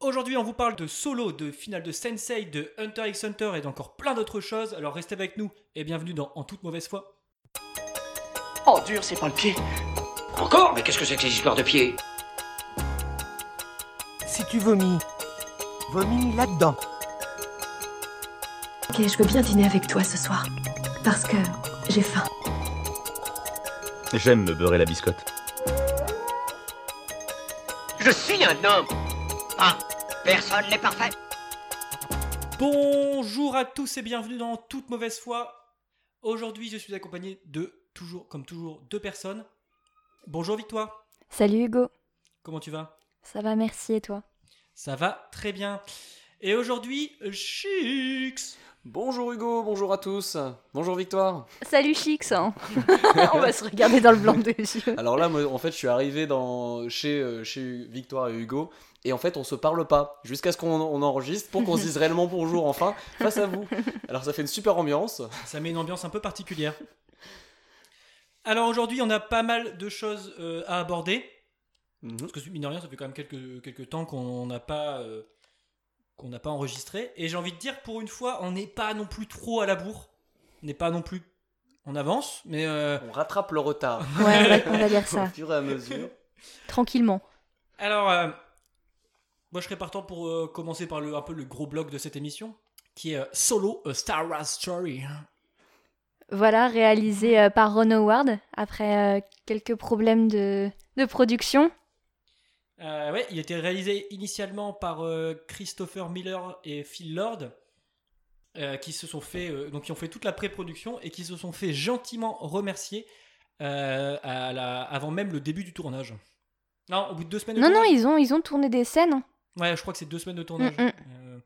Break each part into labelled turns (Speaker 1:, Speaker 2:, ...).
Speaker 1: aujourd'hui, on vous parle de solo, de finale de Sensei, de Hunter x Hunter et d'encore plein d'autres choses. Alors restez avec nous et bienvenue dans En toute mauvaise foi.
Speaker 2: Oh, dur, c'est pas le pied.
Speaker 3: Encore Mais qu'est-ce que c'est que ces histoires de pieds
Speaker 4: Si tu vomis, vomis là-dedans.
Speaker 5: Ok, je veux bien dîner avec toi ce soir. Parce que j'ai faim.
Speaker 6: J'aime me beurrer la biscotte.
Speaker 3: Je suis un homme Ah Personne n'est parfait
Speaker 1: Bonjour à tous et bienvenue dans Toute mauvaise foi. Aujourd'hui, je suis accompagné de toujours, comme toujours, deux personnes. Bonjour Victoire.
Speaker 7: Salut Hugo,
Speaker 1: Comment tu vas
Speaker 7: ça va merci et toi
Speaker 1: Ça va très bien. Et aujourd'hui, Chix.
Speaker 8: Bonjour Hugo, bonjour à tous. Bonjour Victoire.
Speaker 7: Salut Chix hein. On va se regarder dans le blanc des yeux.
Speaker 8: Alors là, moi, en fait, je suis arrivé dans... chez, euh, chez Victoire et Hugo. Et en fait, on se parle pas jusqu'à ce qu'on on enregistre pour qu'on se dise réellement bonjour enfin face à vous. Alors ça fait une super ambiance.
Speaker 1: Ça met une ambiance un peu particulière. Alors aujourd'hui, on a pas mal de choses euh, à aborder.
Speaker 8: Mhm.
Speaker 1: Parce que mine de rien, ça fait quand même quelques, quelques temps qu'on n'a pas, euh, qu'on n'a pas enregistré. Et j'ai envie de dire, pour une fois, on n'est pas non plus trop à la bourre. On n'est pas non plus. On avance, mais euh,
Speaker 8: On rattrape le retard
Speaker 7: Ouais, on va, on va dire
Speaker 8: au
Speaker 7: ça,
Speaker 8: fur et à mesure.
Speaker 7: tranquillement.
Speaker 1: alors, euh, moi je serais partant pour euh, commencer par le, un peu le gros bloc de cette émission, qui est euh, Solo a Star Wars Story.
Speaker 7: Voilà, réalisé euh, par Ron Howard après euh, quelques problèmes de, de production.
Speaker 1: Euh, ouais, il était réalisé initialement par euh, Christopher Miller et Phil Lord, euh, qui se sont fait, euh, donc qui ont fait toute la pré-production et qui se sont fait gentiment remercier euh, à la- avant même le début du tournage. Non, au bout de deux semaines. de
Speaker 7: Non, non,
Speaker 1: tournage.
Speaker 7: ils ont, ils ont tourné des scènes. hein.
Speaker 1: Ouais, je crois que c'est deux semaines de tournage.
Speaker 7: Mm, mm.
Speaker 1: Euh,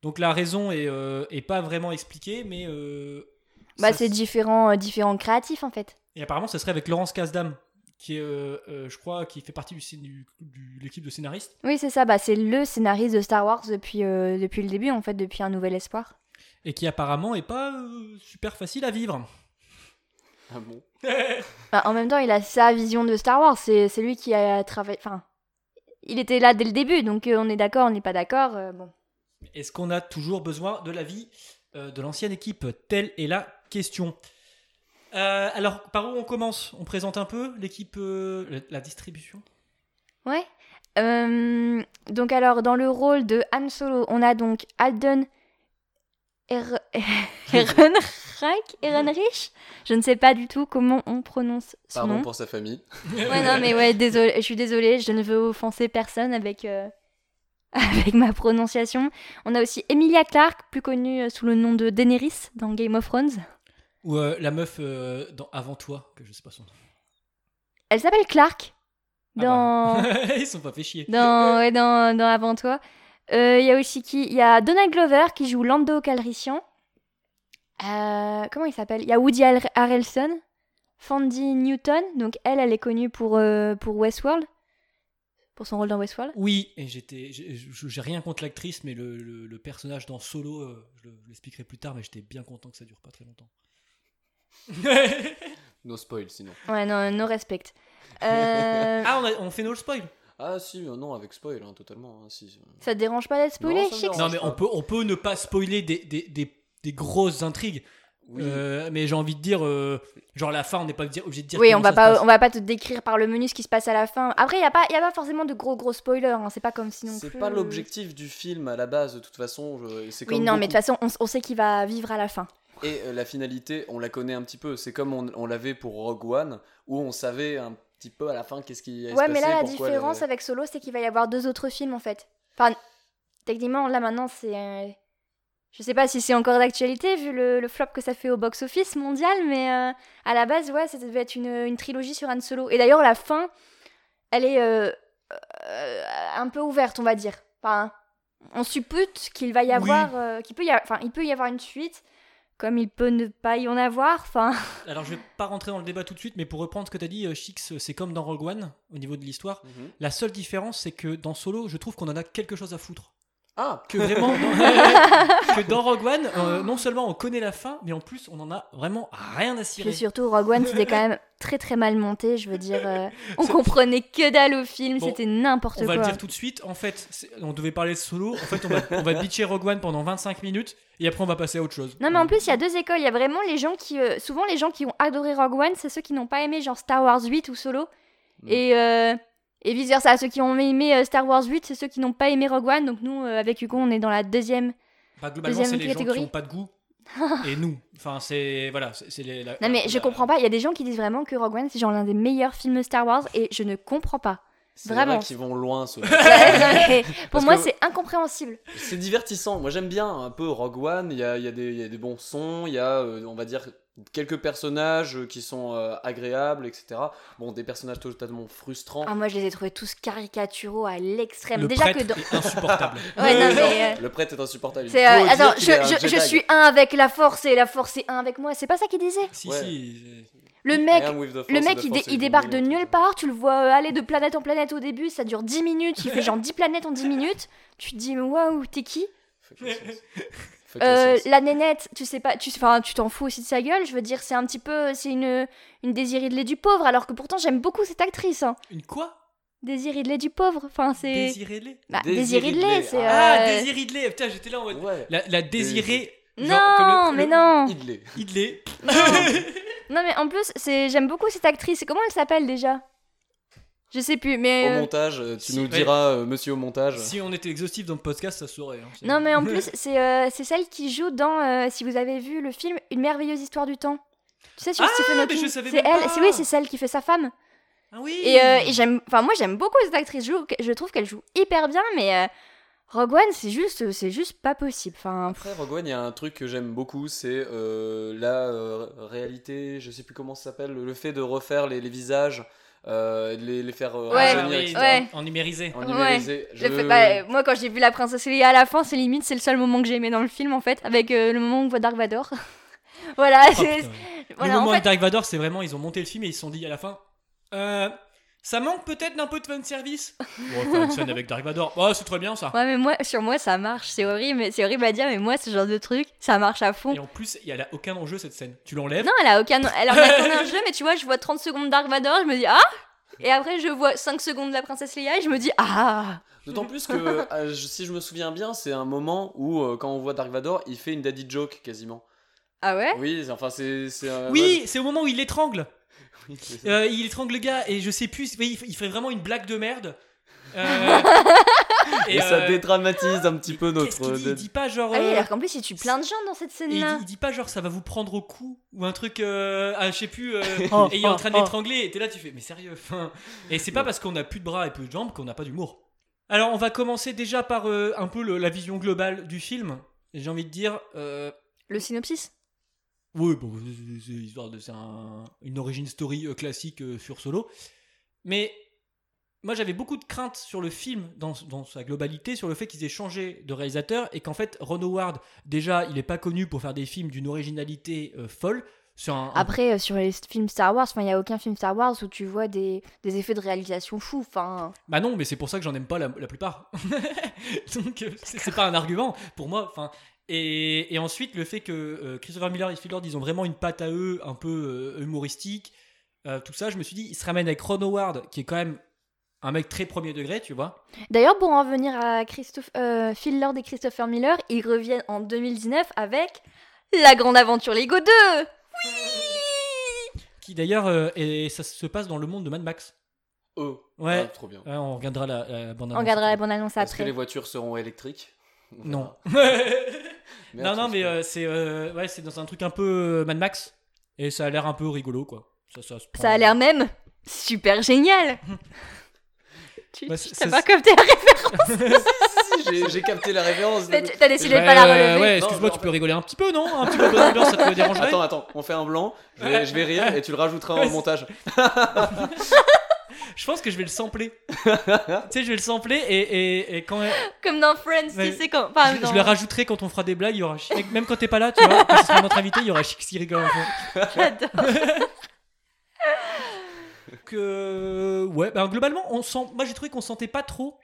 Speaker 1: donc la raison est, euh, est pas vraiment expliquée, mais euh,
Speaker 7: Bah,
Speaker 1: ça-
Speaker 7: c'est différents, euh, différents créatifs en fait.
Speaker 1: Et apparemment, ça serait avec Laurence Kasdam, qui est, euh, euh, je crois, qui fait partie du, scén- du- du- l'équipe de scénaristes.
Speaker 7: Oui, c'est ça, bah, c'est le scénariste de Star Wars depuis, euh, depuis le début en fait, depuis Un Nouvel Espoir.
Speaker 1: et qui apparemment est pas euh, super facile à vivre.
Speaker 8: Ah bon
Speaker 7: Bah, en même temps, il a sa vision de Star Wars. C'est c'est lui qui a travaillé. Enfin, il était là dès le début, donc euh, on est d'accord, on n'est pas d'accord. euh, bon.
Speaker 1: Est-ce qu'on a toujours besoin de l'avis euh, de l'ancienne équipe Telle est la question. Euh, alors, par où on commence On présente un peu l'équipe, euh, la- la distribution
Speaker 7: Ouais. Euh, donc, alors, dans le rôle de Han Solo, on a donc Alden Er- Ehrenreich Ehrenreich Je ne sais pas du tout comment on prononce son
Speaker 8: Pardon
Speaker 7: nom.
Speaker 8: pour sa famille.
Speaker 7: Ouais, non, mais ouais, désolé, je suis désolée, je ne veux offenser personne avec, euh, avec ma prononciation. On a aussi Emilia Clarke, plus connue euh, sous le nom de Daenerys dans Game of Thrones.
Speaker 1: Ou euh, la meuf euh, dans Avant toi, que je sais pas son nom.
Speaker 7: Elle s'appelle Clark
Speaker 1: Ah
Speaker 7: dans,
Speaker 1: bah. Ils sont pas fait chier.
Speaker 7: dans, ouais, dans, dans Avant toi. Euh, Il y a aussi qui Il y a Donald Glover qui joue Lando Calrissian. Euh, comment il s'appelle Il y a Woody Har- Harrelson. Fandy Newton, donc elle, elle est connue pour, euh, pour Westworld, pour son rôle dans Westworld.
Speaker 1: Oui, et j'étais, j'ai j'ai rien contre l'actrice, mais le, le- le personnage dans Solo, euh, je le- je l'expliquerai plus tard, mais j'étais bien content que ça dure pas très longtemps.
Speaker 8: No spoil sinon.
Speaker 7: Ouais, non, no respect. Euh,
Speaker 1: ah, on, a- on fait nos spoil
Speaker 8: Ah si, euh, non, avec spoil, hein, totalement. hein, si.
Speaker 7: ça te dérange pas d'être spoilé,
Speaker 8: Non, ça me
Speaker 7: Chix
Speaker 8: dérange
Speaker 1: Non, mais on
Speaker 8: pas.
Speaker 1: peut, on peut ne pas spoiler des, des, des- des grosses intrigues.
Speaker 8: Oui.
Speaker 1: Euh, mais j'ai envie de dire, euh, genre la fin, on n'est pas obligé- obligé de dire.
Speaker 7: Oui,
Speaker 1: comment
Speaker 7: on va,
Speaker 1: ça se
Speaker 7: pas,
Speaker 1: passe.
Speaker 7: on va pas te décrire par le menu ce qui se passe à la fin. Après, il n'y a, pas- y a pas forcément de gros gros spoilers, hein, c'est pas comme si non
Speaker 8: C'est
Speaker 7: plus-
Speaker 8: pas l'objectif du film à la base, de toute façon. je- c'est
Speaker 7: Oui,
Speaker 8: comme
Speaker 7: non, mais de
Speaker 8: beaucoup-
Speaker 7: toute façon, on, s- on sait qu'il va vivre à la fin.
Speaker 8: Et euh, la finalité, on la connaît un petit peu. C'est comme on, on l'avait pour Rogue One, où on savait un petit peu à la fin qu'est-ce qui allait
Speaker 7: Ouais,
Speaker 8: se
Speaker 7: mais
Speaker 8: passer,
Speaker 7: là, la
Speaker 8: pourquoi le-
Speaker 7: différence avec Solo, c'est qu'il va y avoir deux autres films en fait. Enfin, techniquement, là maintenant, c'est. euh, Je sais pas si c'est encore d'actualité vu le, le flop que ça fait au box-office mondial, mais euh, à la base, ouais, ça devait être une, une trilogie sur Han Solo. Et d'ailleurs, la fin, elle est euh, euh, un peu ouverte, on va dire. Enfin, on suppute qu'il va y
Speaker 1: Oui.
Speaker 7: avoir, euh, qu'il peut y avoir, enfin, il peut y avoir une suite, comme il peut ne pas y en avoir. Enfin,
Speaker 1: Alors, je vais pas rentrer dans le débat tout de suite, mais pour reprendre ce que tu as dit, euh, Chix, c'est comme dans Rogue One, au niveau de l'histoire.
Speaker 8: Mhm.
Speaker 1: La seule différence, c'est que dans Solo, je trouve qu'on en a quelque chose à foutre.
Speaker 8: Ah
Speaker 1: que vraiment que dans Rogue One, euh, non seulement on connaît la fin, mais en plus on en a vraiment rien à cirer.
Speaker 7: Puis surtout, Rogue One, c'était quand même très très mal monté. Je veux dire, euh, on
Speaker 1: C'est-
Speaker 7: comprenait que dalle au film,
Speaker 1: Bon,
Speaker 7: c'était n'importe
Speaker 1: On va
Speaker 7: quoi.
Speaker 1: le dire tout de suite. En fait, c'est- on devait parler de Solo. En fait, on va, on va bitcher Rogue One pendant 25 minutes et après on va passer à autre chose.
Speaker 7: Non mais en plus il y a deux écoles, il y a vraiment les gens qui... euh, souvent les gens qui ont adoré Rogue One, c'est ceux qui n'ont pas aimé genre Star Wars 8 ou Solo.
Speaker 8: Mm.
Speaker 7: Et, euh, et vice versa, ceux qui ont aimé euh, Star Wars 8, c'est ceux qui n'ont pas aimé Rogue One. Donc nous, euh, avec Hugo, on est dans la deuxième.
Speaker 1: Bah, globalement, c'est
Speaker 7: Deuxième
Speaker 1: les gens qui
Speaker 7: catégorie.
Speaker 1: n'ont pas de goût et nous. Enfin, c'est voilà, c'est c'est les. la-
Speaker 7: Non mais je
Speaker 1: la-
Speaker 7: comprends pas, il y a des gens qui disent vraiment que Rogue One c'est genre l'un des meilleurs films Star Wars et je ne comprends pas.
Speaker 8: C'est vrai
Speaker 7: Vraiment.
Speaker 8: qu'ils vont loin. ce-
Speaker 7: Ouais, non, mais pour
Speaker 8: Parce
Speaker 7: moi
Speaker 8: que-
Speaker 7: c'est incompréhensible.
Speaker 8: C'est divertissant. Moi, j'aime bien un peu Rogue One. Il y a, il y a des, il y a des bons sons. Il y a, euh, on va dire, quelques personnages euh, qui sont euh, agréables, etc. Bon, des personnages totalement frustrants.
Speaker 7: Ah moi je les ai trouvés tous caricaturaux à l'extrême.
Speaker 1: Le
Speaker 7: Déjà que
Speaker 1: prêtre
Speaker 7: dans...
Speaker 1: est insupportable.
Speaker 7: Ouais, non, mais, euh,
Speaker 8: Le prêtre est insupportable. Il
Speaker 7: C'est,
Speaker 8: faut
Speaker 7: euh,
Speaker 8: dire
Speaker 7: attends,
Speaker 8: qu'il
Speaker 7: je,
Speaker 8: est un
Speaker 7: je- je
Speaker 8: Jedi.
Speaker 7: suis un avec la force et la force est un avec moi. C'est pas ça qu'il disait
Speaker 1: si
Speaker 8: Ouais.
Speaker 1: si.
Speaker 7: Le mec,
Speaker 8: I am with the Force,
Speaker 7: le mec
Speaker 8: the
Speaker 7: il, dé-
Speaker 8: Force is
Speaker 7: il débarque
Speaker 8: with
Speaker 7: de
Speaker 8: me.
Speaker 7: nulle part. Tu le vois euh, aller de planète en planète au début. Ça dure 10 minutes. Il fait genre 10 planètes en 10 minutes. Tu te dis, mais waouh, t'es qui
Speaker 8: Fuck your sense. Fuck your
Speaker 7: Euh,
Speaker 8: sense.
Speaker 7: La nénette, tu sais pas. Tu enfin, tu t'en fous aussi de sa gueule. Je veux dire, c'est un petit peu. C'est une, une Daisy Ridley du pauvre. Alors que pourtant, j'aime beaucoup cette actrice. Hein.
Speaker 1: Une quoi
Speaker 7: Daisy Ridley du pauvre. Enfin, c'est.
Speaker 1: Désirez-les.
Speaker 7: Bah,
Speaker 8: Daisy
Speaker 7: Daisy Ridley,
Speaker 8: Ridley.
Speaker 7: c'est.
Speaker 1: Ah,
Speaker 7: euh,
Speaker 1: Daisy Ridley. Putain, j'étais là en mode.
Speaker 8: Ouais.
Speaker 1: La, la désirée.
Speaker 7: Non,
Speaker 1: genre, comme le-
Speaker 7: mais
Speaker 1: le-
Speaker 7: non.
Speaker 8: Il l'est.
Speaker 1: Ridley.
Speaker 7: Non mais en plus, c'est j'aime beaucoup cette actrice. Comment elle s'appelle déjà Je sais plus, mais
Speaker 1: Oh,
Speaker 8: Au
Speaker 7: euh,
Speaker 8: montage, euh, tu
Speaker 1: si,
Speaker 8: nous
Speaker 1: ouais.
Speaker 8: diras, euh, monsieur au montage.
Speaker 1: Si on était exhaustif dans le podcast, ça saurait. hein. C'est-
Speaker 7: non mais en plus, c'est euh, c'est celle qui joue dans euh, si vous avez vu le film Une merveilleuse histoire du temps. Tu sais sur
Speaker 1: Ah,
Speaker 7: Stephen
Speaker 1: mais
Speaker 7: Hawking,
Speaker 1: je savais
Speaker 7: c'est
Speaker 1: même
Speaker 7: elle,
Speaker 1: pas.
Speaker 7: c'est oui, c'est celle qui fait sa femme.
Speaker 1: Ah oui.
Speaker 7: Et, euh, et j'aime, enfin moi j'aime beaucoup cette actrice. Je, joue- je trouve qu'elle joue hyper bien, mais euh, Rogue One c'est juste, c'est juste pas possible. Enfin,
Speaker 8: Après, Rogue One, il y a un truc que j'aime beaucoup, c'est euh, la euh, réalité, je sais plus comment ça s'appelle, le fait de refaire les, les visages, euh, les, les faire euh,
Speaker 7: Ouais,
Speaker 8: rajeunir,
Speaker 1: oui,
Speaker 8: etc.
Speaker 7: ouais.
Speaker 1: Ah, En Oh, numérisé.
Speaker 8: En numérisé. Je-
Speaker 7: le fait- bah, moi quand j'ai vu la princesse Leia à la fin, c'est limite c'est le seul moment que j'ai aimé dans le film en fait, avec euh, le moment où on voit Dark Vador. voilà,
Speaker 1: Oh,
Speaker 7: c'est-
Speaker 1: putain.
Speaker 7: voilà,
Speaker 1: le
Speaker 7: en
Speaker 1: moment
Speaker 7: fait-
Speaker 1: avec Dark Vador, c'est vraiment, ils ont monté le film et ils se sont dit à la fin, Euh, ça manque peut-être d'un peu de fan service. Bon, enfin, une scène avec Dark Vador, oh, c'est très bien ça.
Speaker 7: Ouais, mais moi, sur moi, ça marche. C'est horrible, mais- c'est horrible à dire, mais moi, ce genre de truc, ça marche à fond.
Speaker 1: Et en plus, elle a aucun enjeu cette scène. Tu l'enlèves.
Speaker 7: Non, elle a aucun. Elle en a qu'on a un jeu, mais tu vois, je vois 30 secondes Dark Vador, je me dis ah Et après, je vois 5 secondes de la princesse Leia et je me dis ah
Speaker 8: D'autant plus que, euh, je- si je me souviens bien, c'est un moment où, euh, quand on voit Dark Vador, il fait une daddy joke quasiment.
Speaker 7: Ah ouais
Speaker 8: Oui, c'est- enfin, c'est. c'est un-
Speaker 1: Oui,
Speaker 7: Euh,
Speaker 1: c'est au moment où il l'étrangle.
Speaker 8: Oui, c'est-
Speaker 1: Euh, il étrangle le gars et je sais plus, mais il, f- il fait vraiment une blague de merde. Euh,
Speaker 8: Et, ça
Speaker 1: euh,
Speaker 8: dédramatise un petit peu
Speaker 1: qu'est-ce
Speaker 8: notre.
Speaker 1: qu'il dit Il dit pas genre.
Speaker 7: Ah oui,
Speaker 1: euh,
Speaker 7: alors qu'en plus, il tue plein de gens dans cette
Speaker 1: Et il,
Speaker 7: scène-là.
Speaker 1: dit, il dit pas genre ça va vous prendre au cou ou un truc, euh, ah, je sais plus, euh,
Speaker 4: Oh,
Speaker 1: et il est en
Speaker 4: oh,
Speaker 1: train
Speaker 4: oh.
Speaker 1: d'étrangler, et t'es là, tu fais, mais sérieux, enfin. Et c'est pas parce qu'on a plus de bras et plus de jambes qu'on n'a pas d'humour. Alors on va commencer déjà par euh, un peu le- la vision globale du film. Et J'ai envie de dire, euh,
Speaker 7: Le synopsis
Speaker 1: oui, bon, c'est- c'est histoire de, c'est un- une origin story euh, classique euh, sur Solo. Mais moi j'avais beaucoup de craintes sur le film dans, dans sa globalité, sur le fait qu'ils aient changé de réalisateur et qu'en fait Ron Howard, déjà il est pas connu pour faire des films d'une originalité euh, folle. Sur un, un-
Speaker 7: Après, euh, sur les films Star Wars, enfin, il y a aucun film Star Wars où tu vois des, des effets de réalisation fous. Enfin,
Speaker 1: Bah non, mais c'est pour ça que j'en aime pas la, la plupart. Donc euh, c'est c'est pas un argument pour moi. Enfin, et, et ensuite le fait que euh, Christopher Miller et Phil Lord, ils ont vraiment une patte à eux, un peu euh, humoristique, euh, tout ça. Je me suis dit, ils se ramènent avec Ron Howard, qui est quand même un mec très premier degré, tu vois.
Speaker 7: D'ailleurs, pour en revenir à Christophe, euh, Phil Lord et Christopher Miller, ils reviennent en 2019 avec La Grande Aventure Lego 2
Speaker 1: Qui d'ailleurs, euh, et ça se passe dans le monde de Mad Max.
Speaker 8: Oh,
Speaker 1: Ouais.
Speaker 8: ah, trop bien.
Speaker 1: Ouais, on regardera la, la bande.
Speaker 7: On regardera la bande-annonce
Speaker 8: Est-ce que
Speaker 7: après.
Speaker 8: les voitures seront électriques On
Speaker 1: Non.
Speaker 8: verra.
Speaker 1: non,
Speaker 8: Merde,
Speaker 1: non,
Speaker 8: je
Speaker 1: mais
Speaker 8: sais pas.
Speaker 1: euh, c'est euh, ouais, c'est dans un truc un peu euh, Mad Max, et ça a l'air un peu rigolo, quoi. Ça, ça, se
Speaker 7: Ça a
Speaker 1: prend-
Speaker 7: l'air même super génial Tu
Speaker 1: Bah,
Speaker 7: tu
Speaker 1: c'est-
Speaker 7: t'as
Speaker 1: c'est-
Speaker 7: pas comme t'es arrêté,
Speaker 8: Si, j'ai- J'ai capté la référence.
Speaker 7: t'as- T'as décidé de
Speaker 1: Bah,
Speaker 7: pas
Speaker 1: euh,
Speaker 7: la relever.
Speaker 1: Ouais,
Speaker 8: Non,
Speaker 1: excuse-moi,
Speaker 8: mais
Speaker 1: tu
Speaker 8: en
Speaker 1: peux rigoler un petit peu, non Un petit peu bonne ambiance, ça te dérangerait
Speaker 8: Attends, attends, on fait un blanc, je vais, je vais rire et tu le rajouteras
Speaker 1: Ouais,
Speaker 8: en montage.
Speaker 1: Je pense que je vais le sampler. tu sais, je vais le sampler et, et, et quand
Speaker 7: Comme dans Friends,
Speaker 1: Ouais.
Speaker 7: tu sais quand... Enfin,
Speaker 1: je,
Speaker 7: dans-
Speaker 1: je le rajouterai quand on fera des blagues, il y aura chi- même quand t'es pas là, tu vois, quand ce sera notre invité, il y aura chic qui rigole. en fond.
Speaker 7: J'adore.
Speaker 1: Donc, euh, ouais, bah, globalement, on sent, moi j'ai trouvé qu'on sentait pas trop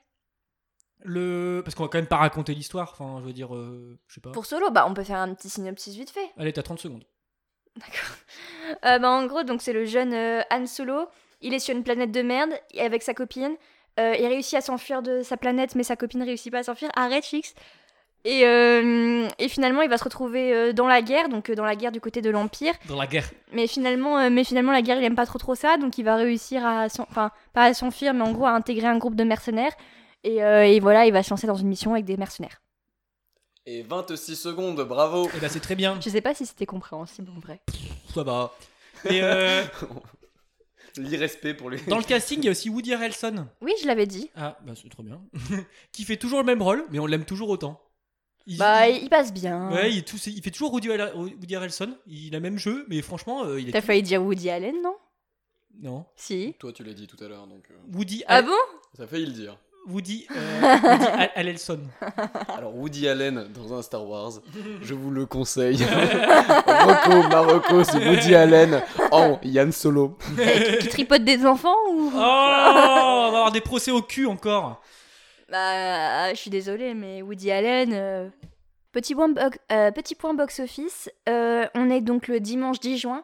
Speaker 1: le... Parce qu'on va quand même pas raconter l'histoire, enfin, je veux dire, euh, je sais pas.
Speaker 7: Pour Solo, bah, on peut faire un petit synopsis vite fait.
Speaker 1: Allez, t'as 30 secondes.
Speaker 7: Euh, bah, en gros, donc c'est le jeune euh, Han Solo. Il est sur une planète de merde et avec sa copine. Euh, il réussit à s'enfuir de sa planète, mais sa copine réussit pas à s'enfuir. Arrête, Fix. Et, euh, et finalement, il va se retrouver euh, dans la guerre, donc euh, dans la guerre du côté de l'Empire.
Speaker 1: Dans la guerre.
Speaker 7: Mais finalement, euh, mais finalement, la guerre, il aime pas trop trop ça, donc il va réussir à, s'en- enfin, pas à s'enfuir, mais en gros à intégrer un groupe de mercenaires. Et, euh, et voilà, il va se lancer dans une mission avec des mercenaires.
Speaker 8: Et 26 secondes, bravo
Speaker 1: Et bah, c'est très bien.
Speaker 7: Je sais pas si c'était compréhensible en vrai.
Speaker 1: Ça va. Et euh,
Speaker 8: L'irrespect pour lui.
Speaker 1: dans le casting, il y a aussi Woody Harrelson.
Speaker 7: Oui, je l'avais dit.
Speaker 1: Ah, bah, c'est trop bien. qui fait toujours le même rôle, mais on l'aime toujours autant. Il-
Speaker 7: Bah, il il passe bien.
Speaker 1: Ouais, il, est tous- il fait toujours Woody, Har- Woody Harrelson. Il a le même jeu, mais franchement, euh, il est.
Speaker 7: T'as failli dire Woody Allen, non
Speaker 1: Non.
Speaker 7: Si.
Speaker 8: Toi, tu l'as dit tout à l'heure, donc euh,
Speaker 1: Woody.
Speaker 7: Ah
Speaker 1: Al-
Speaker 7: bon
Speaker 8: ça fait le dire.
Speaker 1: Woody. euh, Woody Al- Harrelson.
Speaker 8: Alors, Woody Allen dans un Star Wars, je vous le conseille. Rocco, Marocco, c'est Woody Allen en Yann Solo.
Speaker 7: Eh, Tu tripotes des enfants ou
Speaker 1: euh, Oh, on va avoir des procès au cul encore.
Speaker 7: Bah, je suis désolée, mais Woody Allen. euh, Petit, point box- euh, petit point box-office. euh, on est donc le dimanche 10 juin.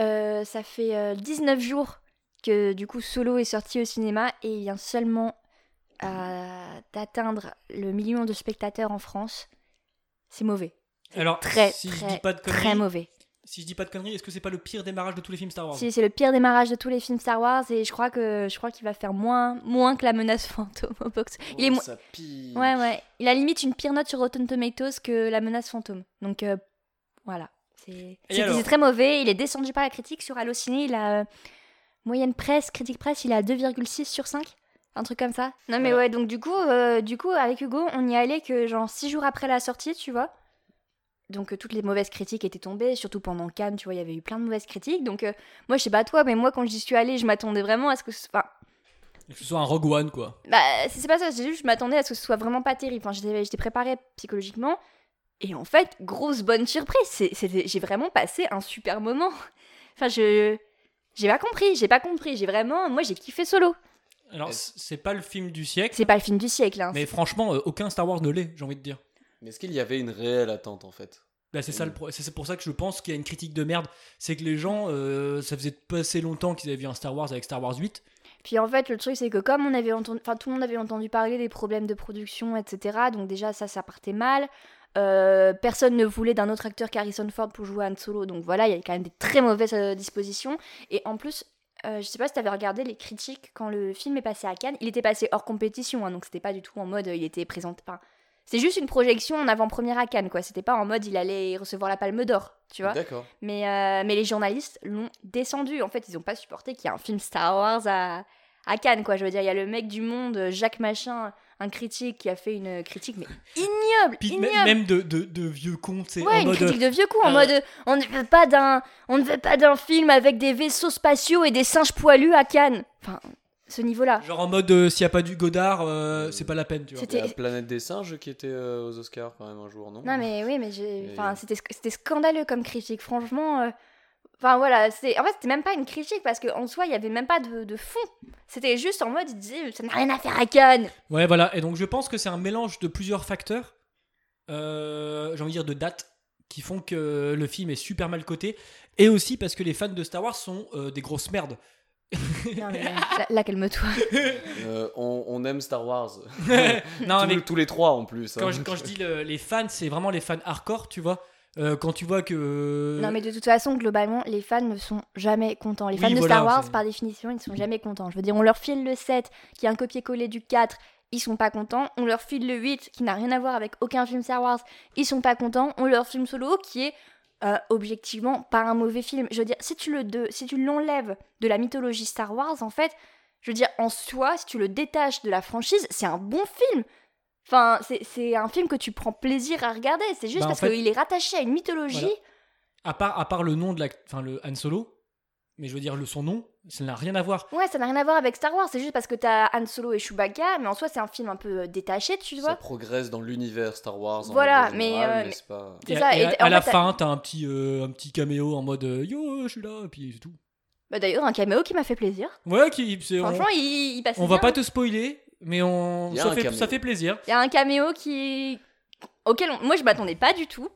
Speaker 7: Euh, ça fait euh, 19 jours que du coup Solo est sorti au cinéma et il vient seulement à- d'atteindre le million de spectateurs en France. C'est mauvais,
Speaker 1: Alors,
Speaker 7: très,
Speaker 1: si je
Speaker 7: très,
Speaker 1: dis pas de conneries,
Speaker 7: très mauvais.
Speaker 1: si je dis pas de conneries, est-ce que c'est pas le pire démarrage de tous les films Star Wars
Speaker 7: Si, c'est le pire démarrage de tous les films Star Wars et je crois que je crois qu'il va faire moins moins que la menace fantôme au box. Il est moins
Speaker 8: Oh, Ça pique.
Speaker 7: Ouais ouais, il a limite une pire note sur Rotten Tomatoes que la menace fantôme. Donc euh, voilà, c'est
Speaker 1: Et
Speaker 7: c'est-
Speaker 1: alors
Speaker 7: c'est très mauvais, il est descendu par la critique sur Allociné, il a euh, moyenne presse, critique presse, il a 2,6 sur 5. Un truc comme ça. Non mais
Speaker 1: Voilà.
Speaker 7: ouais, donc du coup, euh, du coup, avec Hugo, on y allait que genre 6 jours après la sortie, tu vois. Donc euh, toutes les mauvaises critiques étaient tombées, surtout pendant Cannes, tu vois, il y avait eu plein de mauvaises critiques. Donc euh, moi, je sais pas toi, mais moi quand j'y suis allée, je m'attendais vraiment à ce que ce- enfin,
Speaker 1: Que ce soit un Rogue One, quoi.
Speaker 7: bah, c'est c'est pas ça, c'est juste que je m'attendais à ce que ce soit vraiment pas terrible. Enfin, j'étais j'étais préparée psychologiquement. Et en fait, grosse bonne surprise. c'est- c'était- J'ai vraiment passé un super moment. Enfin, je. J'ai pas compris, j'ai pas compris. J'ai vraiment. Moi, j'ai kiffé solo.
Speaker 1: Alors, c- c'est pas le film du siècle,
Speaker 7: C'est pas le film du siècle, hein.
Speaker 1: mais franchement, euh, aucun Star Wars ne l'est, j'ai envie de dire.
Speaker 8: Mais est-ce qu'il y avait une réelle attente en fait
Speaker 1: Là, Bah, c'est ça
Speaker 8: Oui.
Speaker 1: le pro- c'est c'est pour ça que je pense qu'il y a une critique de merde, c'est que les gens, euh, ça faisait pas assez longtemps qu'ils avaient vu un Star Wars avec Star Wars 8.
Speaker 7: Puis en fait, le truc, c'est que comme on avait entendu, enfin tout le monde avait entendu parler des problèmes de production, etc. Donc déjà ça, ça partait mal. Euh, personne ne voulait d'un autre acteur qu'Harrison Ford pour jouer Han Solo. Donc voilà, il y avait quand même des très mauvaises euh, dispositions. Et en plus, euh, je sais pas si t'avais regardé les critiques quand le film est passé à Cannes. Il était passé hors compétition, hein, donc c'était pas du tout en mode euh, il était présenté. Enfin, c'est juste une projection en avant-première à Cannes, quoi. C'était pas en mode il allait recevoir la Palme d'Or, tu vois.
Speaker 8: D'accord.
Speaker 7: Mais, euh, mais les journalistes l'ont descendu. En fait, ils n'ont pas supporté qu'il y ait un film Star Wars à, à Cannes, quoi. Je veux dire, il y a le mec du monde, Jacques Machin, un critique qui a fait une critique, mais ignoble,
Speaker 1: Puis m-
Speaker 7: ignoble.
Speaker 1: même de, de, de vieux cons, c'est
Speaker 7: Ouais,
Speaker 1: en
Speaker 7: une
Speaker 1: mode.
Speaker 7: critique de vieux coup, en
Speaker 1: euh,
Speaker 7: mode on ne veut pas d'un on ne veut pas d'un film avec des vaisseaux spatiaux et des singes poilus à Cannes. Enfin, ce niveau-là.
Speaker 1: Genre en mode, euh, s'il y a pas du Godard, euh, c'est pas la peine, tu vois.
Speaker 7: C'était-
Speaker 8: La planète des singes qui était euh, aux Oscars quand même un jour, non
Speaker 7: Non mais oui, mais j'ai-
Speaker 8: Et-
Speaker 7: enfin, c'était sc- c'était scandaleux comme critique, franchement. euh, Enfin voilà, c'est en fait c'était même pas une critique parce qu'en soi il y avait même pas de, de fond. C'était juste en mode il disait ça n'a rien à faire à Cannes.
Speaker 1: Ouais, voilà. Et donc, je pense que c'est un mélange de plusieurs facteurs, euh, j'ai envie de dire de dates, qui font que le film est super mal coté. Et aussi parce que les fans de Star Wars sont euh, des grosses merdes.
Speaker 7: Non mais là, là, calme-toi.
Speaker 8: Euh, on, on aime Star Wars.
Speaker 1: non,
Speaker 8: tous,
Speaker 1: Ah, mais
Speaker 8: tous les trois en plus. hein.
Speaker 1: quand je, quand je dis le- les fans, c'est vraiment les fans hardcore, tu vois. Euh, quand tu vois que.
Speaker 7: Non mais de toute façon globalement les fans ne sont jamais contents. Les
Speaker 1: Euh, Oui,
Speaker 7: fans de
Speaker 1: voilà,
Speaker 7: Star Wars
Speaker 1: c'est-
Speaker 7: par définition ils ne sont jamais contents. Je veux dire on leur file le 7 qui est un copier-coller du 4 ils sont pas contents, on leur file le 8 qui n'a rien à voir avec aucun film Star Wars, ils sont pas contents, on leur filme solo qui est euh, objectivement pas un mauvais film. Je veux dire, si tu le de, si tu l'enlèves de la mythologie Star Wars, en fait, je veux dire, en soi, si tu le détaches de la franchise, c'est un bon film. Enfin, c'est- c'est un film que tu prends plaisir à regarder. C'est juste
Speaker 1: Bah, en
Speaker 7: parce
Speaker 1: fait-
Speaker 7: qu'il est rattaché à une mythologie.
Speaker 1: Voilà. À, part, à part le nom de la. Enfin, le Han Solo, mais je veux dire le son nom, ça n'a rien à voir.
Speaker 7: Ouais, ça n'a rien à voir avec Star Wars. C'est juste parce que t'as Han Solo et Chewbacca, mais en soi, c'est un film un peu euh, détaché, tu
Speaker 8: ça
Speaker 7: vois.
Speaker 8: progresse dans l'univers Star Wars. en
Speaker 7: Voilà,
Speaker 8: règle
Speaker 7: mais,
Speaker 8: générale,
Speaker 7: euh,
Speaker 8: mais c'est pas-
Speaker 7: C'est
Speaker 1: Et,
Speaker 7: ça,
Speaker 1: à- et
Speaker 7: et
Speaker 1: à,
Speaker 7: en
Speaker 1: à la
Speaker 7: fait, t'as-
Speaker 1: fin, t'as un petit, euh, un petit caméo en mode euh, Yo, je suis là, et puis c'est tout.
Speaker 7: Bah, D'ailleurs, un caméo qui m'a fait plaisir.
Speaker 1: Ouais, qui, c'est- on-
Speaker 7: Franchement, il, il passe
Speaker 1: On va pas te spoiler, mais on
Speaker 8: Il y a
Speaker 1: ça
Speaker 8: un
Speaker 1: fait,
Speaker 8: caméo.
Speaker 1: ça fait plaisir.
Speaker 7: Il y a un caméo qui auquel on- moi je m'attendais pas du tout.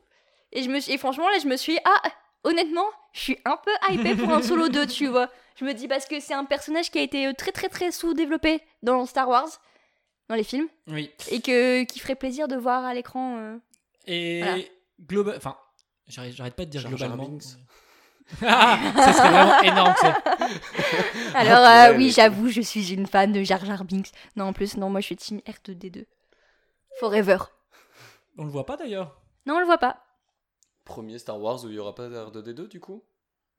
Speaker 7: Et je me suis- et franchement là je me suis ah honnêtement, je suis un peu hypée pour un solo 2, tu vois. Je me dis parce que c'est un personnage qui a été euh, très très très sous-développé dans Star Wars dans les films
Speaker 1: Oui.
Speaker 7: et que qui ferait plaisir de voir à l'écran euh.
Speaker 1: Et
Speaker 7: Voilà.
Speaker 1: global, enfin, j'arrête j'arrête pas de dire
Speaker 8: Jar Jar
Speaker 1: globalement.
Speaker 8: Binks.
Speaker 1: ah, ça serait vraiment énorme ça.
Speaker 7: Alors
Speaker 8: Ah,
Speaker 7: euh,
Speaker 8: ouais,
Speaker 7: oui,
Speaker 8: mais-
Speaker 7: j'avoue, je suis une fan de Jar Jar Binks. Non, en plus non, moi je suis team R2D2. Forever.
Speaker 1: On le voit pas d'ailleurs.
Speaker 7: Non, on le voit pas.
Speaker 8: Premier Star Wars où il y aura pas R2D2 du coup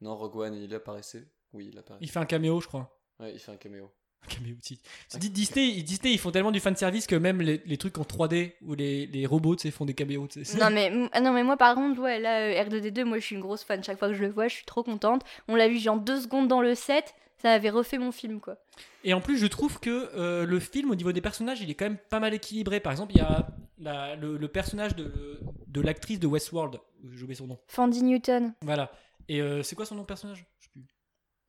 Speaker 8: Non, Rogue One, il apparaissait Oui, il apparaît.
Speaker 1: Il fait un caméo, je crois.
Speaker 8: Ouais, il fait un caméo.
Speaker 1: Un caméo petit. Tu dis Disney, ils- Disney, ils font tellement du fan service que même les, les trucs en 3D ou les, les robots, tu sais, font des caméos. tu sais.
Speaker 7: Non mais, m- ah non mais moi par contre ouais là euh, R2D2 moi je suis une grosse fan chaque fois que je le vois je suis trop contente on l'a vu genre deux secondes dans le set ça avait refait mon film quoi
Speaker 1: Et en plus, je trouve que euh, le film, au niveau des personnages, il est quand même pas mal équilibré. Par exemple, il y a la- le, le personnage de, de l'actrice de Westworld. J'ai oublié son nom.
Speaker 7: Fandy Newton
Speaker 1: Voilà. Et euh, c'est quoi son nom de personnage Je sais plus.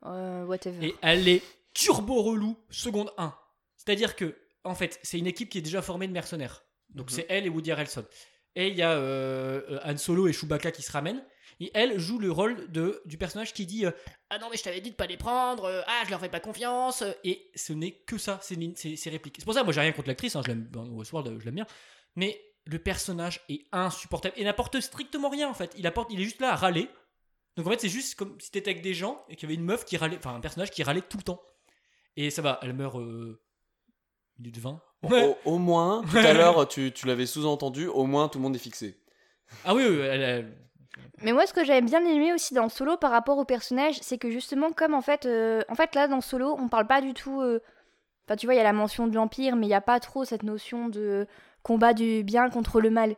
Speaker 7: euh, whatever
Speaker 1: Et elle est turbo relou, seconde 1. C'est-à-dire que, en fait, c'est une équipe qui est déjà formée de mercenaires. Donc
Speaker 8: Mhm.
Speaker 1: c'est elle et Woody Harrelson. Et il y a euh, euh, Han Solo et Chewbacca qui se ramènent. Et elle joue le rôle de, du personnage qui dit euh, Ah non, mais je t'avais dit de pas les prendre, euh, ah, je leur fais pas confiance. euh. Et ce n'est que ça, ces, lignes- ces- ces répliques. C'est pour ça, moi j'ai rien contre l'actrice, hein, je l'aime, dans Westworld, euh, je l'aime bien. Mais le personnage est insupportable et n'apporte strictement rien en fait. Il, apporte, il est juste là à râler. Donc en fait, c'est juste comme si t'étais avec des gens et qu'il y avait une meuf qui râlait, enfin un personnage qui râlait tout le temps. Et ça va, elle meurt euh, minute 20.
Speaker 8: Au, au moins, tout à l'heure, tu, tu l'avais sous-entendu, au moins tout le monde est fixé.
Speaker 1: Ah oui, oui, elle, elle-
Speaker 7: mais moi ce que j'avais bien aimé aussi dans Solo par rapport au personnage c'est que justement comme en fait euh, en fait là dans Solo on parle pas du tout euh, enfin tu vois il y a la mention de l'Empire mais il y a pas trop cette notion de combat du bien contre le mal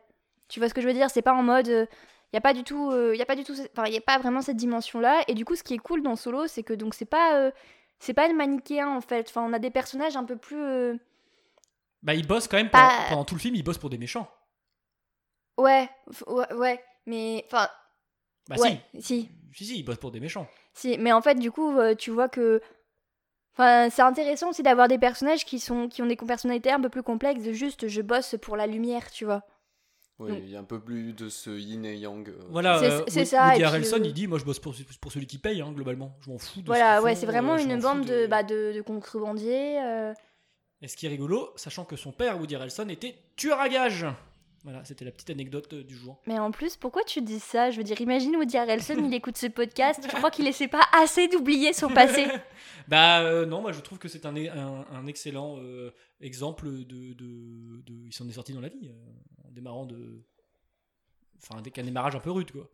Speaker 7: tu vois ce que je veux dire c'est pas en mode euh, il y a pas du tout euh, il y a pas du tout ce- enfin il y a pas vraiment cette dimension là et du coup ce qui est cool dans solo c'est que donc c'est pas euh, c'est pas le manichéen en fait enfin on a des personnages un peu plus euh,
Speaker 1: bah, il bosse quand même pendant,
Speaker 7: Pas-
Speaker 1: pendant tout le film, il bosse pour des méchants.
Speaker 7: ouais f- ouais, ouais mais enfin
Speaker 1: Bah
Speaker 7: ouais si
Speaker 1: si, si, si, il bosse pour des méchants.
Speaker 7: Si, mais en fait, du coup, euh, tu vois que. Enfin, c'est intéressant aussi d'avoir des personnages qui, sont, qui ont des personnalités un peu plus complexes, de juste je bosse pour la lumière, tu vois.
Speaker 8: Oui,
Speaker 7: Donc-
Speaker 8: il y a un peu plus de ce yin et yang. euh,
Speaker 1: Voilà,
Speaker 7: C'est-
Speaker 1: euh,
Speaker 7: c'est
Speaker 1: Woody-
Speaker 7: ça, et
Speaker 1: Woody
Speaker 7: puis,
Speaker 1: Harrelson,
Speaker 7: euh,
Speaker 1: il dit Moi je bosse pour, pour celui qui paye, hein, globalement. Je m'en fous de ce
Speaker 7: Voilà,
Speaker 1: qu'ils
Speaker 7: ouais,
Speaker 1: font,
Speaker 7: c'est vraiment
Speaker 1: euh, je
Speaker 7: une
Speaker 1: m'en fous
Speaker 7: bande de, bah, de, de contrebandiers. euh.
Speaker 1: Et ce qui est rigolo, sachant que son père, Woody Harrelson, était tueur à gages. Voilà, c'était la petite anecdote euh, du jour.
Speaker 7: Mais en plus, pourquoi tu dis ça Je veux dire, imagine Woody Harrelson, il écoute ce podcast, je crois qu'il essaie pas assez d'oublier son passé.
Speaker 1: Bah euh, non, moi je trouve que c'est un, un, un excellent euh, exemple de, de, de- Il s'en est sorti dans la vie, euh, en démarrant de... Enfin, avec un démarrage un peu rude, quoi.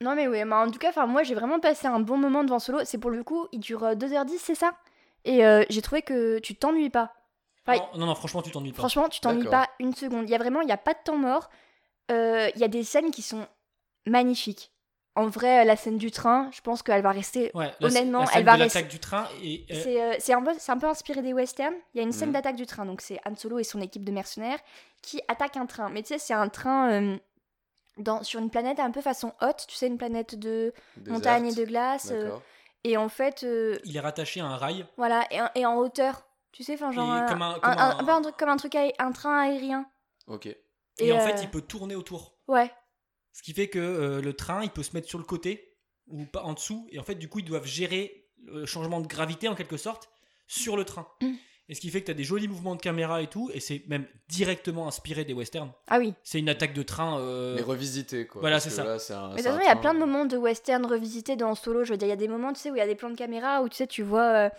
Speaker 7: Non mais oui, mais en tout cas, enfin moi j'ai vraiment passé un bon moment devant Solo. C'est pour le coup, il dure euh, 2h10, c'est ça Et euh, j'ai trouvé que tu t'ennuies pas. Ouais.
Speaker 1: Non, non, non, franchement, tu t'ennuies pas.
Speaker 7: Franchement, tu t'ennuies
Speaker 8: D'accord.
Speaker 7: pas une seconde. Il y a vraiment, il y a pas de temps mort. Euh, Il y a des scènes qui sont magnifiques. En vrai, la scène du train, je pense qu'elle va rester.
Speaker 1: Ouais, la-
Speaker 7: honnêtement,
Speaker 1: la scène
Speaker 7: elle va
Speaker 1: de l'attaque
Speaker 7: rester-
Speaker 1: du train et... euh,
Speaker 7: C'est euh, c'est un, peu- c'est un peu inspiré des westerns. Il y a une scène
Speaker 8: Mhm.
Speaker 7: d'attaque du train, donc c'est Han Solo et son équipe de mercenaires qui attaquent un train. Mais tu sais, c'est un train euh, dans, sur une planète un peu façon haute, tu sais, une planète de
Speaker 8: déserte.
Speaker 7: montagnes et de glace. euh,
Speaker 8: D'accord.
Speaker 7: et en fait, euh,
Speaker 1: il est rattaché à un rail.
Speaker 7: voilà, et, en- et en hauteur. Tu sais, enfin, genre.
Speaker 1: Et
Speaker 7: Un,
Speaker 1: comme un-
Speaker 7: un-
Speaker 1: comme
Speaker 7: un-
Speaker 1: un-
Speaker 7: un peu un truc, comme un, truc aé- un train aérien.
Speaker 8: Ok.
Speaker 1: Et,
Speaker 7: Et,
Speaker 1: en
Speaker 7: euh,
Speaker 1: fait, il peut tourner autour.
Speaker 7: Ouais.
Speaker 1: Ce qui fait que euh, le train, il peut se mettre sur le côté ou pas en dessous. Et en fait, du coup, ils doivent gérer le changement de gravité en quelque sorte sur le train.
Speaker 7: Mm.
Speaker 1: Et ce qui fait que tu as des jolis mouvements de caméra et tout. Et c'est même directement inspiré des westerns.
Speaker 7: Ah oui.
Speaker 1: C'est une attaque de train. euh,
Speaker 8: Mais revisité, quoi.
Speaker 1: voilà,
Speaker 8: parce
Speaker 1: c'est
Speaker 8: que
Speaker 1: Ah, ça.
Speaker 8: là, c'est un-
Speaker 7: Mais de
Speaker 8: c'est
Speaker 7: toute
Speaker 8: un
Speaker 7: façon, il y a
Speaker 8: train.
Speaker 7: plein de moments de western revisités dans Solo. Je veux dire, il y a des moments, tu sais, où il y a des plans de caméra où tu sais, tu vois, euh,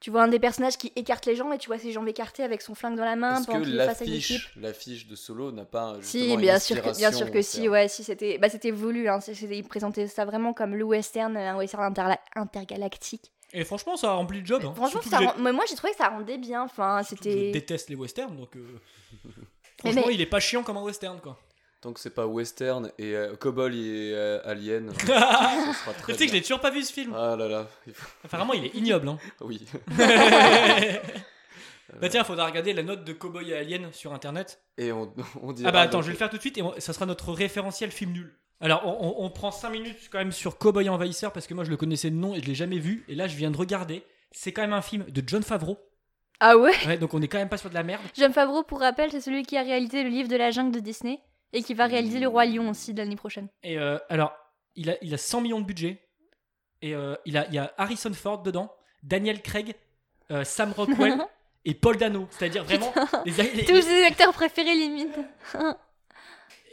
Speaker 7: tu vois un des personnages qui écarte les jambes et tu vois ses jambes écartées avec son flingue dans la main
Speaker 8: Est-ce
Speaker 7: pendant
Speaker 8: que
Speaker 7: qu'il est face à une équipe.
Speaker 8: l'affiche, l'affiche de Solo n'a pas euh, justement
Speaker 7: Si,
Speaker 8: une
Speaker 7: bien sûr, que, bien
Speaker 8: inspiration
Speaker 7: sûr que si,
Speaker 8: western
Speaker 7: ouais, si c'était, bah c'était voulu, hein, c'est- c'était- ils présentaient ça vraiment comme le western, euh, un western interla- intergalactique.
Speaker 1: Et franchement, ça a rempli le job. hein.
Speaker 7: Franchement,
Speaker 1: Surtout
Speaker 7: ça
Speaker 1: que j'ai-
Speaker 7: rend- mais moi j'ai trouvé que ça rendait bien, enfin
Speaker 1: surtout que Je
Speaker 7: c'était.
Speaker 1: déteste les westerns, donc. euh,
Speaker 7: Mais-
Speaker 1: Franchement,
Speaker 7: mais-
Speaker 1: il est pas chiant comme un western, quoi.
Speaker 8: Tant que c'est pas western et euh, cowboy et euh, alien, ça
Speaker 1: Tu
Speaker 8: sera
Speaker 1: sais
Speaker 8: très
Speaker 1: que je
Speaker 8: bien.
Speaker 1: l'ai toujours pas vu ce film.
Speaker 8: Ah là là, il faut-
Speaker 1: Apparemment, il est ignoble. hein.
Speaker 8: oui. Euh.
Speaker 1: bah tiens, faudra regarder la note de Cowboy et Alien sur internet.
Speaker 8: Et on, on dit.
Speaker 1: Ah bah attends, je vais le faire tout de suite et on- ça sera notre référentiel film nul. Alors on, on- on prend 5 minutes quand même sur Cowboy Envahisseur parce que moi je le connaissais de nom et je l'ai jamais vu et là je viens de regarder. C'est quand même un film de John Favreau
Speaker 7: Ah ouais
Speaker 1: Ouais, donc on est quand même pas sur de la merde.
Speaker 7: John Favreau, pour rappel, c'est celui qui a réalisé le livre de la jungle de Disney et qui va réaliser Le Roi Lion aussi de l'année prochaine.
Speaker 1: Et euh, alors, il a, il a 100 millions de budget. Et euh, il, a, il y a Harrison Ford dedans, Daniel Craig, euh, Sam Rockwell et Paul Dano. C'est-à-dire vraiment les, les-
Speaker 7: Tous ses acteurs préférés, limite.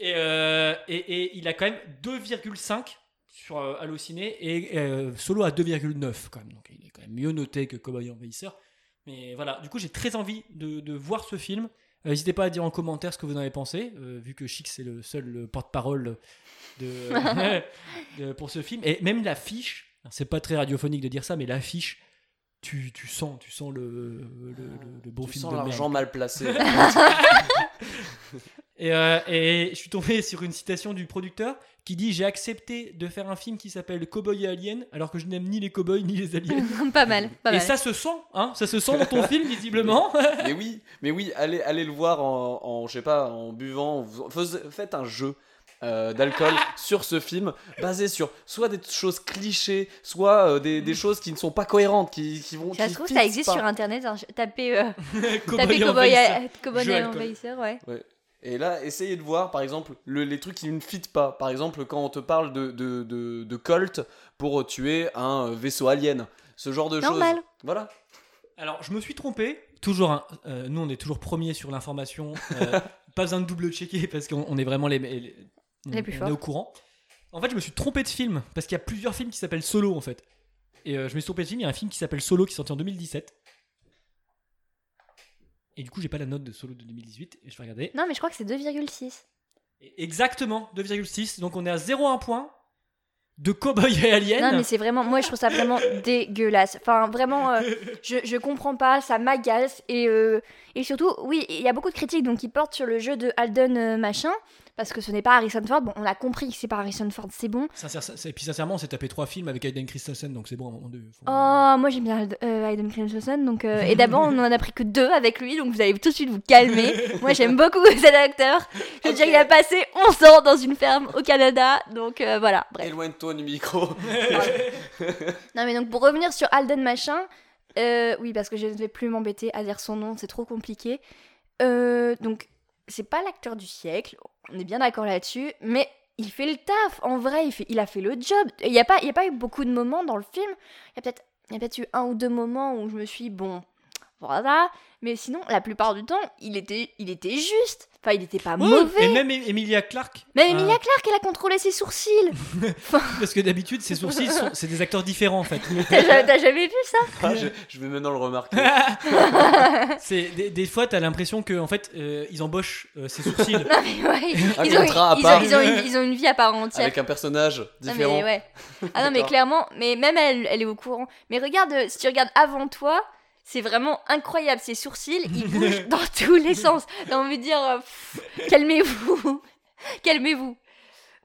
Speaker 1: et, euh, et, et il a quand même 2,5 sur euh, Allociné et euh, Solo à 2,9 quand même. Donc il est quand même mieux noté que Cowboy Envahisseur. Mais voilà, du coup j'ai très envie de, de voir ce film. Euh, N'hésitez pas à dire en commentaire ce que vous en avez pensé, euh, vu que Chic c'est le seul euh, porte-parole de, de- pour ce film. Et même l'affiche, alors, c'est pas très radiophonique de dire ça, mais l'affiche, tu, tu sens, tu sens le, le, le- le bon
Speaker 8: Tu
Speaker 1: film
Speaker 8: sens
Speaker 1: de merde.
Speaker 8: l'argent mal placé.
Speaker 1: Et, euh, et je suis tombé sur une citation du producteur qui dit J'ai accepté de faire un film qui s'appelle Cowboy et Alien, alors que je n'aime ni les cowboys ni les aliens.
Speaker 7: pas mal, pas
Speaker 1: et
Speaker 7: mal.
Speaker 1: ça se sent, hein Ça se sent dans ton film, visiblement.
Speaker 8: mais oui, mais oui, allez, allez le voir en, en, je sais pas, en buvant. en faisant- faisez- faites un jeu euh, d'alcool sur ce film, basé sur soit des choses clichés, soit euh, des, des
Speaker 1: Mm.
Speaker 8: choses qui ne sont pas cohérentes, qui, qui vont.
Speaker 7: Ça
Speaker 8: qui
Speaker 7: se trouve, ça
Speaker 8: fixent
Speaker 7: existe
Speaker 8: pas.
Speaker 7: sur internet. hein, je- Tapez euh,
Speaker 1: Cowboy
Speaker 7: tapez Cowboy
Speaker 1: envahisseur.
Speaker 7: euh, Cowboy
Speaker 1: Jeu
Speaker 7: et
Speaker 1: alcool.
Speaker 7: Envahisseur, ouais.
Speaker 8: Et là, essayez de voir, par exemple, le- les trucs qui ne fit pas. Par exemple, quand on te parle de, de, de, de Colt pour tuer un euh, vaisseau alien. Ce genre de choses.
Speaker 7: Normal.
Speaker 8: Voilà.
Speaker 1: Alors, je me suis trompé. Toujours, un- euh, nous, on est toujours premiers sur l'information. euh, pas besoin de double-checker parce qu'on on est vraiment les, les,
Speaker 7: Les plus
Speaker 1: on
Speaker 7: forts.
Speaker 1: est au courant. En fait, je me suis trompé de film parce qu'il y a plusieurs films qui s'appellent Solo en fait. Et euh, je me suis trompé de film. Il y a un film qui s'appelle Solo qui est sorti en 2017. Et du coup, j'ai pas la note de Solo de 2018. Et je vais regarder.
Speaker 7: Non, mais je crois que c'est 2,6.
Speaker 1: Et Exactement, 2,6. Donc, on est à 0,1 point de Cowboy et Alien.
Speaker 7: Non, mais c'est vraiment. Moi, je trouve ça vraiment dégueulasse. Enfin, vraiment, euh, je, je comprends pas, ça m'agace. Et, euh, et surtout, oui, il y a beaucoup de critiques donc, qui portent sur le jeu de Alden euh, machin, parce que ce n'est pas Harrison Ford. Bon, on a compris que c'est pas Harrison Ford, c'est bon.
Speaker 1: Sincère- c'est- et puis, sincèrement, on s'est tapé trois films avec Aiden Christensen. Donc, c'est bon, à un moment donné, faut-
Speaker 7: Oh, moi j'aime bien Alden- euh, Hayden Christensen, donc. euh, et d'abord, on en a pris que deux avec lui, donc vous allez tout de suite vous calmer. moi, j'aime beaucoup cet acteur. Je veux dire, il a passé 11 ans dans une ferme au Canada, donc euh, voilà, bref.
Speaker 8: Éloigne-toi du micro.
Speaker 7: Non mais donc pour revenir sur Alden machin, euh, oui parce que je ne vais plus m'embêter à dire son nom, c'est trop compliqué. Euh, donc c'est pas l'acteur du siècle, on est bien d'accord là-dessus, mais il fait le taf en vrai, il, fait- il a fait le job. Et Il n'y a pas, il y a pas eu beaucoup de moments dans le film. Il y a peut-être, il y a peut-être eu un ou deux moments où je me suis dit, bon, voilà. Mais sinon, la plupart du temps, il était, il était juste. Enfin, il n'était pas
Speaker 1: Ouais,
Speaker 7: Ah, mauvais.
Speaker 1: Et
Speaker 7: Même,
Speaker 1: même E- Emilia Clarke. euh,
Speaker 7: Emilia Clarke, elle a contrôlé ses sourcils.
Speaker 1: Parce que d'habitude, ses sourcils, sont- c'est des acteurs différents en fait.
Speaker 7: T'as jamais- t'as jamais vu ça
Speaker 8: Ah, je, je vais maintenant le remarquer.
Speaker 1: C'est des, des fois, t'as l'impression que en fait, euh, ils embauchent euh, ses sourcils.
Speaker 7: Non, mais ouais,
Speaker 8: Un
Speaker 7: ils, ont une,
Speaker 8: contrat à
Speaker 7: ils, ont,
Speaker 8: part.
Speaker 7: ils ont une, ils ont une vie à part entière.
Speaker 8: Avec un personnage
Speaker 7: Non, mais
Speaker 8: différent.
Speaker 7: ouais. Ah non, mais
Speaker 8: D'accord.
Speaker 7: clairement, mais même elle, elle est au courant. Mais regarde, euh, si tu regardes avant toi, c'est vraiment incroyable. Ses sourcils, ils bougent dans tous les sens. J'ai envie de dire, euh, pff, calmez-vous. calmez-vous.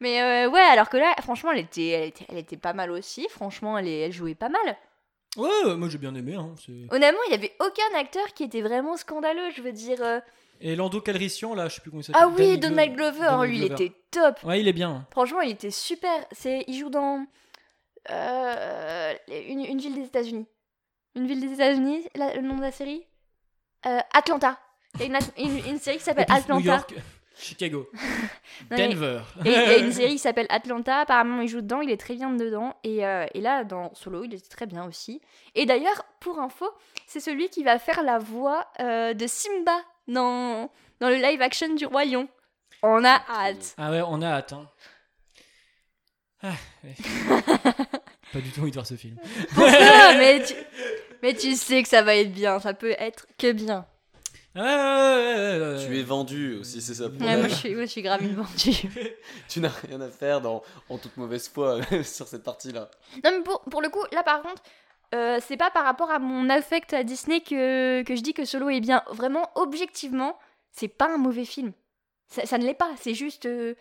Speaker 7: Mais euh, ouais, alors que là, franchement, elle était, elle était, elle était pas mal aussi. Franchement, elle, est- elle jouait pas mal.
Speaker 1: Ouais, moi j'ai bien aimé. hein, c'est-
Speaker 7: Honnêtement, il y avait aucun acteur qui était vraiment scandaleux. Je veux dire. euh,
Speaker 1: Et Lando Calrissian, là, je sais plus comment il s'appelle.
Speaker 7: Ah
Speaker 1: Danny
Speaker 7: oui, Donald
Speaker 1: Glo-
Speaker 7: Glover, oh,
Speaker 1: Donald
Speaker 7: lui, il
Speaker 1: Glover.
Speaker 7: était top.
Speaker 1: Ouais, il est bien.
Speaker 7: Franchement, il était super. C'est, il joue dans euh, une, une ville des États-Unis. Une ville des États-Unis, la- le nom de la série Euh, Atlanta. Il y a une, at- une- une série qui s'appelle
Speaker 1: Et puis,
Speaker 7: Atlanta.
Speaker 1: New York, Chicago,
Speaker 7: Non, mais-
Speaker 1: Denver.
Speaker 7: et il y a une série qui s'appelle Atlanta. Apparemment, il joue dedans. Il est très bien dedans. Et, euh, et là, dans Solo, il était très bien aussi. Et d'ailleurs, pour info, c'est celui qui va faire la voix euh, de Simba dans, dans le live action du Roi Lion. On a hâte.
Speaker 1: Ah ouais, on a hâte. hein. Ah, ouais. Pas du tout envie de voir ce film.
Speaker 7: Pourquoi mais, tu... mais tu sais que ça va être bien, ça peut être que bien.
Speaker 1: Ah, ouais, ouais, ouais, ouais, ouais.
Speaker 8: Tu es vendu aussi, c'est ça. le
Speaker 1: Ouais,
Speaker 7: Ouais,
Speaker 8: problème.
Speaker 7: moi, je suis, moi, je suis grave une vendue.
Speaker 8: Tu n'as rien à faire dans, en toute mauvaise foi sur cette partie-là.
Speaker 7: Non, mais pour, pour le coup, là par contre, euh, c'est pas par rapport à mon affect à Disney que, que je dis que Solo est bien. Vraiment, objectivement, c'est pas un mauvais film. Ça, ça ne l'est pas, c'est juste. euh,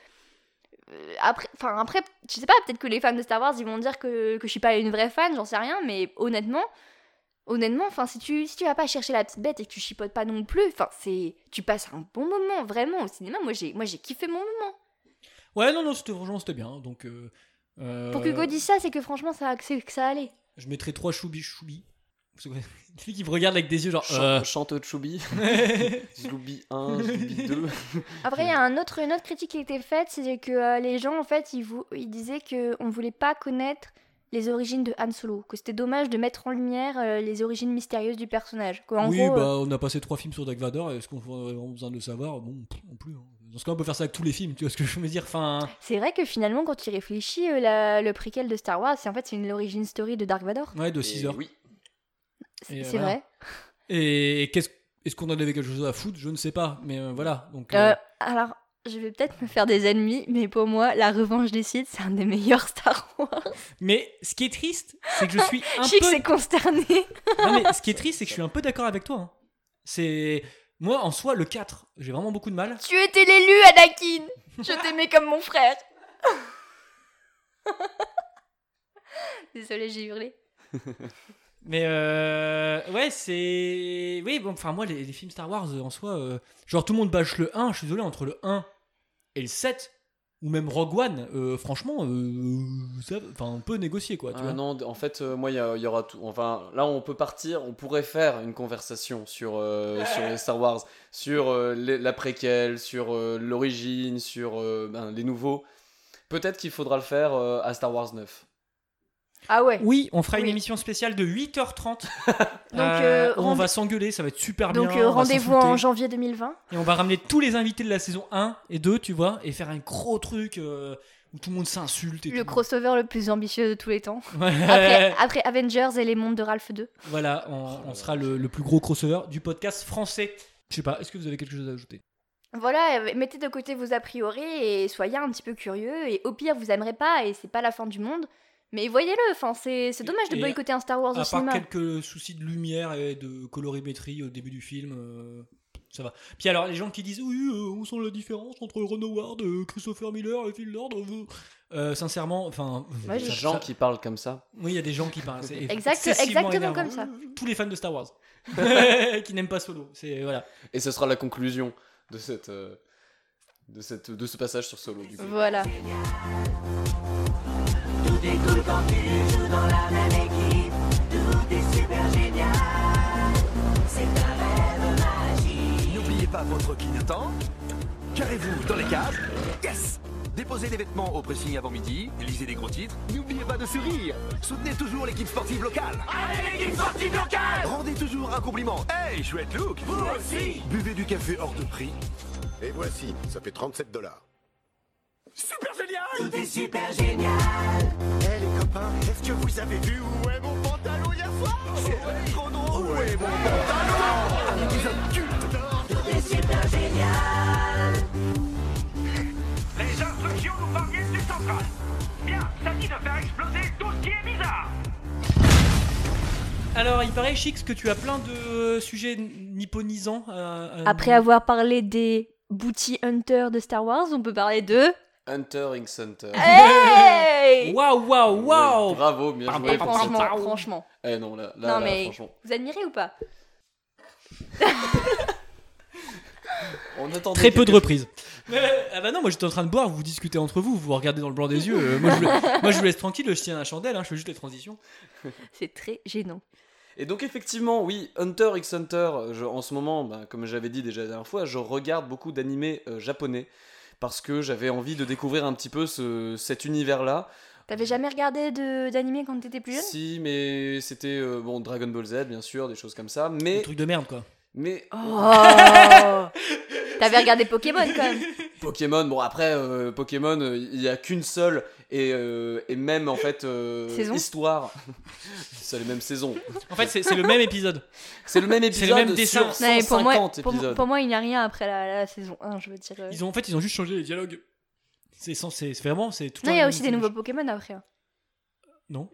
Speaker 7: euh, après, enfin après, je sais pas, peut-être que les fans de Star Wars ils vont dire que, que je suis pas une vraie fan, j'en sais rien, mais honnêtement, honnêtement, enfin si tu si tu vas pas chercher la petite bête et que tu chipotes pas non plus, enfin c'est tu passes un bon moment vraiment au cinéma. Moi j'ai moi j'ai kiffé mon moment.
Speaker 1: Ouais, non, non, c'était franchement, c'était bien. Donc, euh,
Speaker 7: Pour que
Speaker 1: euh,
Speaker 7: Hugo dise ça, c'est que franchement ça c'est que ça allait.
Speaker 1: Je mettrais 3 choubi choubi. Lui qui me regarde avec des yeux genre.
Speaker 8: Chan-
Speaker 1: euh.
Speaker 8: Chante Choubi, Zloubi 1, Zloubi 2.
Speaker 7: Après, il y a un autre, une autre critique qui a été faite, c'est que euh, les gens, en fait, ils, vou- ils disaient qu'on ne voulait pas connaître les origines de Han Solo, que c'était dommage de mettre en lumière euh, les origines mystérieuses du personnage. Que, en
Speaker 1: oui,
Speaker 7: gros, euh,
Speaker 1: bah, on a passé trois films sur Dark Vador. Est-ce qu'on aurait vraiment besoin de le savoir Non, pff, non plus. hein. Dans ce cas, on peut faire ça avec tous les films. Tu vois ce que je veux dire Enfin,
Speaker 7: c'est vrai que finalement, quand tu y réfléchis, euh, la- le préquel de Star Wars, c'est en fait c'est une origin story de Dark Vador.
Speaker 1: ouais, de 6 heures.
Speaker 8: Oui.
Speaker 1: Et,
Speaker 7: C'est
Speaker 1: euh,
Speaker 7: c'est
Speaker 1: voilà.
Speaker 7: vrai.
Speaker 1: Et qu'est-ce est-ce qu'on en avait quelque chose à foutre Je ne sais pas, mais euh, voilà. Donc, euh,
Speaker 7: Euh, alors, je vais peut-être me faire des ennemis, mais pour moi, La Revanche des Sith, c'est un des meilleurs Star Wars.
Speaker 1: mais ce qui est triste, c'est que je suis un
Speaker 7: Je sais que
Speaker 1: peu.
Speaker 7: c'est consterné.
Speaker 1: Non, mais ce qui est triste, c'est que je suis un peu d'accord avec toi. hein. C'est moi en soi le 4, j'ai vraiment beaucoup de mal.
Speaker 7: Tu étais l'élu, Anakin Je t'aimais comme mon frère Désolée, j'ai hurlé.
Speaker 1: Mais euh, ouais, c'est oui bon. Enfin moi les, les films Star Wars euh, en soi, euh, genre tout le monde bâche le 1. Je suis désolé entre le 1 et le 7 ou même Rogue One. euh, franchement, euh, ça- enfin on peut négocier quoi. Tu
Speaker 8: Ah
Speaker 1: vois.
Speaker 8: non, d- en fait, euh, moi, il y, a- il y aura tout. Enfin, là, on peut partir, on pourrait faire une conversation sur, euh, sur les Star Wars, sur euh, les- la préquelle, sur euh, l'origine, sur euh, ben, les nouveaux. Peut-être qu'il faudra le faire euh, à Star Wars 9.
Speaker 7: Ah ouais
Speaker 1: Oui, on fera une
Speaker 7: Oui.
Speaker 1: émission spéciale de 8h30.
Speaker 7: Donc, euh,
Speaker 1: on
Speaker 7: rendez-
Speaker 1: va s'engueuler, ça va être super
Speaker 7: Donc
Speaker 1: bien.
Speaker 7: euh,
Speaker 1: on va
Speaker 7: rendez-vous
Speaker 1: s'insulter.
Speaker 7: en janvier 2020.
Speaker 1: Et on va ramener tous les invités de la saison 1 et 2, tu vois, et faire un gros truc euh, où tout le monde s'insulte. et
Speaker 7: Le
Speaker 1: tout.
Speaker 7: crossover le plus ambitieux de tous les temps.
Speaker 1: Ouais.
Speaker 7: Après, après Avengers et les mondes de Ralph 2.
Speaker 1: Voilà, on, on sera le, le plus gros crossover du podcast français. Je sais pas, est-ce que vous avez quelque chose à ajouter
Speaker 7: Voilà, euh, mettez de côté vos a priori et soyez un petit peu curieux. Et au pire, vous aimerez pas et c'est pas la fin du monde. Mais voyez-le, enfin, c'est c'est dommage de
Speaker 1: Et-
Speaker 7: boycotter un Star Wars au
Speaker 1: À part
Speaker 7: cinéma.
Speaker 1: quelques soucis de lumière et de colorimétrie au début du film, euh, ça va. Puis alors, les gens qui disent oui, euh, où sont la différence entre Ron Howard, euh, Christopher Miller et Phil Lord euh, euh, Sincèrement, enfin.
Speaker 7: Moi,
Speaker 8: Les
Speaker 7: j'ai-
Speaker 8: gens
Speaker 1: ça-
Speaker 8: qui parlent comme ça.
Speaker 1: Oui, il y a des gens qui parlent. c'est
Speaker 7: Exact-
Speaker 1: excessivement
Speaker 7: exactement
Speaker 1: énervant.
Speaker 7: comme ça.
Speaker 1: Tous les fans de Star Wars qui n'aiment pas Solo. C'est voilà.
Speaker 8: Et ce sera la conclusion de, cette, euh, de, cette, de ce passage sur Solo, du coup.
Speaker 7: Voilà.
Speaker 6: N'oubliez pas votre clignotant. Carrez-vous dans les cases. Yes Déposez les vêtements au pressing avant midi, lisez les gros titres, n'oubliez pas de sourire. Soutenez toujours l'équipe sportive locale. Allez l'équipe sportive locale Rendez toujours un compliment. Hey, chouette look Vous aussi Buvez du café hors de prix.
Speaker 9: Et voici, ça fait 37 dollars.
Speaker 6: Super génial Tout est super génial Eh les copains, est-ce que vous avez vu où est mon pantalon hier soir C'est vrai, trop drôle Où est mon pantalon Un épisode culte Tout est super génial
Speaker 10: Les instructions nous parviennent du central. Bien, ça dit de faire exploser tout ce qui est bizarre.
Speaker 1: Alors, il paraît Chix que tu as plein de euh, sujets n- nipponisants. euh, euh,
Speaker 7: Après avoir parlé des booty hunters de Star Wars, on peut parler de.
Speaker 8: Hunter x Hunter.
Speaker 7: Eh, Hey
Speaker 1: Waouh, waouh,
Speaker 8: Ouais,
Speaker 1: waouh
Speaker 8: bravo, bien
Speaker 1: Pam,
Speaker 8: joué.
Speaker 7: Et
Speaker 8: pour cette-
Speaker 7: franchement, franchement,
Speaker 8: Eh non, là, là,
Speaker 7: Non,
Speaker 8: là,
Speaker 7: mais-
Speaker 8: franchement.
Speaker 7: vous admirez ou pas
Speaker 8: On attendait
Speaker 1: Très peu de
Speaker 8: quelque
Speaker 1: reprises. ah bah non, moi j'étais en train de boire, vous discutez entre vous, vous vous regardez dans le blanc des yeux. euh, moi, je, vous- moi, je vous laisse tranquille, je tiens la chandelle, hein, je fais juste les transitions.
Speaker 7: C'est très gênant.
Speaker 8: Et donc effectivement, oui, Hunter x Hunter, je- en ce moment, bah, comme j'avais dit déjà la dernière fois, je regarde beaucoup d'animés euh, japonais parce que j'avais envie de découvrir un petit peu ce, cet univers-là.
Speaker 7: T'avais jamais regardé de- d'animé quand t'étais plus jeune
Speaker 8: Si, mais c'était euh, bon Dragon Ball Z, bien sûr, des choses comme ça,
Speaker 1: Des
Speaker 8: mais
Speaker 1: trucs de merde quoi.
Speaker 8: mais
Speaker 7: Oh T'avais regardé Pokémon quand même
Speaker 8: Pokémon, bon après euh, Pokémon, euh, il y a qu'une seule et, euh, et même en fait euh,
Speaker 7: Saison
Speaker 8: histoire, c'est les mêmes saisons,
Speaker 1: En fait, c'est c'est le même épisode.
Speaker 8: c'est le même
Speaker 1: C'est le
Speaker 8: épisode
Speaker 1: même dessin.
Speaker 8: sur
Speaker 7: Non, mais
Speaker 8: 150
Speaker 7: pour, moi, pour,
Speaker 8: épisodes.
Speaker 7: pour moi, il n'y a rien après la, la saison 1, je veux dire. euh.
Speaker 1: Ils ont, en fait, ils ont juste changé les dialogues. C'est sans- c'est- c'est vraiment, c'est tout.
Speaker 7: Non,
Speaker 1: un
Speaker 7: il y a aussi des
Speaker 1: univers.
Speaker 7: nouveaux Pokémon après. hein.
Speaker 1: Non.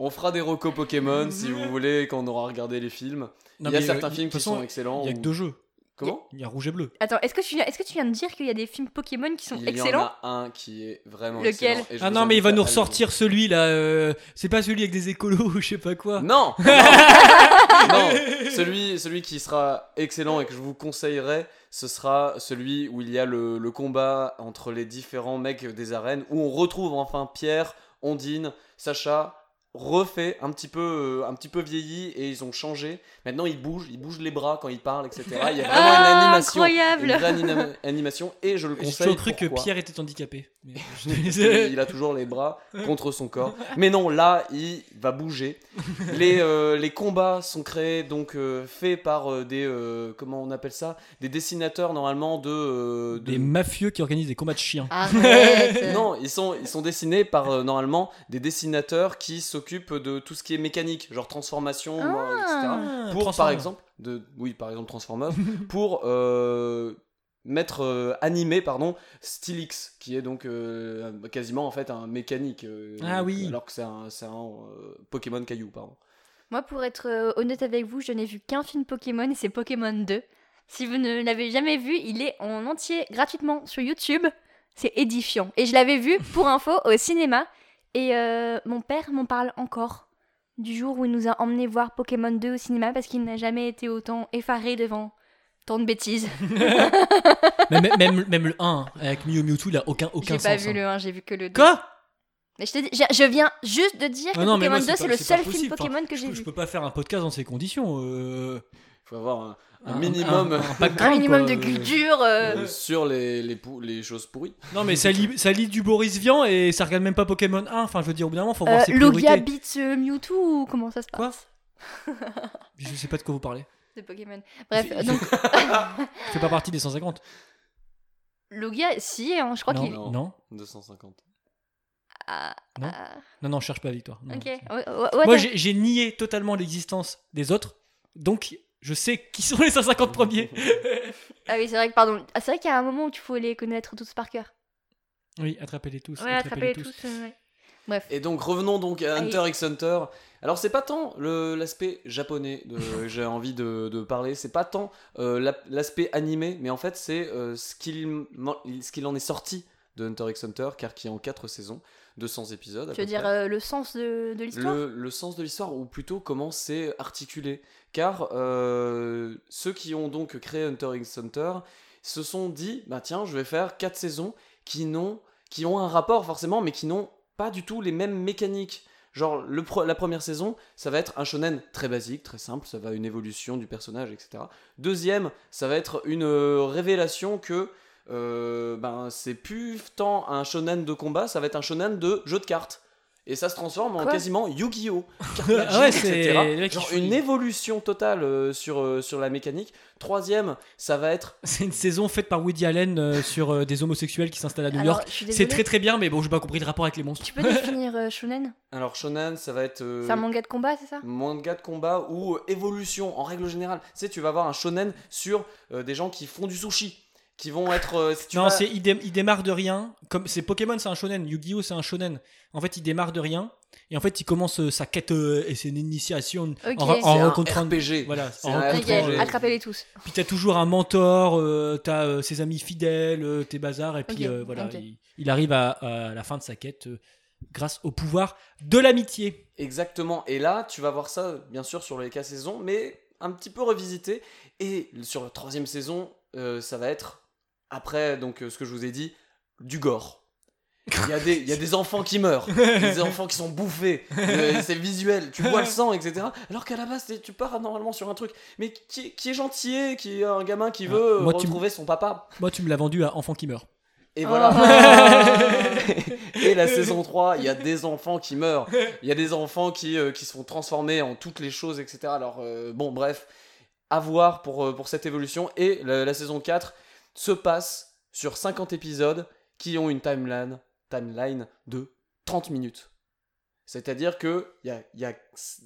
Speaker 8: On fera des recos Pokémon si
Speaker 7: Mhm.
Speaker 8: vous voulez quand on aura regardé les films.
Speaker 1: Non,
Speaker 8: il y a
Speaker 1: mais,
Speaker 8: certains
Speaker 1: euh,
Speaker 8: films
Speaker 1: de toute
Speaker 8: qui sont
Speaker 1: façon,
Speaker 8: excellents.
Speaker 1: Il y a que
Speaker 8: ou-
Speaker 1: deux jeux.
Speaker 8: Comment
Speaker 1: Il y a rouge et bleu.
Speaker 7: Attends, est-ce que, tu viens- est-ce que tu viens de dire qu'il y a des films Pokémon qui sont
Speaker 8: Il y en
Speaker 7: excellents
Speaker 8: a un qui est vraiment
Speaker 7: Lequel
Speaker 8: excellent. et je
Speaker 1: Ah
Speaker 8: vous
Speaker 1: non, mais il
Speaker 8: invite
Speaker 1: va
Speaker 8: à
Speaker 1: nous
Speaker 8: aller
Speaker 1: ressortir celui là. euh, c'est pas celui avec des écolos ou je sais pas
Speaker 8: le
Speaker 1: quoi.
Speaker 8: voir. Non Non celui, celui qui sera excellent et que je vous conseillerais, ce sera celui où il y a le, le combat entre les différents mecs des arènes, où on retrouve enfin Pierre, Ondine, Sacha, refait, un petit peu, euh, un petit peu vieilli, et ils ont changé. Maintenant, ils bougent, ils bougent les bras quand ils parlent, etc. Il y a vraiment
Speaker 7: Ah,
Speaker 8: une animation,
Speaker 7: incroyable.
Speaker 8: une vraie anima- animation, et je le
Speaker 1: J'ai
Speaker 8: conseille.
Speaker 1: toujours cru que
Speaker 8: pourquoi
Speaker 1: Pierre était handicapé. Mais je
Speaker 8: il il a toujours les bras contre son corps. Mais non, là, il va bouger. Les, euh, les combats sont créés, donc euh, faits par euh, des. euh, comment on appelle ça Des dessinateurs, normalement, de. euh, de-
Speaker 1: Des mafieux qui organisent des combats de chiens.
Speaker 7: Arrête.
Speaker 8: non, ils sont, ils sont dessinés par euh, normalement des dessinateurs qui s'occupent de tout ce qui est mécanique, genre transformation,
Speaker 7: Ah.
Speaker 8: moi, etc. Pour par
Speaker 1: Transformers.
Speaker 8: exemple, de, oui par exemple Transformers, pour euh, mettre euh, animé pardon Stylix qui est donc euh, quasiment en fait un mécanique. euh,
Speaker 1: Ah oui.
Speaker 8: Alors que c'est un, c'est un, euh, Pokémon caillou pardon.
Speaker 7: Moi, pour être euh, honnête avec vous, je n'ai vu qu'un film Pokémon et c'est Pokémon 2. Si vous ne l'avez jamais vu, il est en entier gratuitement sur YouTube. C'est édifiant. Et je l'avais vu, pour info, au cinéma. Et euh, mon père m'en parle encore du jour où il nous a emmenés voir Pokémon 2 au cinéma parce qu'il n'a jamais été autant effaré devant tant de bêtises.
Speaker 1: Mais même, même, même le 1 avec Mew Mewtwo, il a aucun, aucun
Speaker 7: J'ai
Speaker 1: sens.
Speaker 7: pas vu
Speaker 1: hein.
Speaker 7: le 1, j'ai vu que le 2.
Speaker 1: Quoi
Speaker 7: mais je, te dis, je- je viens juste de dire que
Speaker 1: Ah non, mais
Speaker 7: Pokémon
Speaker 1: moi,
Speaker 7: 2, c'est
Speaker 1: pas-
Speaker 7: le
Speaker 1: pas
Speaker 7: seul film
Speaker 1: possible. Enfin,
Speaker 7: Pokémon que
Speaker 1: je
Speaker 7: j'ai
Speaker 1: peux-
Speaker 7: vu.
Speaker 1: Je peux pas faire un podcast dans ces conditions. euh,
Speaker 8: Il faut avoir un, un
Speaker 1: Un-
Speaker 8: minimum
Speaker 1: un- un background,
Speaker 7: Un minimum
Speaker 1: quoi.
Speaker 7: de culture. euh,
Speaker 8: euh, sur les, les, pou- les choses pourries.
Speaker 1: euh. Non, mais ça lit, ça lit du Boris Vian et ça regarde même pas Pokémon 1. Enfin, je veux dire, au bout d'un moment, faut voir
Speaker 7: Euh,
Speaker 1: ses
Speaker 7: Logia
Speaker 1: priorités.
Speaker 7: beats euh, Mewtwo ou comment ça se passe
Speaker 1: Quoi Je sais pas de quoi vous parlez.
Speaker 7: De Pokémon. Bref,
Speaker 8: C'est-
Speaker 7: donc
Speaker 1: Je fais pas partie des 150.
Speaker 7: Logia, si, hein, je crois
Speaker 1: non,
Speaker 7: qu'il.
Speaker 1: non,
Speaker 8: Non.
Speaker 1: non,
Speaker 8: 250.
Speaker 7: Ah,
Speaker 1: Non.
Speaker 7: ah,
Speaker 1: non, non, je cherche pas la victoire. Non,
Speaker 7: ok.
Speaker 1: non,
Speaker 7: Ouais, ouais,
Speaker 1: c'est- Moi,
Speaker 7: ouais,
Speaker 1: j'ai j'ai nié totalement l'existence des autres, donc je sais qui sont les 150 premiers.
Speaker 7: ah oui, c'est vrai que pardon. Ah, c'est vrai qu'il y a un moment où tu faut les connaître tous par cœur.
Speaker 1: oui, attrapez-les tous.
Speaker 7: Ouais, attraper tous. euh, ouais. Bref.
Speaker 8: Et donc revenons donc
Speaker 7: Ah,
Speaker 8: à Hunter x Hunter. Alors c'est pas tant le- l'aspect japonais de- que j'ai envie de, de parler, c'est pas tant euh, l'ap- l'aspect animé, mais en fait c'est euh, ce qu'il m'en- ce qu'il en est sorti de Hunter x Hunter, car qui est en 4 saisons, 200 épisodes. à
Speaker 7: Tu veux
Speaker 8: peu
Speaker 7: dire
Speaker 8: près.
Speaker 7: euh, le sens de, de l'histoire
Speaker 8: le, le sens de l'histoire, ou plutôt comment c'est articulé. Car euh, ceux qui ont donc créé Hunter x Hunter se sont dit, bah tiens, je vais faire quatre saisons qui, n'ont, qui ont un rapport forcément, mais qui n'ont pas du tout les mêmes mécaniques. Genre, le pre- la première saison, ça va être un shonen très basique, très simple, ça va une évolution du personnage, etc. Deuxième, ça va être une euh, révélation que euh, ben, c'est plus tant un shonen de combat, ça va être un shonen de jeu de cartes. Et ça se transforme en
Speaker 7: Quoi
Speaker 8: quasiment Yu-Gi-Oh! Carte
Speaker 1: Ah
Speaker 8: Magic,
Speaker 1: ouais, c'est- le
Speaker 8: etc.
Speaker 1: mec, il
Speaker 8: Genre
Speaker 1: fait-
Speaker 8: une évolution totale euh, sur, euh, sur la mécanique. Troisième, ça va être.
Speaker 1: C'est une saison faite par Woody Allen euh, sur euh, des homosexuels qui s'installent à New
Speaker 7: Alors,
Speaker 1: York.
Speaker 7: je suis
Speaker 1: C'est
Speaker 7: désolée.
Speaker 1: très très bien, mais bon, j'ai pas compris le rapport avec les monstres.
Speaker 7: Tu peux définir euh, shonen
Speaker 8: Alors, shonen, ça va être. euh,
Speaker 7: C'est un manga de combat, c'est ça
Speaker 8: manga de combat ou euh, évolution en règle générale. Tu sais, tu vas voir un shonen sur euh, des gens qui font du sushi, qui vont être. euh, si tu
Speaker 1: non,
Speaker 8: vas-
Speaker 1: c'est il, dé- il démarre de rien. Comme c'est Pokémon, c'est un shonen. Yu-Gi-Oh, c'est un shonen. En fait, il démarre de rien et en fait, il commence euh, sa quête euh, et c'est une initiation
Speaker 7: Ok.
Speaker 1: en, re- en
Speaker 8: c'est un
Speaker 1: rencontrant.
Speaker 8: RPG.
Speaker 1: Voilà.
Speaker 8: C'est
Speaker 1: en
Speaker 8: un
Speaker 1: rencontrant,
Speaker 7: Ok,
Speaker 8: attrapez-les.
Speaker 1: euh,
Speaker 7: attrapez-les tous.
Speaker 1: puis t'as toujours un mentor, euh, t'as euh, ses amis fidèles, euh, tes bazars, et puis
Speaker 7: Ok,
Speaker 1: euh, voilà,
Speaker 7: ok.
Speaker 1: il, il arrive à, à la fin de sa quête euh, grâce au pouvoir de l'amitié.
Speaker 8: Exactement. Et là, tu vas voir ça, bien sûr, sur les 4 saisons, mais un petit peu revisité. Et sur la troisième saison, euh, ça va être, après donc euh, ce que je vous ai dit, du gore. Il y, a des, il y a des enfants qui meurent, des enfants qui sont bouffés, euh, c'est visuel, tu vois le sang, etc. Alors qu'à la base, t'es- tu pars normalement sur un truc, mais qui, est- qui est gentil, qui est un gamin qui
Speaker 1: Ah,
Speaker 8: veut
Speaker 1: moi, tu me-
Speaker 8: retrouver son papa.
Speaker 1: Moi, tu me l'as vendu à enfant qui meurt.
Speaker 8: Et
Speaker 7: Oh.
Speaker 8: voilà.
Speaker 1: Ah
Speaker 8: et la saison 3, il y a des enfants qui meurent. Il y a des enfants qui, euh, qui se font transformer en toutes les choses, etc. Alors, euh, bon, bref, à voir pour, euh, pour cette évolution. Et la, la saison 4 se passe sur 50 épisodes qui ont une timeline, timeline de 30 minutes. C'est-à-dire qu'il y a, il y, a,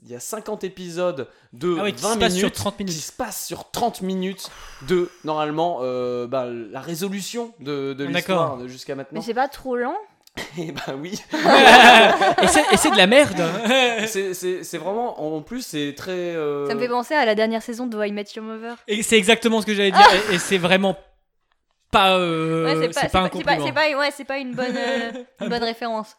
Speaker 8: il y a 50 épisodes de
Speaker 1: Ah oui, qui se
Speaker 8: 20
Speaker 1: passe
Speaker 8: minutes
Speaker 1: sur 30
Speaker 8: qui
Speaker 1: minutes.
Speaker 8: se passe sur 30 minutes de normalement euh, bah, la résolution de, de l'histoire de- jusqu'à
Speaker 7: Mais
Speaker 8: maintenant.
Speaker 7: c'est pas trop lent
Speaker 8: Et bah oui,
Speaker 1: et c'est et c'est de la merde. hein.
Speaker 8: c'est c'est- c'est vraiment en plus c'est très. euh,
Speaker 7: Ça me fait penser à la dernière saison de How I Met Your Mother.
Speaker 1: et c'est exactement ce que j'allais dire. et- Et, c'est vraiment pas, euh,
Speaker 7: Ouais,
Speaker 1: c'est pas un
Speaker 7: c'est pas-
Speaker 1: compliment.
Speaker 7: c'est pas- ouais, c'est pas une bonne, euh, une bonne référence.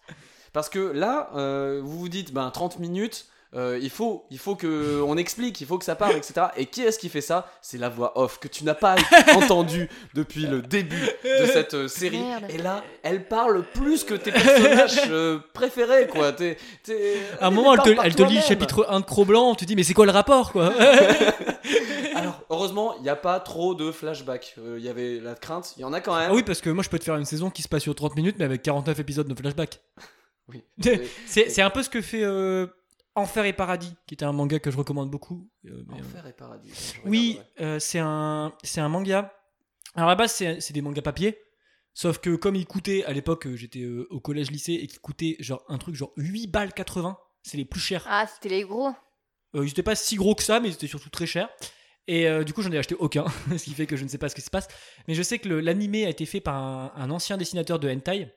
Speaker 8: Parce que là, euh, vous vous dites, ben 30 minutes, euh, il faut, il faut que on explique, il faut que ça parle, etc. Et qui est-ce qui fait ça C'est la voix off que tu n'as pas entendue depuis le début de cette euh, série.
Speaker 7: Merde.
Speaker 8: Et là, elle parle plus que tes personnages euh, préférés, quoi. T'es- t'es-
Speaker 1: À un moment, elle te,
Speaker 8: parle par
Speaker 1: elle te lit le
Speaker 8: toi-même.
Speaker 1: chapitre 1 de Cro-Blanc, tu te dis, mais c'est quoi le rapport, quoi
Speaker 8: Alors, heureusement, il n'y a pas trop de flashbacks. Euh, Il y avait la crainte, il y en a quand même.
Speaker 1: Ah oui, parce que moi, je peux te faire une saison qui se passe sur 30 minutes, mais avec 49 épisodes de flashback.
Speaker 8: Oui.
Speaker 1: c'est, c'est un peu ce que fait euh, Enfer et Paradis, qui était un manga que je recommande beaucoup. euh, mais, euh,
Speaker 8: Enfer et paradis. je
Speaker 1: Oui,
Speaker 8: regarderai.
Speaker 1: euh, c'est un, c'est un manga. Alors à la base, c'est c'est des mangas papier. Sauf que comme il coûtait, à l'époque, euh, j'étais euh, au collège-lycée, et qu'il coûtait genre un truc genre 8 balles 80, c'est les plus chers.
Speaker 7: Ah, c'était les gros.
Speaker 1: Euh, ils étaient pas si gros que ça, mais ils étaient surtout très chers. Et euh, du coup, j'en ai acheté aucun, ce qui fait que je ne sais pas ce qui se passe. Mais je sais que le- l'animé a été fait par un, un ancien dessinateur de hentai,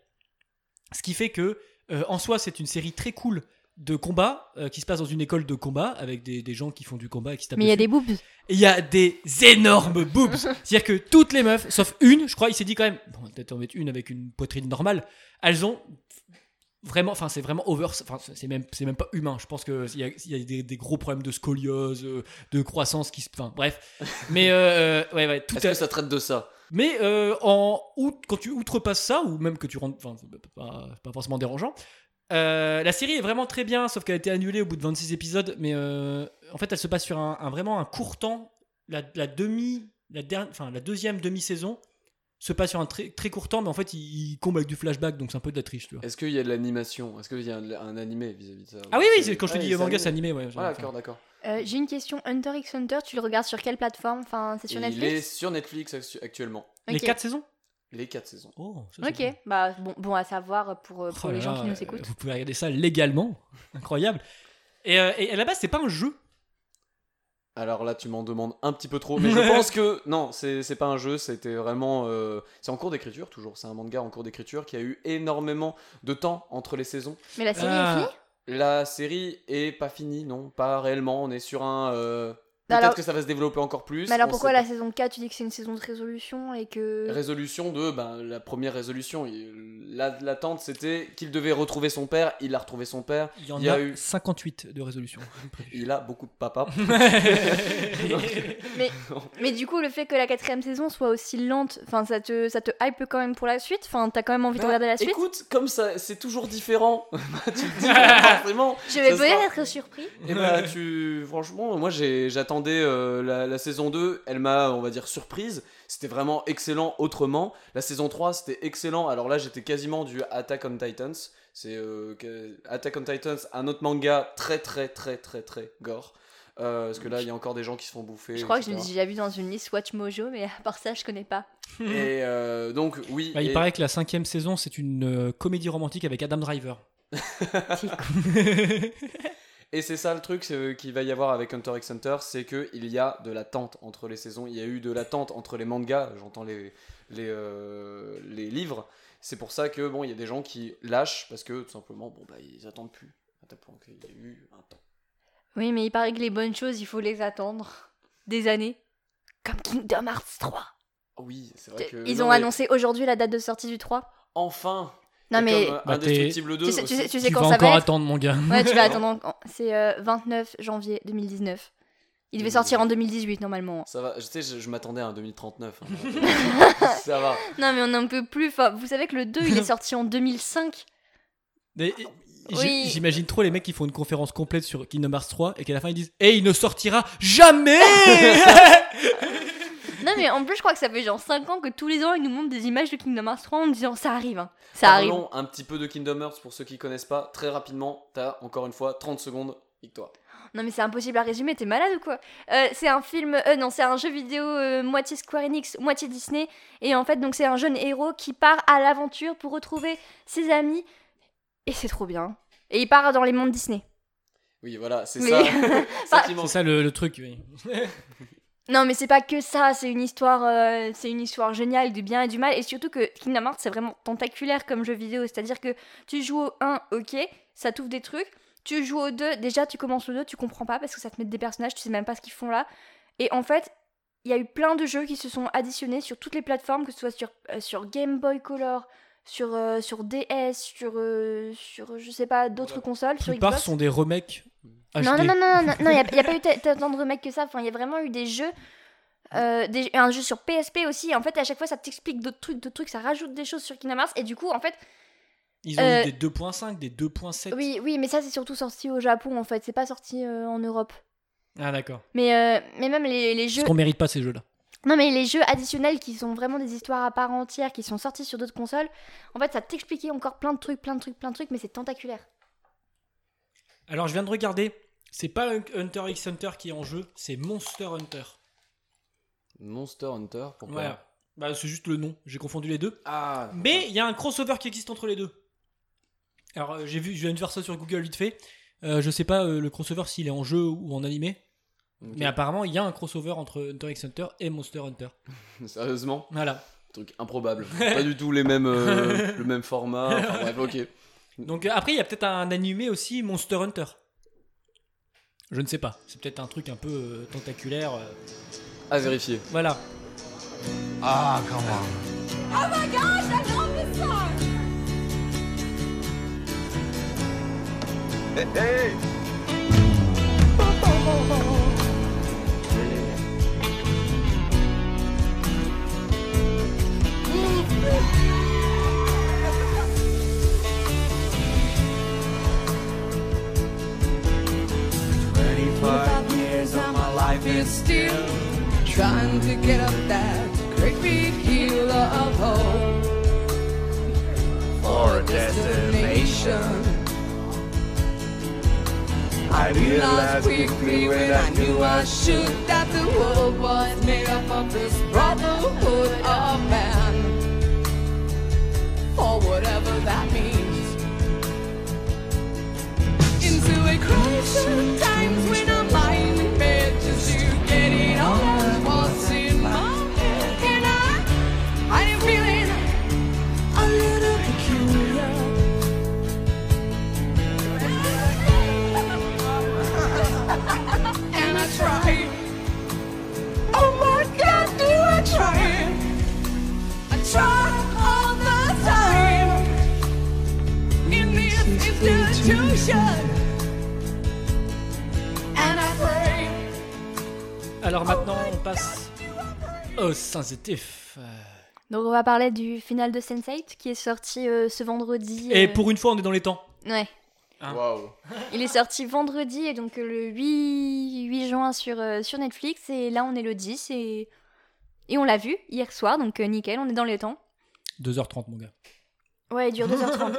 Speaker 1: ce qui fait que, euh, en soi, c'est une série très cool de combat euh, qui se passe dans une école de combat avec des, des gens qui font du combat et qui se tapent.
Speaker 7: Mais il y a
Speaker 1: dessus.
Speaker 7: des boobs.
Speaker 1: Et il y a des énormes boobs. C'est-à-dire que toutes les meufs, sauf une, je crois, il s'est dit quand même, bon, on va peut-être en mettre une avec une poitrine normale, elles ont vraiment, enfin, c'est vraiment over, enfin, c'est même, c'est même pas humain. Je pense qu'il y a, il y a des, des gros problèmes de scoliose, euh, de croissance qui se. Enfin, bref. Mais, euh, ouais, ouais, tout
Speaker 8: Est-ce
Speaker 1: à
Speaker 8: que ça traite de ça
Speaker 1: mais euh, en out- quand tu outrepasses ça, ou même que tu rentres. Enfin, c'est pas, c'est pas forcément dérangeant. euh, la série est vraiment très bien, sauf qu'elle a été annulée au bout de 26 épisodes. Mais euh, en fait, elle se passe sur un, un- vraiment un court temps. La, la demi, la dernière, enfin la deuxième demi-saison se passe sur un très, très court temps, mais en fait, il, il comble avec du flashback, donc c'est un peu de la triche, tu vois.
Speaker 8: Est-ce qu'il y a de l'animation Est-ce qu'il y a un, un animé vis-à-vis de ça
Speaker 1: Ah oui, oui, c'est- quand je te
Speaker 8: Ouais,
Speaker 1: dis manga, c'est animé, ouais.
Speaker 8: Voilà,
Speaker 1: enfin.
Speaker 8: d'accord, d'accord.
Speaker 7: Euh, J'ai une question. Hunter x Hunter, tu le regardes sur quelle plateforme Enfin, c'est sur
Speaker 8: Il est
Speaker 7: Netflix
Speaker 8: sur Netflix actu- actuellement.
Speaker 1: Les
Speaker 7: Ok.
Speaker 1: quatre saisons
Speaker 8: Les 4 saisons.
Speaker 1: Oh, ça, c'est
Speaker 7: Ok,
Speaker 1: bien.
Speaker 7: bah bon, bon à savoir pour, euh, pour
Speaker 1: Oh
Speaker 7: les
Speaker 1: là
Speaker 7: gens
Speaker 1: là,
Speaker 7: qui
Speaker 1: euh,
Speaker 7: nous écoutent.
Speaker 1: Vous pouvez regarder ça légalement. Incroyable. Et, euh, et à la base, c'est pas un jeu.
Speaker 8: Alors là, tu m'en demandes un petit peu trop, mais je pense que non, c'est c'est pas un jeu, c'était vraiment. euh, c'est en cours d'écriture, toujours. C'est un manga en cours d'écriture qui a eu énormément de temps entre les saisons.
Speaker 7: Mais la série
Speaker 1: Ah.
Speaker 7: est finie
Speaker 8: La série est pas finie, non, pas réellement. On est sur un. euh, Peut-être
Speaker 7: Alors-
Speaker 8: que ça va se développer encore plus.
Speaker 7: Mais alors
Speaker 8: on
Speaker 7: pourquoi
Speaker 8: sait
Speaker 7: la
Speaker 8: pas.
Speaker 7: saison 4, tu dis que c'est une saison de résolution et que.
Speaker 8: Résolution de ben, la première résolution. Il- la- L'attente, c'était qu'il devait retrouver son père. Il a retrouvé son père.
Speaker 1: Il y en
Speaker 8: Il y
Speaker 1: a,
Speaker 8: a eu-
Speaker 1: 58 de résolution.
Speaker 8: Il a beaucoup de papa.
Speaker 7: Mais du coup, le fait que la quatrième saison soit aussi lente, enfin, ça te, ça te hype quand même pour la suite Enfin, t'as quand même envie de
Speaker 8: Bah,
Speaker 7: regarder la suite
Speaker 8: Écoute, comme ça, c'est toujours différent. tu te dis, bah, forcément.
Speaker 7: Je vais
Speaker 8: ça sera-
Speaker 7: peut-être être surpris.
Speaker 8: Et bah, tu. Franchement, moi, j'ai- j'attendais euh, la, la saison 2. Elle m'a, on va dire, surprise. C'était vraiment excellent autrement. La saison 3, c'était excellent. Alors là, j'étais quasiment du Attack on Titans. C'est euh, que- Attack on Titans, un autre manga très, très, très, très, très gore. Euh, parce que là, il y a encore des gens qui se font bouffer.
Speaker 7: Je crois que je l'ai
Speaker 8: etc.
Speaker 7: déjà vu dans une liste Watch Mojo, mais à part ça, je connais pas.
Speaker 8: Et euh, donc, oui.
Speaker 1: Bah, il
Speaker 8: et-
Speaker 1: paraît que la cinquième saison, c'est une euh, comédie romantique avec Adam Driver.
Speaker 8: Et c'est ça le truc c'est- euh, qu'il va y avoir avec Hunter x Hunter, c'est que il y a de l'attente entre les saisons, il y a eu de l'attente entre les mangas, j'entends les, les, euh, les livres. C'est pour ça que bon, il y a des gens qui lâchent parce que tout simplement, bon bah ils attendent plus. Attends, pour- Il y a eu un temps.
Speaker 7: Oui, mais il paraît que les bonnes choses, il faut les attendre. Des années. Comme Kingdom Hearts 3.
Speaker 8: Ah Oui, c'est vrai que
Speaker 7: Ils
Speaker 8: non,
Speaker 7: ont
Speaker 8: mais
Speaker 7: annoncé aujourd'hui la date de sortie du 3.
Speaker 8: enfin.
Speaker 7: Non,
Speaker 8: Et
Speaker 7: mais.
Speaker 8: comme, euh,
Speaker 1: Bah,
Speaker 8: Indestructible 2.
Speaker 7: Tu sais, tu sais,
Speaker 8: aussi.
Speaker 7: tu sais
Speaker 1: Tu vas
Speaker 7: quand ça
Speaker 1: encore
Speaker 7: va être
Speaker 1: attendre, mon gars.
Speaker 7: Ouais, tu vas attendre. encore. C'est euh, 29 janvier 2019. Il devait sortir en 2018 normalement.
Speaker 8: Ça va, je sais, je, je m'attendais à un 2039. hein. ça va.
Speaker 7: Non, mais on n'en peut plus. Enfin, vous savez que le 2, il est sorti en 2005.
Speaker 1: Mais,
Speaker 7: Oui.
Speaker 1: j'ai- J'imagine trop les mecs qui font une conférence complète sur Kingdom Hearts 3 et qu'à la fin ils disent Et il ne sortira jamais
Speaker 7: Non, mais en plus, je crois que ça fait genre 5 ans que tous les ans, ils nous montrent des images de Kingdom Hearts 3 en disant ça arrive. hein. Ça arrive.
Speaker 8: Parlons un petit peu de Kingdom Hearts pour ceux qui connaissent pas. Très rapidement, t'as encore une fois 30 secondes, victoire.
Speaker 7: Non, mais c'est impossible à résumer. T'es malade ou quoi Euh, C'est un film. euh, non, c'est un jeu vidéo euh, moitié Square Enix, moitié Disney. Et en fait, donc c'est un jeune héros qui part à l'aventure pour retrouver ses amis. Et c'est trop bien. Et il part dans les mondes Disney.
Speaker 8: Oui, voilà, c'est
Speaker 7: Mais-
Speaker 8: ça. c'est ça qui
Speaker 1: C'est
Speaker 8: manque.
Speaker 1: ça le, le truc. oui.
Speaker 7: Non, mais c'est pas que ça, c'est une histoire euh, c'est une histoire géniale du bien et du mal et surtout que Kingdom Hearts c'est vraiment tentaculaire comme jeu vidéo, c'est-à-dire que tu joues au 1, OK, ça t'ouvre des trucs, tu joues au 2, déjà tu commences au 2, tu comprends pas parce que ça te met des personnages, tu sais même pas ce qu'ils font là. Et en fait, il y a eu plein de jeux qui se sont additionnés sur toutes les plateformes que ce soit sur euh, sur Game Boy Color, sur euh, sur DS, sur euh, sur je sais pas d'autres
Speaker 8: Ouais.
Speaker 7: consoles,
Speaker 1: La
Speaker 7: sur
Speaker 1: plupart
Speaker 7: Xbox.
Speaker 1: sont des remakes.
Speaker 7: Non, non,
Speaker 1: HD.
Speaker 7: non, non, non, non, il n'y a, pas eu t- t- tant de mecs que ça. Enfin, il y a vraiment eu des jeux. euh, des- un jeu sur PSP aussi. En fait, à chaque fois, ça t'explique d'autres trucs, d'autres trucs, ça rajoute des choses sur Kingdom Hearts. Et du coup, en fait,
Speaker 1: Ils ont
Speaker 7: Euh,
Speaker 1: eu des 2.5, des 2.7.
Speaker 7: oui, oui, mais ça, c'est surtout sorti au Japon, en fait. C'est pas sorti euh, en Europe.
Speaker 1: Ah d'accord.
Speaker 7: Mais, euh, mais même les, les jeux.
Speaker 1: Parce qu'on mérite pas ces jeux-là.
Speaker 7: Non, mais les jeux additionnels qui sont vraiment des histoires à part entière, qui sont sortis sur d'autres consoles, en fait, ça t'expliquait encore plein de trucs, plein de trucs, plein de trucs, mais c'est tentaculaire.
Speaker 1: Alors je viens de regarder, c'est pas Hunter x Hunter qui est en jeu, c'est Monster Hunter.
Speaker 8: Monster Hunter, pourquoi
Speaker 1: Ouais. Bah c'est juste le nom, j'ai confondu les deux.
Speaker 8: Ah
Speaker 1: Mais il y a un crossover qui existe entre les deux. Alors euh, j'ai vu, je viens de voir ça sur Google vite fait. Euh, je sais pas euh, le crossover s'il est en jeu ou en animé,
Speaker 8: ok.
Speaker 1: mais apparemment il y a un crossover entre Hunter x Hunter et Monster Hunter.
Speaker 8: Sérieusement
Speaker 1: Voilà.
Speaker 8: Truc improbable. pas du tout les mêmes, euh, le même format. Enfin, bref, ok.
Speaker 1: Donc euh, après il y a peut-être un animé aussi Monster Hunter. Je ne sais pas, c'est peut-être un truc un peu euh, tentaculaire. euh,
Speaker 8: À vérifier.
Speaker 1: voilà.
Speaker 6: Ah, comment
Speaker 11: Oh
Speaker 1: Alors maintenant, on passe au sensitif.
Speaker 7: Donc, on va parler du final de Sense8 qui est sorti euh, ce vendredi.
Speaker 1: Et
Speaker 7: euh,
Speaker 1: pour une fois, on est dans les temps.
Speaker 7: Ouais.
Speaker 1: Hein.
Speaker 8: Waouh.
Speaker 7: Il est sorti vendredi, et donc euh, le 8, 8 juin sur, euh, sur Netflix, et là on est le 10, et, et on l'a vu hier soir, donc euh, nickel, on est dans les temps.
Speaker 1: 2h30, mon gars.
Speaker 7: Ouais, il dure 2h30.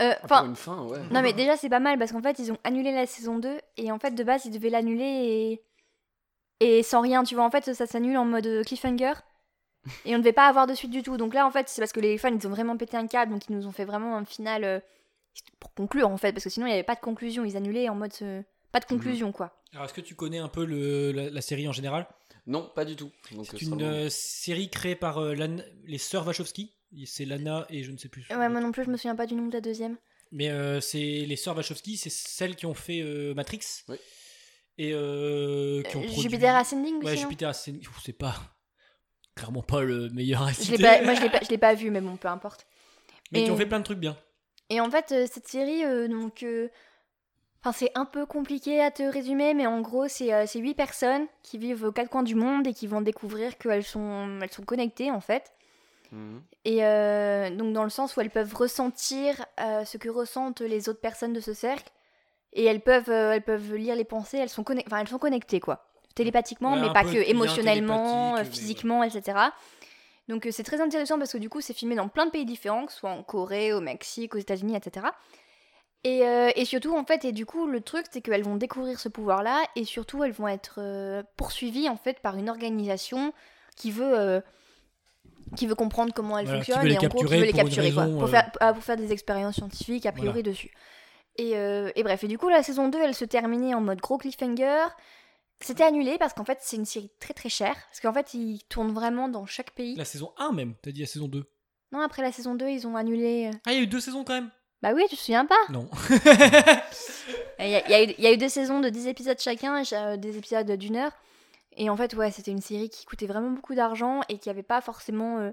Speaker 7: Euh,
Speaker 8: Pour
Speaker 7: Enfin,
Speaker 8: une fin, ouais.
Speaker 7: non mais déjà c'est pas mal, parce qu'en fait ils ont annulé la saison 2, et en fait de base ils devaient l'annuler, et... et sans rien, tu vois, en fait ça s'annule en mode euh, cliffhanger, et on devait pas avoir de suite du tout. Donc là en fait c'est parce que les fans ils ont vraiment pété un câble, donc ils nous ont fait vraiment un final euh, pour conclure en fait, parce que sinon il n'y avait pas de conclusion, ils annulaient en mode... euh, Pas de conclusion quoi.
Speaker 1: Alors, est-ce que tu connais un peu le- la, la série en général
Speaker 8: Non, pas du tout. Donc,
Speaker 1: C'est
Speaker 8: ce sera
Speaker 1: une
Speaker 8: bon.
Speaker 1: euh, série créée par euh, Lana- les sœurs Wachowski. C'est Lana et je ne sais plus.
Speaker 7: Ouais, moi non plus, je me souviens pas du nom de la deuxième.
Speaker 1: Mais euh, c'est les sœurs Wachowski, c'est celles qui ont fait euh, Matrix.
Speaker 8: Oui.
Speaker 1: Et euh, qui ont
Speaker 7: Euh,
Speaker 1: produit...
Speaker 7: Jupiter Ascending aussi, hein.
Speaker 1: Ouais,
Speaker 7: non
Speaker 1: Jupiter Ascending. Ouf, C'est pas... Clairement pas le meilleur à
Speaker 7: Je
Speaker 1: citer.
Speaker 7: l'ai pas- Moi, je l'ai pas, je l'ai pas vu, mais bon, peu importe.
Speaker 1: Mais qui ont
Speaker 7: Et-
Speaker 1: fait plein de trucs bien.
Speaker 7: Et en fait, euh, cette série, euh, donc. euh, Enfin, c'est un peu compliqué à te résumer, mais en gros, c'est euh, c'est huit personnes qui vivent aux quatre coins du monde et qui vont découvrir qu'elles sont, elles sont connectées, en fait.
Speaker 8: Mhm.
Speaker 7: Et euh, donc, dans le sens où elles peuvent ressentir euh, ce que ressentent les autres personnes de ce cercle. Et elles peuvent, euh, elles peuvent lire les pensées, elles sont, conne- enfin, elles sont connectées, quoi. Télépathiquement,
Speaker 1: Ouais,
Speaker 7: mais
Speaker 1: un
Speaker 7: pas
Speaker 1: peu
Speaker 7: que
Speaker 1: lien
Speaker 7: émotionnellement, euh,
Speaker 1: télépathique, mais
Speaker 7: physiquement, etc. Donc euh, c'est très intéressant parce que du coup, c'est filmé dans plein de pays différents, que ce soit en Corée, au Mexique, aux États-Unis, etc. Et, euh, et surtout, en fait, et du coup, le truc, c'est qu'elles vont découvrir ce pouvoir-là, et surtout, elles vont être euh, poursuivies, en fait, par une organisation qui veut, euh, qui veut comprendre comment elles
Speaker 1: Voilà, qui veut
Speaker 7: fonctionnent,
Speaker 1: les
Speaker 7: et en gros, qui
Speaker 1: capturer
Speaker 7: veut les
Speaker 1: pour une
Speaker 7: capturer, quoi,
Speaker 1: raison,
Speaker 7: pour,
Speaker 1: euh,
Speaker 7: faire, ah, pour faire des expériences scientifiques, a priori, dessus. Et, euh, et bref, et du coup, la saison 2, elle se terminait en mode gros cliffhanger. C'était annulé parce qu'en fait, c'est une série très très chère. Parce qu'en fait, ils tournent vraiment dans chaque pays.
Speaker 1: La saison 1 même, t'as dit la saison 2.
Speaker 7: Non, après la saison 2, ils ont annulé. euh,
Speaker 1: Ah, il y a eu deux saisons quand même
Speaker 7: Bah oui, tu te souviens pas
Speaker 1: Non.
Speaker 7: Il y, a- il y a eu- il y a eu deux saisons de 10 épisodes chacun, et cha- euh, des épisodes d'une heure. Et en fait, ouais, c'était une série qui coûtait vraiment beaucoup d'argent et qui avait pas forcément. euh,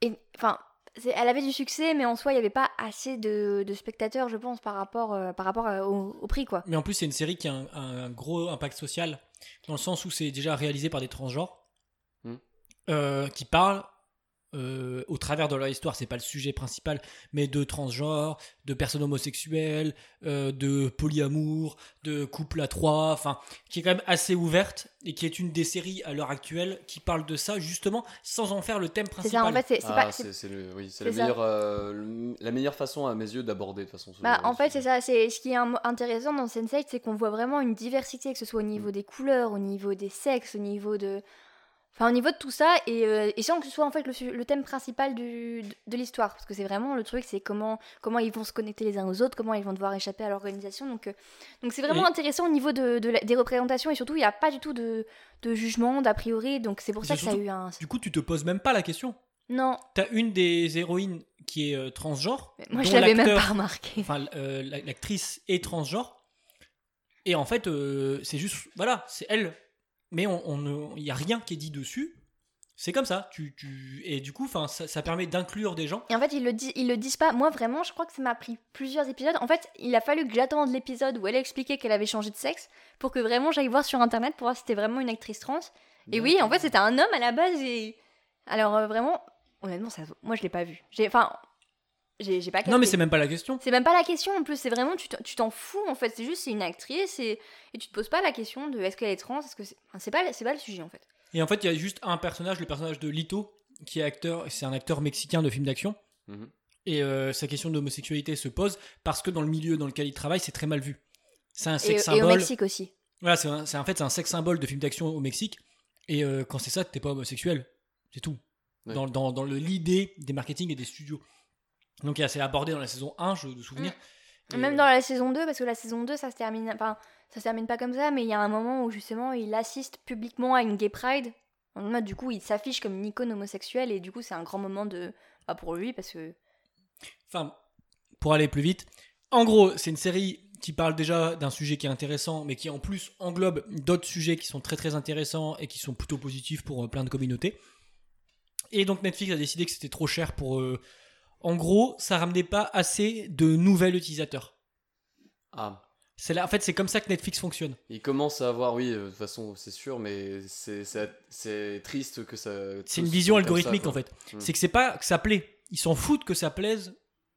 Speaker 7: et- Enfin, c'est- elle avait du succès, mais en soi, il n'y avait pas assez de, de spectateurs, je pense, par rapport, euh, par rapport à- au, au prix, quoi.
Speaker 1: Mais en plus, c'est une série qui a un, un gros impact social, dans le sens où c'est déjà réalisé par des transgenres,
Speaker 8: Hmm.
Speaker 1: euh, qui parlent euh, au travers de leur histoire, c'est pas le sujet principal, mais de transgenres, de personnes homosexuelles, euh, de polyamour, de couple à trois, enfin, qui est quand même assez ouverte, et qui est une des séries à l'heure actuelle qui parle de ça, justement, sans en faire le thème
Speaker 7: C'est
Speaker 1: principal.
Speaker 7: ça, en fait, c'est c'est
Speaker 8: Ah,
Speaker 7: pas. c'est-
Speaker 8: c'est c'est le- oui, c'est la,
Speaker 7: c'est ça.
Speaker 8: meilleure, euh, le- la meilleure façon à mes yeux d'aborder de toute façon. ce-
Speaker 7: Bah, en fait,
Speaker 8: ce-
Speaker 7: c'est ça. C'est ce qui est im- intéressant dans Sense8, c'est qu'on voit vraiment une diversité, que ce soit au
Speaker 1: Mm.
Speaker 7: niveau des couleurs, au niveau des sexes, au niveau de, enfin, au niveau de tout ça, et, euh, et sans que ce soit en fait le, su- le thème principal du, de, de l'histoire, parce que c'est vraiment le truc, c'est comment comment ils vont se connecter les uns aux autres, comment ils vont devoir échapper à l'organisation. Donc euh, donc c'est vraiment
Speaker 1: Et-
Speaker 7: intéressant au niveau de, de la- des représentations et surtout il n'y a pas du tout de, de jugement d'a priori, donc c'est pour
Speaker 1: Et
Speaker 7: ça que
Speaker 1: c'est
Speaker 7: ça a
Speaker 1: surtout-
Speaker 7: eu un
Speaker 1: Du coup, tu te poses même pas la question.
Speaker 7: non.
Speaker 1: T'as une des héroïnes qui est euh, transgenre.
Speaker 7: mais Moi je
Speaker 1: dont
Speaker 7: l'avais même
Speaker 1: l'acteur-
Speaker 7: pas remarqué.
Speaker 1: enfin euh, la- l'actrice est transgenre et en fait euh, c'est juste voilà c'est elle mais on on ne- il y a rien qui est dit dessus c'est comme ça tu, tu et du coup enfin ça, ça permet d'inclure des gens
Speaker 7: Et en fait, ils le, dis- ils le disent pas. Moi, vraiment, je crois que ça m'a pris plusieurs épisodes. En fait, il a fallu que j'attende l'épisode où elle expliquait qu'elle avait changé de sexe pour que vraiment j'aille voir sur internet pour voir si c'était vraiment une actrice trans. Et oui, en fait, c'était un homme à la base. Et... Alors, euh, vraiment, honnêtement, ça... se- moi, je l'ai pas vu. J'ai- Enfin, j'ai j'ai pas
Speaker 1: non mais
Speaker 7: capté.
Speaker 1: c'est même pas la question
Speaker 7: C'est même pas la question en plus, c'est vraiment tu t'en- tu t'en fous en fait, c'est juste c'est une actrice et, et tu te poses pas la question de est-ce qu'elle est trans, est-ce que c'est enfin, c'est pas c'est pas le sujet en fait.
Speaker 1: et en fait il y a juste un personnage le personnage de Lito qui est acteur c'est un acteur mexicain de film d'action
Speaker 8: Mhm.
Speaker 1: et euh, sa question d'homosexualité se pose parce que dans le milieu dans lequel il travaille c'est très mal vu c'est un
Speaker 7: Et,
Speaker 1: sex
Speaker 7: et au
Speaker 1: symbole
Speaker 7: Mexique aussi.
Speaker 1: voilà c'est un- c'est en fait c'est un sex symbole de film d'action au Mexique et euh, quand c'est ça t'es pas homosexuel c'est tout
Speaker 8: Ouais.
Speaker 1: dans, dans, dans le- l'idée des marketing et des studios. Donc c'est abordé dans la saison 1, je de souvenir. Et,
Speaker 7: Même
Speaker 1: euh,
Speaker 7: dans la saison 2, parce que la saison 2, ça se termine. Enfin, ça se termine pas comme ça, mais il y a un moment où justement il assiste publiquement à une gay pride. En mode, du coup, il s'affiche comme une icône homosexuelle, et du coup, c'est un grand moment de. Pas pour lui, parce que.
Speaker 1: euh, Enfin, pour aller plus vite. En gros, c'est une série qui parle déjà d'un sujet qui est intéressant, mais qui en plus englobe d'autres sujets qui sont très très intéressants et qui sont plutôt positifs pour euh, plein de communautés. Et donc Netflix a décidé que c'était trop cher pour... euh, En gros, ça ramenait pas assez de nouvelles utilisateurs.
Speaker 8: Ah,
Speaker 1: C'est là, en fait, c'est comme ça que Netflix fonctionne.
Speaker 8: il commence à avoir, oui, euh, de toute façon, c'est sûr, mais c'est- c'est c'est triste que ça.
Speaker 1: C'est une vision algorithmique en fait.
Speaker 8: Mm.
Speaker 1: C'est que c'est pas que ça plaît. Ils s'en foutent que ça plaise.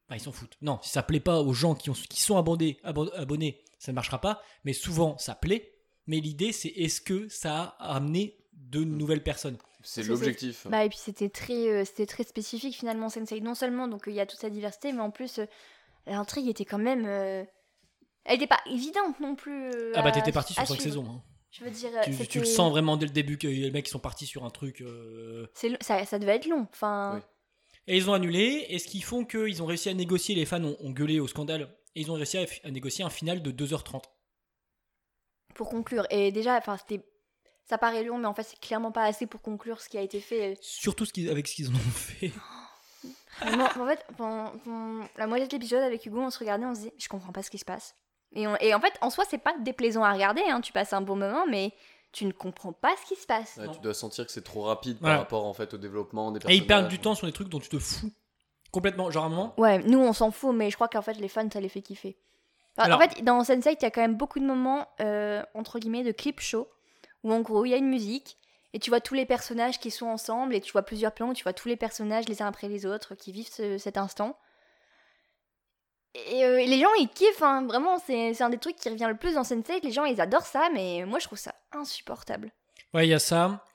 Speaker 1: Enfin, ils s'en foutent. Non, si ça plaît pas aux gens qui, ont, qui sont abonnés, abo- abonnés, ça ne marchera pas. Mais souvent, ça plaît. Mais l'idée, c'est est-ce que ça a amené de nouvelles personnes
Speaker 8: C'est
Speaker 7: C'est-
Speaker 8: l'objectif.
Speaker 7: Bah, et puis c'était très, euh, c'était très spécifique finalement, Sensei. Non seulement, donc euh, il y a toute sa diversité, mais en plus, euh, l'intrigue était quand même. euh, Elle était pas évidente non plus. euh,
Speaker 1: Ah bah,
Speaker 7: à-
Speaker 1: t'étais parti
Speaker 7: à
Speaker 1: sur cinq
Speaker 7: suivre.
Speaker 1: saisons. hein.
Speaker 7: Je veux dire, euh,
Speaker 1: Tu- Tu,
Speaker 7: c'était-
Speaker 1: le sens vraiment dès le début que les mecs ils sont partis sur un truc. euh,
Speaker 7: c'est lo- Ça, ça devait être long. Enfin,
Speaker 8: Oui.
Speaker 1: Et ils ont annulé. Et ce qu'ils font, qu'ils ont réussi à négocier. Les fans ont, ont gueulé au scandale. Et ils ont réussi à, à négocier un final de 2h30.
Speaker 7: pour conclure. Et déjà, enfin, c'était. Ça paraît long, mais en fait, c'est clairement pas assez pour conclure ce qui a été fait.
Speaker 1: Surtout ce qu'ils- avec ce qu'ils en ont fait.
Speaker 7: Vraiment, en fait, pendant, pendant la moitié de l'épisode avec Hugo, on se regardait, on se disait, je comprends pas ce qui se passe. Et, on- et en fait, en soi, c'est pas déplaisant à regarder, hein, tu passes un bon moment, mais tu ne comprends pas ce qui se passe.
Speaker 8: Ouais, tu dois sentir que c'est trop rapide
Speaker 1: Voilà.
Speaker 8: par rapport en fait au développement des
Speaker 1: Et
Speaker 8: personnages.
Speaker 1: ils perdent du temps sur des trucs dont tu te fous complètement. Genre à un moment,
Speaker 7: Ouais, nous, on s'en fout, mais je crois qu'en fait, les fans, ça les fait kiffer. Enfin,
Speaker 1: Alors-
Speaker 7: En fait, dans sense il y a quand même beaucoup de moments, euh, entre guillemets, de clip show, où en gros, il y a une musique, et tu vois tous les personnages qui sont ensemble, et tu vois plusieurs plans, où tu vois tous les personnages les uns après les autres qui vivent ce- cet instant. Et euh, les gens, ils kiffent, hein, vraiment, c'est c'est un des trucs qui revient le plus dans sense les gens, ils adorent ça, mais moi, je trouve ça insupportable.
Speaker 1: ouais, il y a ça.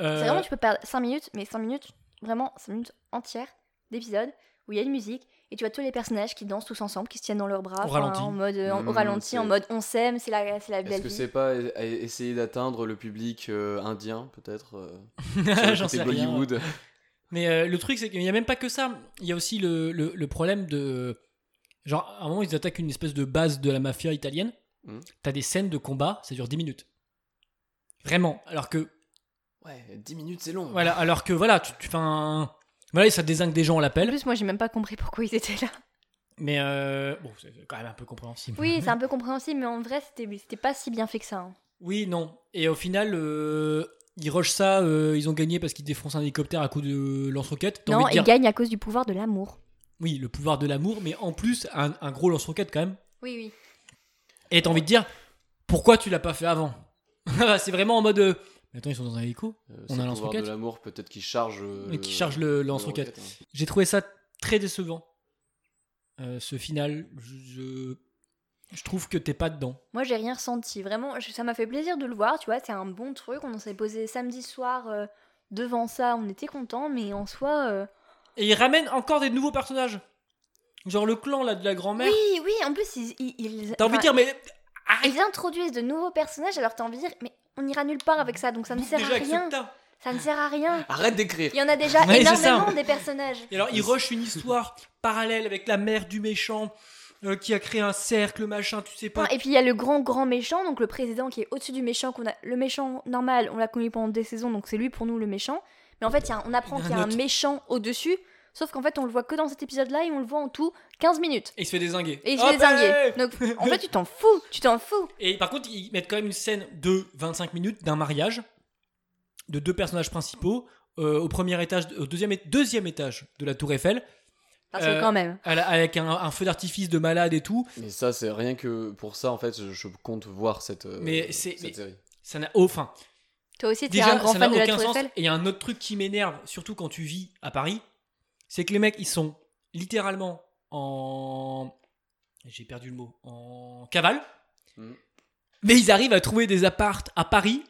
Speaker 1: Euh,
Speaker 7: C'est vraiment, tu peux perdre 5 minutes, mais 5 minutes, vraiment 5 minutes entières d'épisode où il y a une musique et tu vois tous les personnages qui dansent tous ensemble, qui se tiennent dans leurs bras,
Speaker 1: Au
Speaker 7: enfin,
Speaker 1: ralenti.
Speaker 7: en mode euh, en- au
Speaker 8: Mmh,
Speaker 7: ralenti, en
Speaker 8: c'est-
Speaker 7: mode on s'aime, c'est la, c'est la
Speaker 8: Est-ce
Speaker 7: belle
Speaker 8: que
Speaker 7: vie.
Speaker 8: c'est pas e- e- essayer d'atteindre le public euh, indien peut-être euh, sur le
Speaker 1: J'en
Speaker 8: côté
Speaker 1: sais rien.
Speaker 8: Bollywood
Speaker 1: Mais euh, le truc, c'est qu'il n'y a même pas que ça. Il y a aussi le, le- le problème de. Genre, à un moment, ils attaquent une espèce de base de la mafia italienne.
Speaker 8: Mhm.
Speaker 1: T'as des scènes de combat, ça dure 10 minutes. Vraiment. Alors que.
Speaker 8: Ouais, 10 minutes c'est long.
Speaker 1: Voilà, alors que voilà, tu. tu fais un- Voilà, ça désingue des gens à
Speaker 7: En
Speaker 1: l'appel.
Speaker 7: plus, moi j'ai même pas compris pourquoi ils étaient là.
Speaker 1: Mais euh, bon, c'est quand même un peu compréhensible.
Speaker 7: Oui, c'est un peu compréhensible, mais en vrai, c'était c'était pas si bien fait que ça. hein.
Speaker 1: Oui, non. Et au final, euh, il ils rushent ça, euh, ils ont gagné parce qu'ils défoncent un hélicoptère à coup de lance-roquette. T'as
Speaker 7: Non,
Speaker 1: envie de
Speaker 7: il
Speaker 1: dire,
Speaker 7: gagne à cause du pouvoir de l'amour.
Speaker 1: Oui, le pouvoir de l'amour, mais en plus, un, un gros lance-roquette quand même.
Speaker 7: Oui, oui.
Speaker 1: Et t'as envie de dire, pourquoi tu l'as pas fait avant C'est vraiment en mode. euh, mais attends, ils sont dans un hélico On a
Speaker 8: a
Speaker 1: un
Speaker 8: Euh, pouvoir de
Speaker 1: lance-roquette
Speaker 8: l'amour, peut-être qui charge. euh,
Speaker 1: et qui charge le
Speaker 8: le
Speaker 1: lance-roquette.
Speaker 8: roquette, hein.
Speaker 1: J'ai trouvé ça très décevant. Euh, ce final, je, je, je trouve que t'es pas dedans.
Speaker 7: Moi, j'ai rien ressenti. Vraiment, je- ça m'a fait plaisir de le voir, tu vois. C'est un bon truc. On s'est posé samedi soir euh, devant ça. On était contents, mais en soi. euh,
Speaker 1: Et ils ramènent encore des nouveaux personnages. Genre le clan là de la grand-mère.
Speaker 7: Oui, oui, en plus, ils. ils, ils-
Speaker 1: T'as envie de dire,
Speaker 7: enfin,
Speaker 1: mais
Speaker 7: Ils introduisent de nouveaux personnages, alors t'as envie de dire, mais on ira nulle part avec ça, donc ça ne
Speaker 1: bouffe
Speaker 7: sert
Speaker 1: déjà
Speaker 7: à
Speaker 1: avec ce
Speaker 7: rien.
Speaker 1: tas.
Speaker 7: Ça ne sert à rien.
Speaker 8: Arrête d'écrire
Speaker 7: Il y en a déjà
Speaker 1: Ouais, c'est ça.
Speaker 7: énormément des personnages.
Speaker 1: Et alors, il rush une histoire parallèle avec la mère du méchant euh, qui a créé un cercle, machin, tu sais pas.
Speaker 7: Enfin, Et puis il y a le grand grand méchant, donc le président qui est au-dessus du méchant qu'on a. Le méchant normal, on l'a connu pendant des saisons, donc c'est lui pour nous le méchant. Mais en fait, il y a un- on apprend
Speaker 1: Il y a
Speaker 7: qu'il y a
Speaker 1: un
Speaker 7: un
Speaker 1: autre.
Speaker 7: méchant au-dessus, sauf qu'en fait, on le voit que dans cet épisode-là et on le voit en tout 15 minutes.
Speaker 1: Et il se fait désinguer.
Speaker 7: Et il
Speaker 1: Hop,
Speaker 7: se fait désinguer.
Speaker 1: hey
Speaker 7: Donc en fait, tu t'en fous, tu t'en fous.
Speaker 1: Et par contre, ils mettent quand même une scène de 25 minutes d'un mariage de deux personnages principaux euh, au premier étage, au deuxième, é- deuxième étage de la Tour Eiffel,
Speaker 7: Parce
Speaker 1: Euh,
Speaker 7: que quand même.
Speaker 1: à la- avec un, un feu d'artifice de malade et tout.
Speaker 8: Et ça, c'est rien que pour ça, en fait, je, je compte voir cette, euh,
Speaker 1: Mais c'est-
Speaker 8: cette
Speaker 1: mais-
Speaker 8: série.
Speaker 1: Ça n'a, enfin,
Speaker 7: Toi aussi, t'es
Speaker 1: Déjà,
Speaker 7: un grand
Speaker 1: ça n'a
Speaker 7: fan de la
Speaker 1: aucun
Speaker 7: Tour
Speaker 1: sens.
Speaker 7: Eiffel.
Speaker 1: Et il y a un autre truc qui m'énerve, surtout quand tu vis à Paris, c'est que les mecs, ils sont littéralement en. J'ai perdu le mot. En cavale.
Speaker 8: Mm.
Speaker 1: Mais ils arrivent à trouver des appartes à Paris,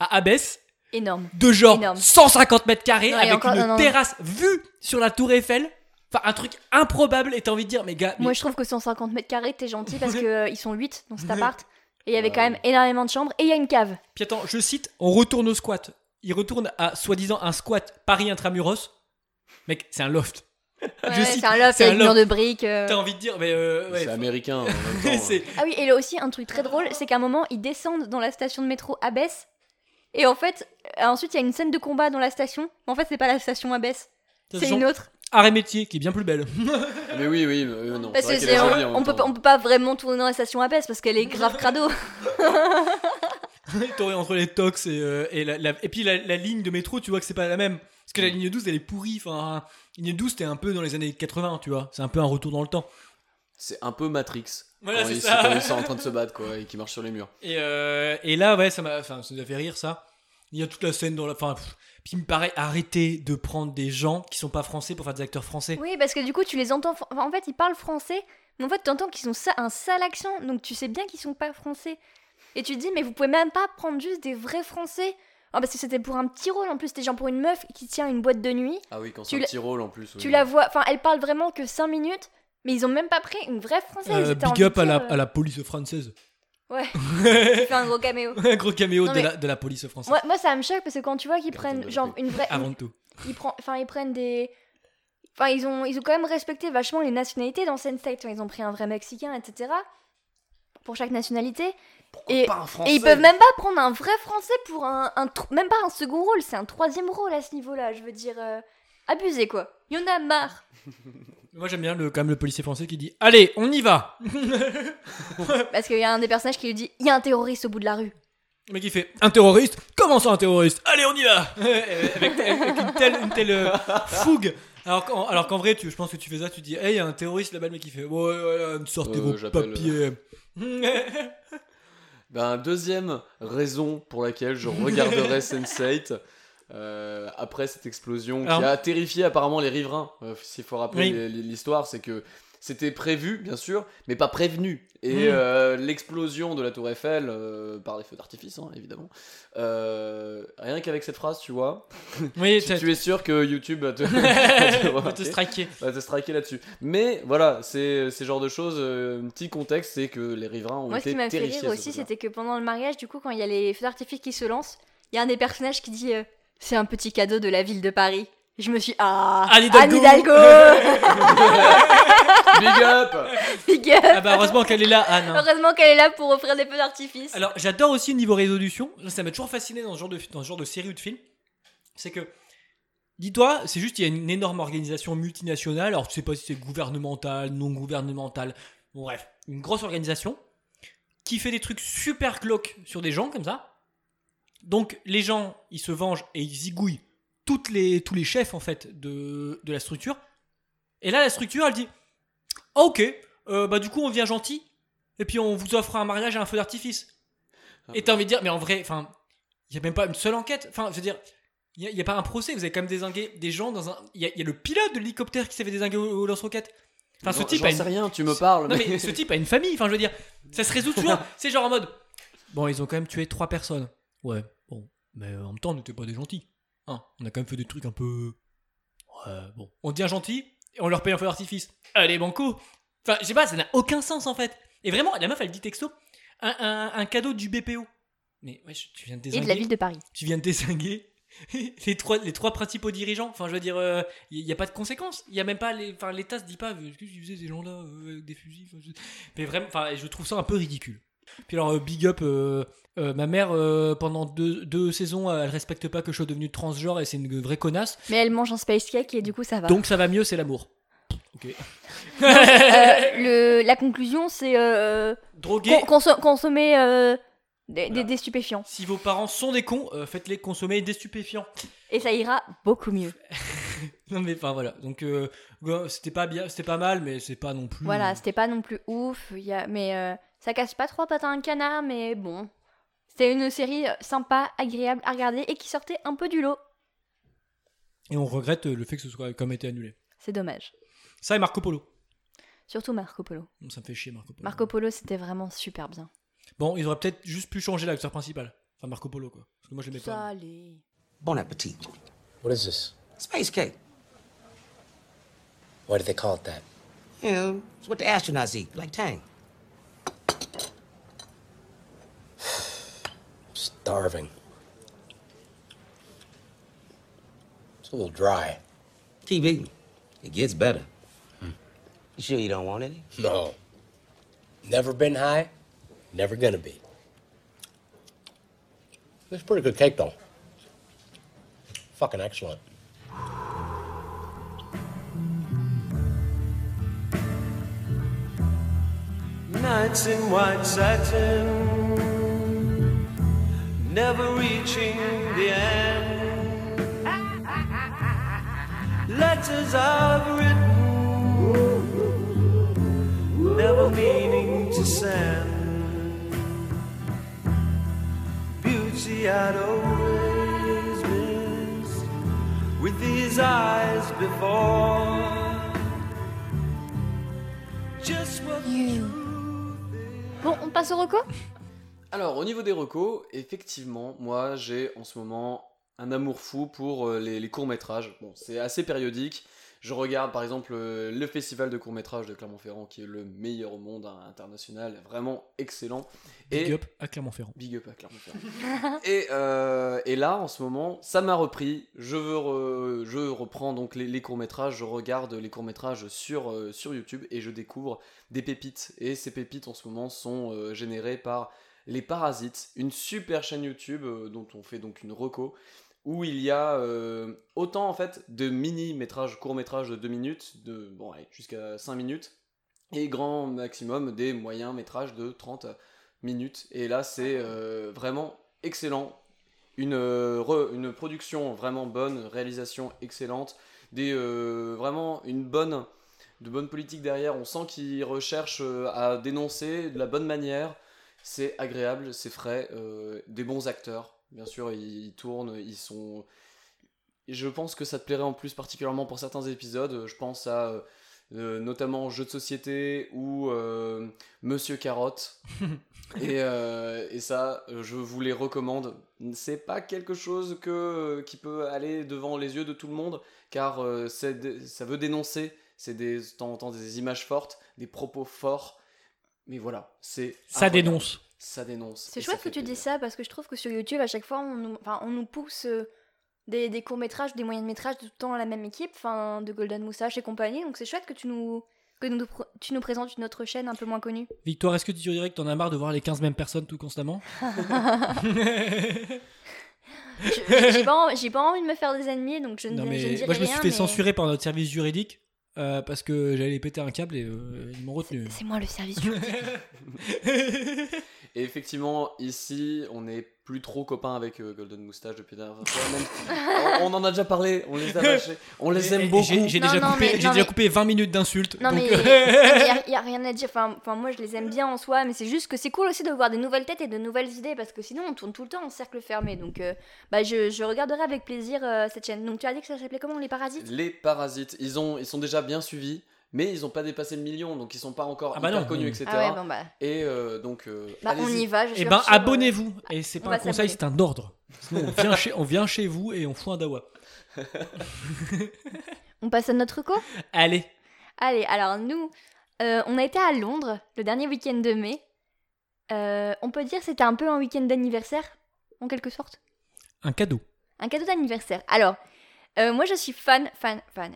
Speaker 1: à Abbesse,
Speaker 7: Énorme.
Speaker 1: de genre
Speaker 7: Énorme.
Speaker 1: 150 mètres carrés
Speaker 7: Non, et
Speaker 1: avec
Speaker 7: encore-
Speaker 1: une
Speaker 7: non, non, non.
Speaker 1: terrasse vue sur la Tour Eiffel. Enfin, un truc improbable. Et t'as envie de dire, mais gars, mais
Speaker 7: Moi, je trouve que 150 mètres carrés, t'es gentil parce que euh, ils sont 8 dans cet appart. Et il y avait
Speaker 8: Ouais.
Speaker 7: quand même énormément de chambres et il y a une cave.
Speaker 1: Puis attends, je cite, on retourne au squat. Il retourne à soi-disant un squat Paris intramuros. Mec, c'est un loft.
Speaker 7: Ouais,
Speaker 1: cite,
Speaker 7: c'est un loft
Speaker 1: c'est
Speaker 7: avec
Speaker 1: un
Speaker 7: mur
Speaker 1: loft.
Speaker 7: de briques. euh.
Speaker 1: T'as envie de dire, mais euh, ouais,
Speaker 8: c'est américain en même
Speaker 1: faut-
Speaker 8: temps. hein.
Speaker 1: c'est-
Speaker 7: Ah oui, et là aussi, un truc très drôle, c'est qu'à un moment, ils descendent dans la station de métro Abbesse. Et en fait, euh, ensuite, il y a une scène de combat dans la station. Mais en fait, c'est pas la station Abbesse, c'est
Speaker 1: Genre,
Speaker 7: une autre.
Speaker 1: Arrêt métier qui est bien plus belle.
Speaker 8: Mais oui, oui, mais, euh, non.
Speaker 7: Parce
Speaker 8: c'est
Speaker 7: que
Speaker 8: vrai
Speaker 7: c'est-
Speaker 8: qu'elle est jolie en
Speaker 7: on,
Speaker 8: même
Speaker 7: on peut,
Speaker 8: temps.
Speaker 7: pas- on peut pas vraiment tourner dans la station Abbesse parce qu'elle est grave crado.
Speaker 1: T'aurais entre les tox et, euh, et, la, la- et puis la, la ligne de métro, tu vois que c'est pas la même. Parce que la ligne 12, elle est pourrie. Enfin, la ligne 12, t'es un peu dans les années 80, tu vois. C'est un peu un retour dans le temps.
Speaker 8: C'est un peu Matrix.
Speaker 1: Voilà,
Speaker 8: quand,
Speaker 1: c'est
Speaker 8: ils,
Speaker 1: ça.
Speaker 8: quand ils sont en train de se battre, quoi, et qui marchent sur les murs.
Speaker 1: Et, euh, et là, ouais, ça m'a, enfin, ça nous a fait rire, ça. Il y a toute la scène dans la. Enfin, pff. puis il me paraît arrêter de prendre des gens qui sont pas français pour faire des acteurs français.
Speaker 7: oui, parce que du coup, tu les entends. fr- enfin, en fait, ils parlent français, mais en fait, t'entends qu'ils ont ça, un sale accent. Donc, tu sais bien qu'ils sont pas français. Et tu te dis, mais vous pouvez même pas prendre juste des vrais français. Ah, parce que c'était pour un petit rôle en plus, c'était genre pour une meuf qui tient une boîte de nuit.
Speaker 8: Ah oui, quand
Speaker 7: Tu
Speaker 8: c'est un
Speaker 7: l'as-
Speaker 8: petit rôle en plus. oui.
Speaker 7: Tu la vois, enfin, elle parle vraiment que 5 minutes, mais ils ont même pas pris une vraie française.
Speaker 1: Euh,
Speaker 7: ils étaient
Speaker 1: big
Speaker 7: envie
Speaker 1: up
Speaker 7: de
Speaker 1: à la,
Speaker 7: dire,
Speaker 1: à la police française.
Speaker 7: Ouais. euh, fait un gros caméo.
Speaker 1: un gros caméo
Speaker 7: Non,
Speaker 1: de,
Speaker 7: mais-
Speaker 1: la, de la police française.
Speaker 7: Moi, moi, ça me choque parce que quand tu vois qu'ils
Speaker 8: Gardien de
Speaker 7: prennent
Speaker 8: la
Speaker 7: genre une vraie,
Speaker 1: Avant
Speaker 7: une-
Speaker 1: tout.
Speaker 7: ils prennent, enfin, ils prennent des, enfin, ils ont, ils ont quand même respecté vachement les nationalités dans Sense8. Enfin, Ils ont pris un vrai mexicain, etc. Pour chaque nationalité. et,
Speaker 8: Pas un
Speaker 7: et
Speaker 8: français.
Speaker 7: ils peuvent même pas prendre un vrai français pour un, un tr- même pas un second rôle, c'est un troisième rôle à ce niveau-là. Je veux dire, euh, abusé quoi. Il y en a marre.
Speaker 1: Moi, j'aime bien le, quand même le policier français qui dit Allez, on y va
Speaker 7: Parce qu'il y a un des personnages qui lui dit Il y a un terroriste au bout de la rue.
Speaker 1: Le mec il fait un terroriste Comment ça un terroriste Allez on y va avec, avec une telle, une telle euh, fougue alors qu'en, alors qu'en vrai tu, je pense que tu fais ça tu dis Hey il y a un terroriste là-bas le mec il fait Ouais ouais, ouais, sortez
Speaker 8: Euh,
Speaker 1: vos
Speaker 8: j'appelle, euh,
Speaker 1: papiers
Speaker 8: Ben, deuxième raison pour laquelle je regarderai Sense8 euh, après cette explosion qui
Speaker 1: Alors-
Speaker 8: a terrifié apparemment les riverains. euh, S'il faut rappeler
Speaker 1: Oui.
Speaker 8: les- les- l'histoire, c'est que c'était prévu, bien sûr, mais pas prévenu. Et
Speaker 1: Mm.
Speaker 8: euh, l'explosion de la Tour Eiffel euh, par les feux d'artifice, hein, évidemment. euh, rien qu'avec cette phrase, tu vois,
Speaker 1: Oui
Speaker 8: tu,
Speaker 1: t'as-
Speaker 8: tu es sûr que YouTube va te, va te
Speaker 1: On va te
Speaker 8: remarquer
Speaker 1: striker
Speaker 8: va te striker là-dessus. Mais voilà, c'est ce genre de choses. euh, un petit contexte, c'est que les riverains ont
Speaker 7: Moi, ce
Speaker 8: été
Speaker 7: qui m'a fait
Speaker 8: terrifiés.
Speaker 7: rire
Speaker 8: à ce
Speaker 7: aussi,
Speaker 8: truc-là.
Speaker 7: c'était que pendant le mariage, du coup, quand il y a les feux d'artifice qui se lancent, il y a un des personnages qui dit euh, C'est un petit cadeau de la ville de Paris. Et je me suis Ah
Speaker 1: Anne Hidalgo.
Speaker 7: Hidalgo
Speaker 8: Big up
Speaker 7: Big up
Speaker 1: Ah bah heureusement qu'elle est là Anne hein.
Speaker 7: Heureusement qu'elle est là pour offrir des feux d'artifice.
Speaker 1: Alors, j'adore aussi le niveau résolution. Ça m'a toujours fasciné dans ce genre de, dans ce genre de série ou de film. C'est que, dis-toi, c'est juste, il y a une énorme organisation multinationale. Alors, tu sais pas si c'est gouvernemental, non gouvernemental. Bon, bref, une grosse organisation qui fait des trucs super cloques sur des gens comme ça. Donc les gens, ils se vengent et ils zigouillent toutes les, tous les chefs en fait de, de la structure. Et là, la structure, elle dit Ah, Ok, euh, bah du coup, on vient gentil et puis on vous offre un mariage et un feu d'artifice.
Speaker 8: Ah
Speaker 1: et t'as envie de dire Mais en vrai, enfin, il y a même pas une seule enquête. Enfin, je veux dire, il n'y a, pas un procès. Vous avez quand même désingué des gens dans un. Il y, a- il y a le pilote de l'hélicoptère qui s'est fait désinguer au, au lance-roquette. Enfin, ce
Speaker 8: J'en-
Speaker 1: type
Speaker 8: j'en
Speaker 1: a une
Speaker 8: sais rien, tu me parles.
Speaker 1: non, mais ce type a une famille, enfin je veux dire, ça se résout toujours. C'est genre en mode Bon, ils ont quand même tué trois personnes. Ouais, bon, mais en même temps, on n'était pas des gentils. Hein, on a quand même fait des trucs un peu. Ouais, bon. On devient gentil et on leur paye un feu d'artifice. Allez, banco Enfin, je sais pas, ça n'a aucun sens en fait. Et vraiment, la meuf, elle dit texto un, un- un cadeau du BPO. Mais ouais, je- tu viens de
Speaker 7: Et
Speaker 1: désinguer.
Speaker 7: de la ville de Paris.
Speaker 1: Tu viens de désinguer. les, trois, les trois principaux dirigeants, enfin je veux dire, il y n'y a pas de conséquences. Il y a même pas, les- enfin l'État se dit pas, qu'est-ce qu'ils faisaient ces gens-là euh, avec des fusils Enfin, je- Mais vraiment, enfin je trouve ça un peu ridicule. Puis alors, euh, big up, euh, euh, ma mère, euh, pendant deux, deux saisons, euh, elle respecte pas que je sois devenu transgenre et c'est une vraie connasse.
Speaker 7: Mais elle mange un space cake et du coup ça va.
Speaker 1: Donc ça va mieux, c'est l'amour. Ok.
Speaker 7: Euh, le, la conclusion, c'est euh,
Speaker 1: Drogué.
Speaker 7: con- conso- consommer euh, des, des- des stupéfiants.
Speaker 1: Si vos parents sont des cons, euh, faites-les consommer des stupéfiants.
Speaker 7: Et ça ira beaucoup mieux.
Speaker 1: Non mais enfin voilà. Donc euh, go- c'était pas bien, c'était pas mal, mais c'est pas non plus.
Speaker 7: Voilà, c'était pas non plus ouf. il Y a, mais euh, ça casse pas trois pattes à un canard, mais bon. C'était une série euh, sympa, agréable à regarder et qui sortait un peu du lot.
Speaker 1: Et on regrette euh, le fait que ce soit comme été annulé.
Speaker 7: C'est dommage.
Speaker 1: Ça et Marco Polo.
Speaker 7: Surtout Marco Polo.
Speaker 1: Ça me fait chier Marco Polo.
Speaker 7: Marco Polo, c'était vraiment super bien.
Speaker 1: Bon, ils auraient peut-être juste pu changer l'acteur principal. Enfin Marco Polo quoi. Parce que moi je l'aimais
Speaker 7: Ça,
Speaker 1: pas.
Speaker 7: allez.
Speaker 2: Bon appétit.
Speaker 12: What is this?
Speaker 2: Space cake.
Speaker 12: Why do they call it that?
Speaker 2: You know, it's what the astronauts eat, like Tang.
Speaker 12: I'm starving. It's a little dry.
Speaker 2: Keep eating. It gets better. You sure you don't want any?
Speaker 12: No. Never been high. Never gonna be. It's pretty good cake though. Fucking excellent.
Speaker 13: Nights in white satin, never reaching the end. Letters I've written, never meaning to send. Beauty I'd always missed with these eyes before. Just what
Speaker 7: Bon, on passe au reco
Speaker 8: Alors, au niveau des recos, effectivement, moi j'ai en ce moment un amour fou pour euh, les, les courts-métrages. Bon, c'est assez périodique. Je regarde par exemple euh, le festival de courts-métrages de Clermont-Ferrand qui est le meilleur au monde hein, international, vraiment excellent.
Speaker 1: Big
Speaker 8: Et-
Speaker 1: up à Clermont-Ferrand.
Speaker 8: Big up à Clermont-Ferrand. et, euh, et là, en ce moment, ça m'a repris. Je veux, re- je reprends donc les, les courts métrages. Je regarde les courts métrages sur euh, sur YouTube et je découvre des pépites. Et ces pépites en ce moment sont euh, générées par les Parasites, une super chaîne YouTube euh, dont on fait donc une reco où il y a euh, autant en fait de mini métrages, courts métrages de 2 minutes, de bon allez, jusqu'à 5 minutes et grand maximum des moyens métrages de 30 minutes. Et là, c'est euh, vraiment excellent. Une, euh, re- une production vraiment bonne, réalisation excellente, des, euh, vraiment une bonne, de bonne politique derrière. On sent qu'ils recherchent euh, à dénoncer de la bonne manière. C'est agréable, c'est frais, euh, des bons acteurs. Bien sûr, ils, ils tournent, ils sont. Je pense que ça te plairait en plus particulièrement pour certains épisodes. Je pense à euh, euh, notamment Jeux de société ou euh, Monsieur Carotte. Et, euh, et ça, euh, je vous les recommande. C'est pas quelque chose que, euh, qui peut aller devant les yeux de tout le monde, car euh, c'est dé- ça veut dénoncer. C'est des, t'en- t'entends des images fortes, des propos forts. Mais Ah, voilà, c'est.
Speaker 1: Ça
Speaker 8: incroyable.
Speaker 1: dénonce.
Speaker 8: Ça dénonce.
Speaker 7: C'est
Speaker 8: et
Speaker 7: chouette que
Speaker 8: fait
Speaker 7: tu dis
Speaker 8: plaisir.
Speaker 7: ça parce que je trouve que sur YouTube, à chaque fois, on nous, enfin, on nous pousse euh, des, des courts-métrages, des moyens-métrages de tout le temps à la même équipe, enfin, de Golden Moustache et compagnie. Donc c'est chouette que tu nous, que nous- tu nous présentes une autre chaîne un peu moins connue.
Speaker 1: Victoire, est-ce que tu dirais que t'en as marre de voir les 15 mêmes personnes tout constamment
Speaker 7: Je- J'ai pas, en- j'ai pas envie de me faire des ennemis, donc je, ne-
Speaker 1: Non
Speaker 7: je ne
Speaker 1: mais
Speaker 7: dirai
Speaker 1: moi je me
Speaker 7: rien,
Speaker 1: suis fait
Speaker 7: mais-
Speaker 1: censurer par notre service juridique euh, parce que j'allais péter un câble et euh, ils m'ont retenu.
Speaker 7: C'est moi le service. juridique.
Speaker 8: Et effectivement, ici, on est plus trop copain avec euh, Golden Moustache depuis la dernière fois. Même- on, on en a déjà parlé, on les a lâchés, on les
Speaker 1: Et-
Speaker 8: aime
Speaker 1: et
Speaker 8: beaucoup.
Speaker 1: J'ai j'ai
Speaker 7: Non,
Speaker 1: déjà,
Speaker 7: non,
Speaker 1: coupé,
Speaker 7: mais-
Speaker 1: j'ai
Speaker 7: non,
Speaker 1: déjà
Speaker 7: mais-
Speaker 1: coupé 20 minutes d'insultes.
Speaker 7: Non,
Speaker 1: donc,
Speaker 7: mais
Speaker 1: euh,
Speaker 7: il n'y a, rien à dire. Enfin, enfin, moi, je les aime bien en soi, mais c'est juste que c'est cool aussi de voir des nouvelles têtes et de nouvelles idées parce que sinon, on tourne tout le temps en cercle fermé. Donc, euh, bah, je, je regarderai avec plaisir euh, cette chaîne. Donc, tu as dit que ça s'appelait comment Les Parasites
Speaker 8: Les Parasites, ils, ont, ils sont déjà bien suivis, mais ils n'ont pas dépassé le million, donc ils sont pas encore
Speaker 1: Ah bah
Speaker 8: hyper
Speaker 1: non.
Speaker 8: connus, etc.
Speaker 7: Ah ouais, bon, bah.
Speaker 8: Et euh, donc, euh,
Speaker 7: Bah, on
Speaker 8: allez-y.
Speaker 7: y va. Je
Speaker 1: Eh
Speaker 7: suis
Speaker 1: ben,
Speaker 7: sûre, euh,
Speaker 1: abonnez-vous. Et c'est
Speaker 7: on
Speaker 1: pas
Speaker 7: va
Speaker 1: un conseil,
Speaker 7: s'abonner.
Speaker 1: c'est un ordre. Sinon, on vient, chez, on vient chez vous et on fout un dawa.
Speaker 7: On passe à notre co
Speaker 1: Allez.
Speaker 7: Allez, alors nous, euh, on a été à Londres le dernier week-end de mai. Euh, on peut dire que c'était un peu un week-end d'anniversaire, en quelque sorte.
Speaker 1: Un cadeau.
Speaker 7: Un cadeau d'anniversaire. Alors, euh, moi je suis fan, fan, fan,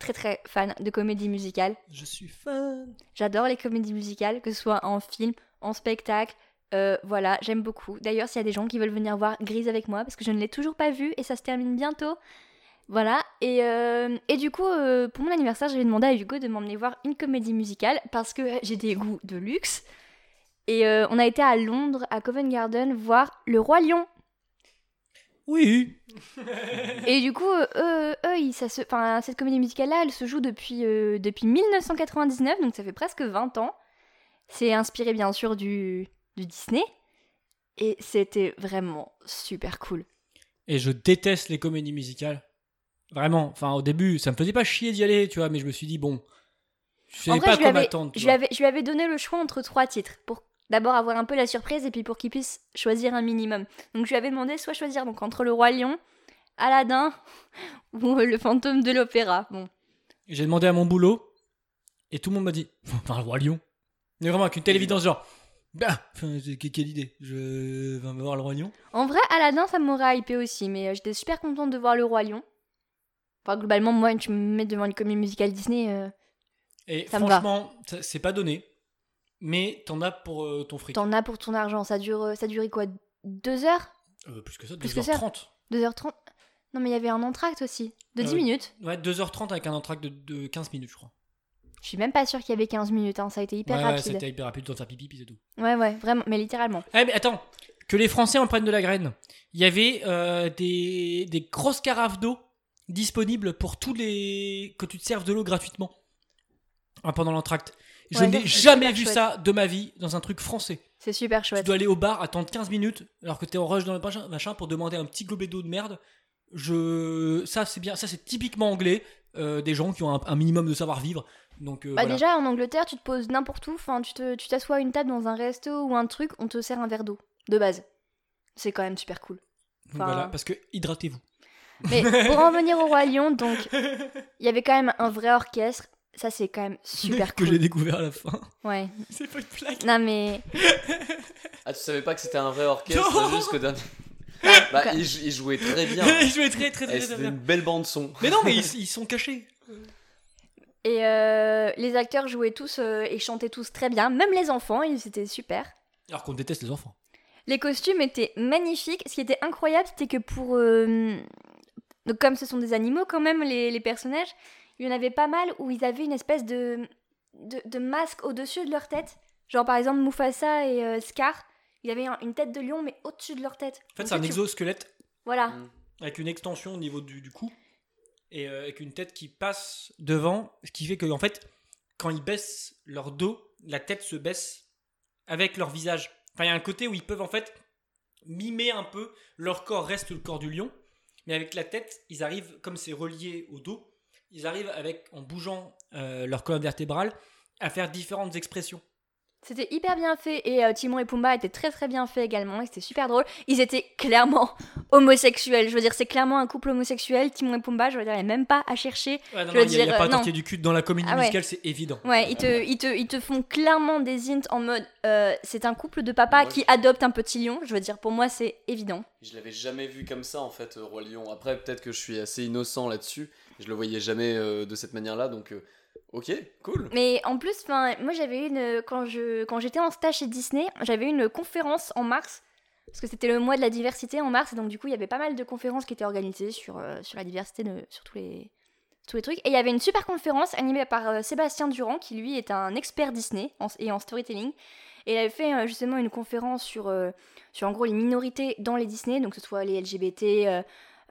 Speaker 7: très très fan de comédie musicale.
Speaker 1: Je suis fan.
Speaker 7: J'adore les comédies musicales, que ce soit en film, en spectacle. euh, voilà, j'aime beaucoup. D'ailleurs, s'il y a des gens qui veulent venir voir Grise avec moi, parce que je ne l'ai toujours pas vue et ça se termine bientôt. Voilà, et, euh, et du coup, euh, pour mon anniversaire, j'avais demandé à Hugo de m'emmener voir une comédie musicale parce que j'ai des goûts de luxe. Et euh, on a été à Londres, à Covent Garden, voir Le Roi Lion.
Speaker 1: Oui.
Speaker 7: Et du coup, euh, eux, eux, ils- ça se, enfin, cette comédie musicale-là, elle se joue depuis, euh, depuis 1999, donc ça fait presque 20 ans. C'est inspiré bien sûr du, du Disney. Et c'était vraiment super cool.
Speaker 1: Et je déteste les comédies musicales. Vraiment. Enfin, au début, ça me faisait pas chier d'y aller, tu vois, mais je me suis dit, bon. Je
Speaker 7: En
Speaker 1: savais
Speaker 7: vrai,
Speaker 1: pas à
Speaker 7: je lui
Speaker 1: quoi
Speaker 7: avais-
Speaker 1: m'attendre. tu
Speaker 7: Je lui,
Speaker 1: vois.
Speaker 7: avais, je lui avais donné le choix entre trois titres pour d'abord avoir un peu la surprise et puis pour qu'il puisse choisir un minimum. Donc je lui avais demandé soit choisir donc entre le roi lion, Aladdin ou euh, le fantôme de l'opéra. Bon,
Speaker 1: Et J'ai demandé à mon boulot, et tout le monde m'a dit, enfin, le roi lion. Mais vraiment, avec une telle évidence, genre, bah, enfin, c'est- que- quelle idée, je vais voir le roi lion.
Speaker 7: En vrai, Aladdin, ça m'aurait hypé aussi, mais euh, j'étais super contente de voir Le Roi Lion. Enfin, globalement, moi, tu me mets devant une comédie musicale Disney. euh,
Speaker 1: Et
Speaker 7: Ça me va.
Speaker 1: franchement, ça- c'est pas donné, mais t'en as pour euh, ton fric.
Speaker 7: T'en as pour ton argent. Ça dure, euh, ça durait quoi Deux heures
Speaker 1: Euh, plus que ça,
Speaker 7: Plus que ça.
Speaker 1: 2h30.
Speaker 7: 2h30 Non, mais il y avait un entracte aussi, de
Speaker 1: Ah
Speaker 7: 10
Speaker 1: oui.
Speaker 7: minutes.
Speaker 1: Ouais, 2h30 avec un entracte de, de 15 minutes, je crois.
Speaker 7: Je suis même pas sûre qu'il y avait 15 minutes, hein, ça a été hyper
Speaker 1: ouais, ouais,
Speaker 7: rapide.
Speaker 1: c'était hyper rapide, dans ta pipi, puis c'est tout.
Speaker 7: ouais, ouais, vraiment, mais littéralement.
Speaker 1: Eh, mais attends, que les Français en prennent de la graine. Il y avait euh, des, des grosses carafes d'eau disponibles pour tous les. que tu te serves de l'eau gratuitement hein, pendant l'entracte. Je
Speaker 7: Ouais,
Speaker 1: n'ai
Speaker 7: c'est
Speaker 1: jamais
Speaker 7: super
Speaker 1: vu
Speaker 7: chouette.
Speaker 1: ça de ma vie dans un truc français.
Speaker 7: C'est super
Speaker 1: Tu
Speaker 7: chouette.
Speaker 1: dois aller au bar, attendre 15 minutes alors que t'es en rush dans le machin- machin pour demander un petit globet d'eau de merde. Je... Ça, c'est bien. Ça, c'est typiquement anglais. euh, des gens qui ont un, un minimum de savoir-vivre. Donc, euh,
Speaker 7: Bah
Speaker 1: voilà.
Speaker 7: déjà en Angleterre tu te poses n'importe où, enfin tu te- tu t'assois à une table dans un resto ou un truc, on te sert un verre d'eau, de base. C'est quand même super cool.
Speaker 1: Donc, voilà,
Speaker 7: enfin-
Speaker 1: parce que hydratez-vous.
Speaker 7: Mais pour en venir au Roi Lion, donc, il y avait quand même un vrai orchestre. Ça, c'est quand même super
Speaker 1: que j'ai
Speaker 7: cool.
Speaker 1: découvert à la fin.
Speaker 7: Ouais.
Speaker 1: C'est pas une blague.
Speaker 7: Non, mais.
Speaker 8: Ah, tu savais pas que c'était un vrai orchestre
Speaker 1: Non
Speaker 8: jusqu'au dernier.
Speaker 7: Ah,
Speaker 8: bah, ils, jou- ils jouaient très bien.
Speaker 1: Ils jouaient très, très, très,
Speaker 8: Et
Speaker 7: Eh,
Speaker 1: très
Speaker 8: C'était
Speaker 1: bien.
Speaker 8: une belle bande-son.
Speaker 1: Mais non, mais ils, ils sont cachés.
Speaker 7: Et euh, les acteurs jouaient tous euh, et chantaient tous très bien, même les enfants, ils étaient super.
Speaker 1: Alors qu'on déteste les enfants.
Speaker 7: Les costumes étaient magnifiques. Ce qui était incroyable, c'était que pour. euh, Donc, comme ce sont des animaux, quand même, les, les personnages, il y en avait pas mal où ils avaient une espèce de, de, de masque au-dessus de leur tête. Genre, par exemple, Mufasa et euh, Scar, ils avaient un- une tête de lion, mais au-dessus de leur tête.
Speaker 1: En fait,
Speaker 7: Donc,
Speaker 1: c'est un
Speaker 7: tu-
Speaker 1: exosquelette
Speaker 7: Voilà.
Speaker 1: avec une extension au niveau du, du cou et euh, avec une tête qui passe devant, ce qui fait que, en fait, quand ils baissent leur dos, la tête se baisse avec leur visage. Enfin, il y a un côté où ils peuvent, en fait, mimer un peu. Leur corps reste le corps du lion, mais avec la tête, ils arrivent, comme c'est relié au dos, ils arrivent, avec en bougeant euh, leur colonne vertébrale, à faire différentes expressions.
Speaker 7: C'était hyper bien fait et euh, Timon et Pumba étaient très très bien faits également et c'était super drôle. Ils étaient clairement homosexuels. Je veux dire, c'est clairement un couple homosexuel. Timon et Pumba, je veux dire, il n'y a même pas à chercher.
Speaker 1: Ouais, non,
Speaker 7: je
Speaker 1: non,
Speaker 7: veux
Speaker 1: il n'y a, il y a
Speaker 7: dire,
Speaker 1: pas
Speaker 7: euh,
Speaker 1: à
Speaker 7: non.
Speaker 1: tortiller du cul dans la comédie
Speaker 7: Ah ouais.
Speaker 1: musicale, c'est évident.
Speaker 7: Ouais, ils te, ils, te, ils te font clairement des hints en mode euh, c'est un couple de papa
Speaker 8: Ouais.
Speaker 7: qui adopte un petit lion. Je veux dire, pour moi, c'est évident.
Speaker 8: Je l'avais jamais vu comme ça en fait, euh, Roi Lion. Après, peut-être que je suis assez innocent là-dessus. Je le voyais jamais euh, de cette manière-là, donc euh, ok, cool.
Speaker 7: Mais en plus, 'fin, moi j'avais une quand je quand j'étais en stage chez Disney, j'avais une conférence en mars parce que c'était le mois de la diversité en mars et donc du coup il y avait pas mal de conférences qui étaient organisées sur euh, sur la diversité de sur tous les tous les trucs et il y avait une super conférence animée par euh, Sébastien Durand qui lui est un expert Disney en- et en storytelling Et il avait fait euh, justement une conférence sur, euh, sur en gros les minorités dans les Disney, donc que ce soit les LGBT, euh,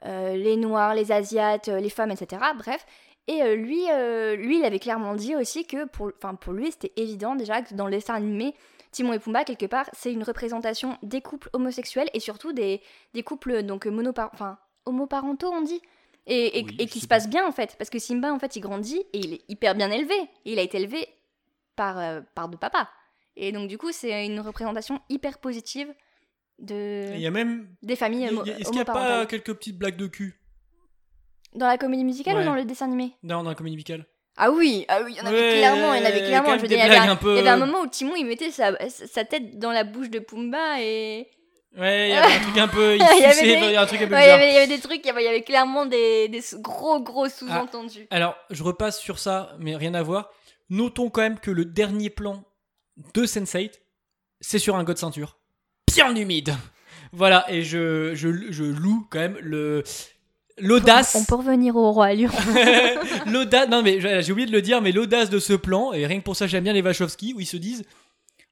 Speaker 7: euh, les Noirs, les Asiates, euh, les femmes, etc. Bref. Et euh, lui, euh, lui, il avait clairement dit aussi que pour, enfin, pour lui, c'était évident déjà que dans le dessin animé, Timon et Pumba, quelque part, c'est une représentation des couples homosexuels et surtout des, des couples donc monopar enfin, homoparentaux, on dit. Et, et, et qui se passe bien en fait, parce que Simba en fait il grandit et il est hyper bien élevé. Et il a été élevé par, euh, par de papa. Et donc du coup c'est une représentation hyper positive de
Speaker 1: Et Il y a même.
Speaker 7: des familles
Speaker 1: il y a-
Speaker 7: homo-
Speaker 1: Est-ce qu'il n'y a pas
Speaker 7: homoparentales.
Speaker 1: euh, quelques petites blagues de cul
Speaker 7: Dans la comédie musicale
Speaker 1: Ouais.
Speaker 7: ou dans le dessin animé
Speaker 1: Non, dans la comédie musicale.
Speaker 7: Ah oui, ah oui, il y en avait
Speaker 1: Ouais,
Speaker 7: clairement, il y en avait
Speaker 1: quand
Speaker 7: clairement.
Speaker 1: même
Speaker 7: Je veux
Speaker 1: des
Speaker 7: dire, il y avait
Speaker 1: blagues
Speaker 7: un,
Speaker 1: un peu-
Speaker 7: il y avait un moment où Timon il mettait sa, sa tête dans la bouche de Pumba et.
Speaker 1: Ouais, il y avait un truc un peu. Il
Speaker 7: Il y avait
Speaker 1: suçait, il
Speaker 7: des-
Speaker 1: y avait un truc un peu
Speaker 7: Ouais, il, y
Speaker 1: bizarre.
Speaker 7: avait, il y avait des trucs, il y avait, il y avait clairement des, des sous- gros gros
Speaker 1: Ah.
Speaker 7: sous-entendus.
Speaker 1: Alors, je repasse sur ça, mais rien à voir. Notons quand même que le dernier plan de Sense8, c'est sur un god ceinture. Bien humide Voilà, et je, je, je loue quand même le l'audace.
Speaker 7: On peut revenir au roi Lion.
Speaker 1: l'audace, non mais j'ai j'ai oublié de le dire, mais l'audace de ce plan, et rien que pour ça j'aime bien les Wachowski, où ils se disent,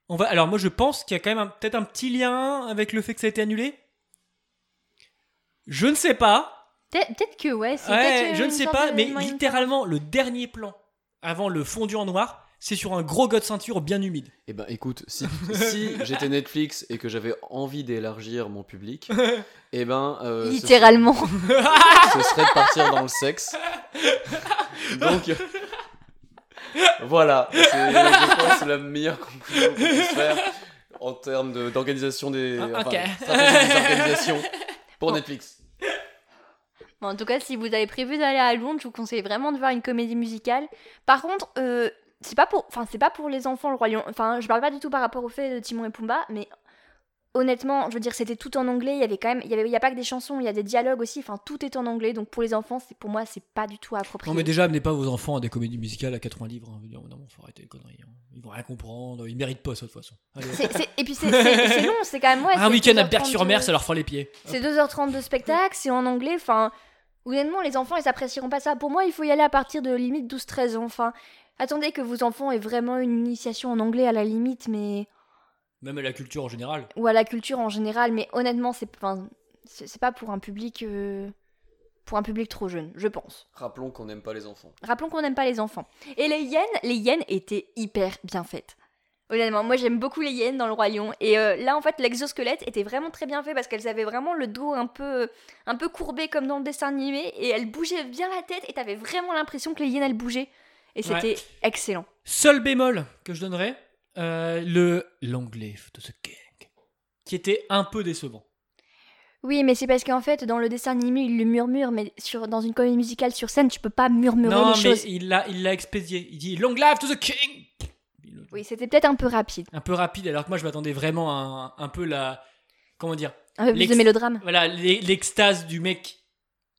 Speaker 1: on va, alors moi je pense qu'il y a quand même un- peut-être un petit lien avec le fait que ça a été annulé. Je ne sais pas,
Speaker 7: Peut- Peut-être que ouais, c'est
Speaker 1: Ouais,
Speaker 7: peut-être, euh,
Speaker 1: je ne
Speaker 7: une
Speaker 1: sais
Speaker 7: sorte
Speaker 1: pas,
Speaker 7: de
Speaker 1: mais
Speaker 7: moyen de
Speaker 1: littéralement, le dernier plan avant le fondu en noir, c'est sur un gros god ceinture bien humide.
Speaker 8: Eh ben écoute, si, si j'étais Netflix et que j'avais envie d'élargir mon public, eh ben... euh, ce-
Speaker 7: Littéralement.
Speaker 8: Ce, serait de partir dans le sexe. Donc... Voilà, c'est je pense la meilleure conclusion qu'on puisse faire en termes de- d'organisation des...
Speaker 1: Ah,
Speaker 8: enfin,
Speaker 1: ok.
Speaker 8: stratégie des organisations pour
Speaker 7: Bon.
Speaker 8: Netflix.
Speaker 7: Bon, en tout cas, si vous avez prévu d'aller à Londres, je vous conseille vraiment de voir une comédie musicale. Par contre, euh, c'est pas pour, enfin, c'est pas pour les enfants le Roi Lion. Enfin, je parle pas du tout par rapport au fait de Timon et Pumba, mais honnêtement, je veux dire, c'était tout en anglais. Il y avait quand même, il y, avait, il y a pas que des chansons, il y a des dialogues aussi. Enfin, tout est en anglais, donc pour les enfants, c'est pour moi, c'est pas du tout approprié.
Speaker 1: Non mais déjà, amenez pas vos enfants à des comédies musicales à 80 livres. hein. Non, non, faut arrêter les conneries. hein. Ils vont rien comprendre, ils méritent pas ça de toute façon. Allez,
Speaker 7: C'est- c'est- et puis c'est- c'est c'est long, c'est quand même ouais,
Speaker 1: un
Speaker 7: c'est
Speaker 1: Ah, week-end à
Speaker 7: 2h30
Speaker 1: Berck-sur-Mer,
Speaker 7: de-
Speaker 1: ça leur fera les pieds.
Speaker 7: C'est 2h30 de spectacle, c'est en anglais, enfin... Honnêtement, les enfants, ils apprécieront pas ça. Pour moi, il faut y aller à partir de limite 12-13 ans, enfin... Attendez que vos enfants aient vraiment une initiation en anglais à la limite, mais...
Speaker 1: Même à la culture en général.
Speaker 7: Ou à la culture en général, mais honnêtement, c'est enfin, c'est c'est pas pour un public... euh, Pour un public trop jeune, je pense.
Speaker 8: Rappelons qu'on n'aime pas les enfants.
Speaker 7: Rappelons qu'on n'aime pas les enfants. Et les hyènes, les hyènes étaient hyper bien faites. Honnêtement, moi j'aime beaucoup les hyènes dans le Roi Lion. Et euh, là, en fait, l'exosquelette était vraiment très bien fait parce qu'elles avaient vraiment le dos un peu, un peu courbé comme dans le dessin animé. Et elles bougeaient bien la tête et t'avais vraiment l'impression que les hyènes, elles bougeaient. Et c'était
Speaker 1: Ouais.
Speaker 7: excellent.
Speaker 1: Seul bémol que je donnerais, euh, le l'anglais de ce gang, qui était un peu décevant.
Speaker 7: Oui, mais c'est parce qu'en fait, dans le dessin animé, ils le murmurent, mais sur, dans une comédie musicale sur scène, tu peux pas murmurer
Speaker 1: non
Speaker 7: les
Speaker 1: mais
Speaker 7: choses.
Speaker 1: il l'a il l'a expédié. Il dit long life to the king.
Speaker 7: Oui, c'était peut-être un peu rapide.
Speaker 1: un peu rapide, alors que moi je m'attendais vraiment à un, un peu la. Comment dire
Speaker 7: Un peu plus de
Speaker 1: l'ex-
Speaker 7: mélodrame.
Speaker 1: Voilà, l'e- l'extase du mec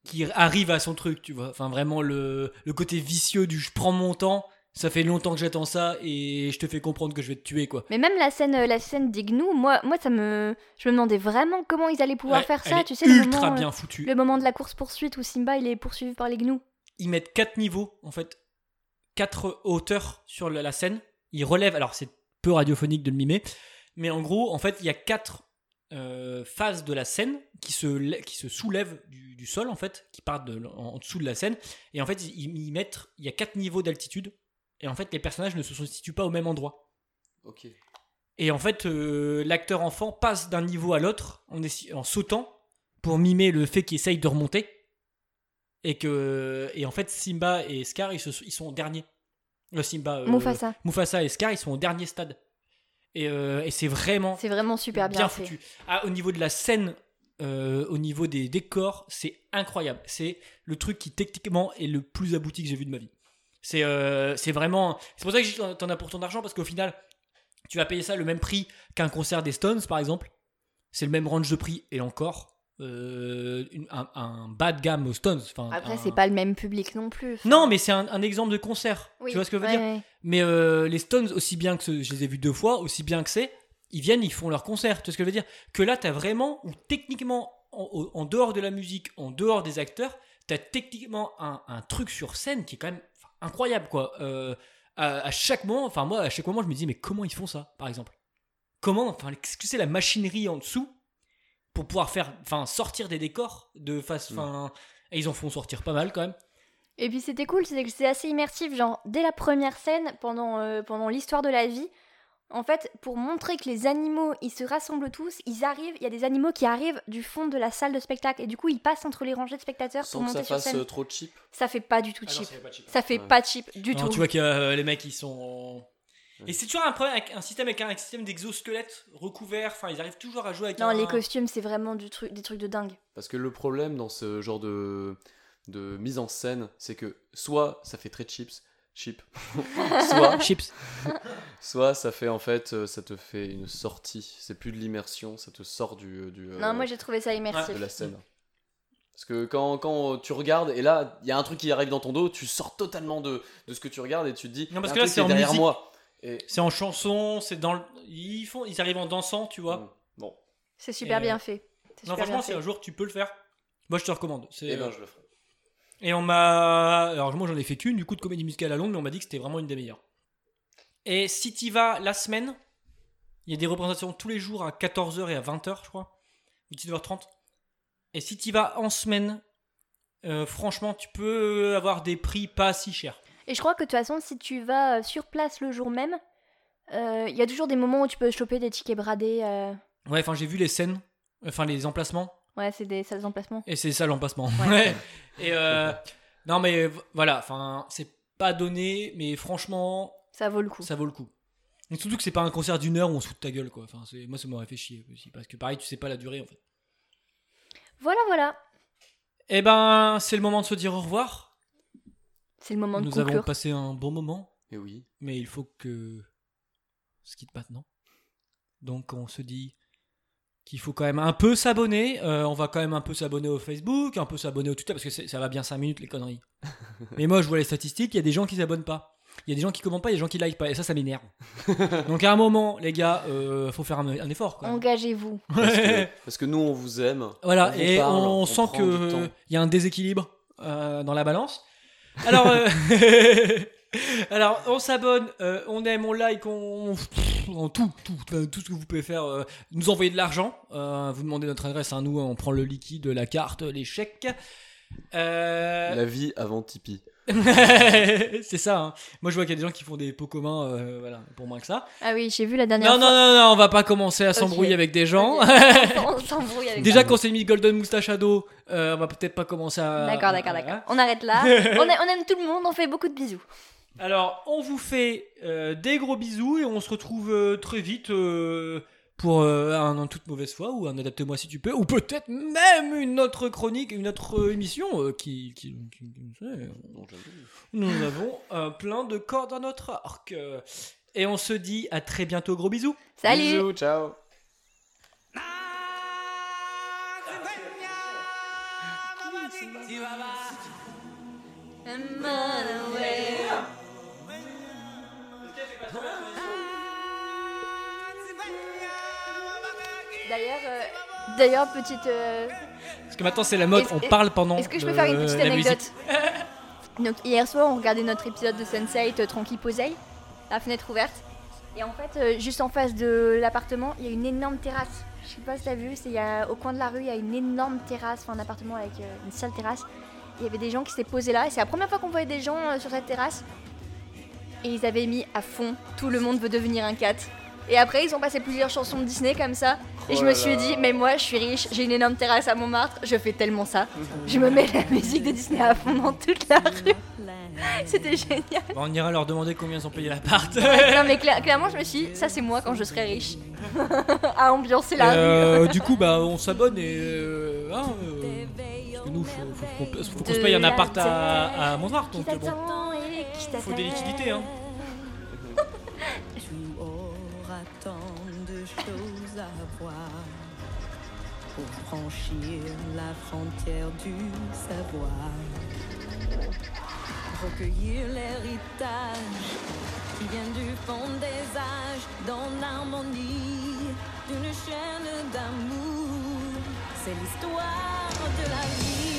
Speaker 1: qui arrive à son truc, tu vois. Enfin, vraiment le, le côté vicieux du je prends mon temps, ça fait longtemps que j'attends ça et je te fais comprendre que je vais te tuer, quoi.
Speaker 7: Mais même la scène, euh, la scène des gnous, moi, moi, ça me, je me demandais vraiment comment ils allaient pouvoir
Speaker 1: Ouais,
Speaker 7: faire
Speaker 1: elle
Speaker 7: ça.
Speaker 1: est
Speaker 7: Tu sais, le
Speaker 1: ultra
Speaker 7: moment, euh,
Speaker 1: bien foutu.
Speaker 7: le moment de la course poursuite où Simba il est poursuivi par les gnous.
Speaker 1: Ils mettent quatre niveaux, en fait, quatre hauteurs sur la, la scène. Ils relèvent, alors c'est peu radiophonique de le mimer, mais en gros, en fait, il y a quatre euh, phases de la scène qui se, lè- qui se soulèvent du, du sol, en fait, qui partent de l- en, en dessous de la scène. Et en fait, ils, ils mettent, il y a quatre niveaux d'altitude, et en fait, les personnages ne se situent pas au même endroit.
Speaker 8: Ok.
Speaker 1: Et en fait, euh, l'acteur enfant passe d'un niveau à l'autre en, essi- en sautant pour mimer le fait qu'il essaye de remonter. Et que et en fait, Simba et Scar, ils, se- ils sont au dernier. Le Simba, euh,
Speaker 7: Mufasa.
Speaker 1: Mufasa et Scar, ils sont au dernier stade. Et, euh, et c'est vraiment
Speaker 7: C'est vraiment super bien, fait.
Speaker 1: foutu. Ah, au niveau de la scène, euh, au niveau des décors, c'est incroyable. C'est le truc qui techniquement est le plus abouti que j'ai vu de ma vie. C'est euh, c'est vraiment. C'est pour ça que j'ai dit, t'en- t'en as pour ton argent parce qu'au final, tu vas payer ça le même prix qu'un concert des Stones par exemple. C'est le même range de prix et encore. euh, une- un, un bas de gamme aux Stones. Enfin,
Speaker 7: Après,
Speaker 1: un-
Speaker 7: c'est pas le même public non plus.
Speaker 1: Non, mais c'est un, un exemple de concert.
Speaker 7: Oui,
Speaker 1: Tu vois ce que je veux
Speaker 7: ouais,
Speaker 1: dire
Speaker 7: ouais.
Speaker 1: Mais euh, les Stones, aussi bien que ce- je les ai vus deux fois, aussi bien que c'est, ils viennent, ils font leur concert. Tu vois ce que je veux dire Que là, t'as vraiment, ou techniquement, en, au- en dehors de la musique, en dehors des acteurs, t'as techniquement un, un truc sur scène qui est quand même enfin, incroyable, quoi. Euh, à, à chaque moment, enfin moi, à chaque moment, je me dis, mais comment ils font ça, par exemple comment, enfin, qu'est-ce que c'est la machinerie en dessous pour pouvoir faire, enfin, sortir des décors de face, enfin, et ils en font sortir pas mal quand même.
Speaker 7: Et puis c'était cool, c'est que c'est assez immersif, genre dès la première scène, pendant, euh, pendant l'histoire de la vie, en fait, pour montrer que les animaux, ils se rassemblent tous, ils arrivent, il y a des animaux qui arrivent du fond de la salle de spectacle, et du coup ils passent entre les rangées de spectateurs
Speaker 8: Sans
Speaker 7: pour
Speaker 8: que
Speaker 7: monter
Speaker 8: ça
Speaker 7: sur
Speaker 8: fasse
Speaker 7: scène.
Speaker 8: euh, trop cheap.
Speaker 7: Ça fait pas du tout
Speaker 1: Ah non,
Speaker 7: cheap.
Speaker 1: ça fait pas cheap.
Speaker 7: ça fait
Speaker 8: Ouais.
Speaker 7: pas cheap du
Speaker 1: Non,
Speaker 7: tout.
Speaker 1: tu vois que euh, les mecs ils sont. Et c'est toujours un problème avec un système avec un système d'exosquelette recouvert. Enfin, ils arrivent toujours à jouer avec.
Speaker 7: Non,
Speaker 1: un-
Speaker 7: les costumes, c'est vraiment du truc, des trucs de dingue.
Speaker 8: Parce que le problème dans ce genre de, de mise en scène, c'est que soit ça fait très chips, cheap, soit
Speaker 1: chips,
Speaker 8: soit ça fait en fait, euh, ça te fait une sortie. C'est plus de l'immersion, ça te sort du, du, euh,
Speaker 7: Non, moi j'ai trouvé ça immersif.
Speaker 8: de la scène. Parce que quand, quand tu regardes et là il y a un truc qui arrive dans ton dos, tu sors totalement de, de ce que tu regardes et tu te dis
Speaker 1: Non, parce
Speaker 8: "Il y a
Speaker 1: que là,
Speaker 8: un truc qui
Speaker 1: c'est
Speaker 8: est
Speaker 1: en
Speaker 8: derrière
Speaker 1: musique.
Speaker 8: moi. Et
Speaker 1: C'est en chanson, c'est dans le... ils font, ils arrivent en dansant, tu vois.
Speaker 8: bon.
Speaker 7: C'est super
Speaker 1: Et- euh,
Speaker 7: bien fait. C'est
Speaker 1: Non,
Speaker 7: super bien
Speaker 1: franchement, si
Speaker 7: fait.
Speaker 1: un jour tu peux le faire, moi je te recommande. C'est-
Speaker 8: eh ben je le ferai.
Speaker 1: Et on m'a. Alors, moi, j'en ai fait qu'une, du coup, de comédie musicale à Londres, mais on m'a dit que c'était vraiment une des meilleures. Et si t'y vas la semaine, il y a des représentations tous les jours à 14h et à 20h, je crois, ou 19h30. Et si t'y vas en semaine, euh, franchement, tu peux avoir des prix pas si chers.
Speaker 7: Et je crois que de toute façon, si tu vas euh, sur place le jour même, euh, il y a toujours des moments où tu peux choper des tickets bradés. euh,
Speaker 1: Ouais, enfin, j'ai vu les scènes, enfin, les emplacements,
Speaker 7: Ouais, c'est des salles d'emplacement.
Speaker 1: et c'est ça l'emplacement.
Speaker 7: Ouais.
Speaker 1: Ouais. et euh, non, mais v- voilà, enfin, c'est pas donné, mais franchement,
Speaker 7: Ça vaut le coup.
Speaker 1: Ça vaut le coup. Et surtout que c'est pas un concert d'une heure où on se fout de ta gueule, quoi. Enfin, c'est- moi, ça m'aurait fait chier aussi. Parce que pareil, tu sais pas la durée, en fait.
Speaker 7: Voilà, voilà.
Speaker 1: Eh ben, c'est le moment de se dire au revoir.
Speaker 7: C'est le moment
Speaker 1: Nous
Speaker 7: de conclure.
Speaker 1: avons passé un bon moment,
Speaker 8: Et Eh oui.
Speaker 1: mais il faut que on se quitte maintenant. Donc, on se dit qu'il faut quand même un peu s'abonner. Euh, on va quand même un peu s'abonner au Facebook, un peu s'abonner au Twitter, parce que c'est- ça va bien 5 minutes, les conneries. mais moi, je vois les statistiques, il y a des gens qui s'abonnent pas. Il y a des gens qui commentent pas, il y a des gens qui likent pas, et ça, ça m'énerve. Donc, à un moment, les gars, euh, faut faire un, un effort, quoi.
Speaker 7: Engagez-vous.
Speaker 8: Parce que, parce que nous on vous aime.
Speaker 1: Voilà,
Speaker 8: on vous
Speaker 1: et
Speaker 8: parle,
Speaker 1: on, sent
Speaker 8: prend du temps.
Speaker 1: qu'il y a un déséquilibre euh, dans la balance. Alors, euh, alors on s'abonne, euh, on aime, on like, on, on- tout, tout, euh, tout ce que vous pouvez faire. euh, nous envoyer de l'argent, euh, vous demandez notre adresse à nous, on prend le liquide, la carte, les chèques. Euh,
Speaker 8: La vie avant Tipeee.
Speaker 1: c'est ça. hein. Moi, je vois qu'il y a des gens qui font des pots communs, euh, voilà, pour moins que ça.
Speaker 7: Ah oui, j'ai vu la dernière
Speaker 1: Non, non,
Speaker 7: fois.
Speaker 1: non, non, on va pas commencer à
Speaker 7: Ok.
Speaker 1: s'embrouiller avec des gens.
Speaker 7: on s'embrouille avec
Speaker 1: Déjà
Speaker 7: ça.
Speaker 1: qu'on s'est mis Golden Moustache à dos, euh, on va peut-être pas commencer à.
Speaker 7: D'accord, d'accord,
Speaker 1: Voilà.
Speaker 7: d'accord. On arrête là. on, a- on aime tout le monde, on fait beaucoup de bisous.
Speaker 1: Alors, on vous fait euh, des gros bisous et on se retrouve euh, très vite euh, pour euh, un En toute mauvaise foi ou un Adapte-moi si tu peux, ou peut-être même une autre chronique, une autre euh, émission euh, qui. qui- qui- qui-
Speaker 8: Non, j'avoue.
Speaker 1: Nous avons euh, plein de cordes dans notre arc. euh, et on se dit à très bientôt, gros bisous.
Speaker 7: Salut
Speaker 8: Bisous, ciao.
Speaker 7: D'ailleurs, euh, d'ailleurs petite. euh,
Speaker 1: Parce que maintenant c'est la mode,
Speaker 7: Est-ce-
Speaker 1: on parle pendant.
Speaker 7: Est-ce que je peux
Speaker 1: le-
Speaker 7: faire une petite
Speaker 1: la musique.
Speaker 7: anecdote Donc hier soir, on regardait notre épisode de Sunset euh, Tranquille Posey, la fenêtre ouverte. Et en fait, euh, juste en face de l'appartement, il y a une énorme terrasse. Je sais pas si t'as vu, c'est il y a- au coin de la rue, il y a une énorme terrasse, enfin un appartement avec euh, une salle terrasse. Il y avait des gens qui s'étaient posés là, et c'est la première fois qu'on voyait des gens euh, sur cette terrasse. Et ils avaient mis à fond Tout le monde veut devenir un cat. Et après, ils ont passé plusieurs chansons de Disney comme ça. Et je
Speaker 8: Oh
Speaker 7: me
Speaker 8: là
Speaker 7: suis
Speaker 8: là.
Speaker 7: dit, mais moi, je suis riche, j'ai une énorme terrasse à Montmartre, je fais tellement ça. Je me mets la musique de Disney à fond dans toute la rue. C'était génial.
Speaker 1: Bon, on ira leur demander combien ils ont payé l'appart.
Speaker 7: Non, mais cla- clairement, je me suis dit, ça, c'est moi quand je serai riche. à ambiancer la rue.
Speaker 1: Euh, du coup, bah, on s'abonne et. euh, hein, euh, parce que nous, faut, faut qu'on faut qu'on se paye un appart à, à Montmartre,
Speaker 7: Qui
Speaker 1: donc bon,
Speaker 7: t'attend et qui t'attend.
Speaker 1: faut des liquidités. Hein.
Speaker 11: Tu auras tant de choses à voir pour franchir la frontière du savoir, recueillir l'héritage qui vient du fond des âges dans l'harmonie d'une chaîne d'amour. C'est l'histoire de la vie. Oh,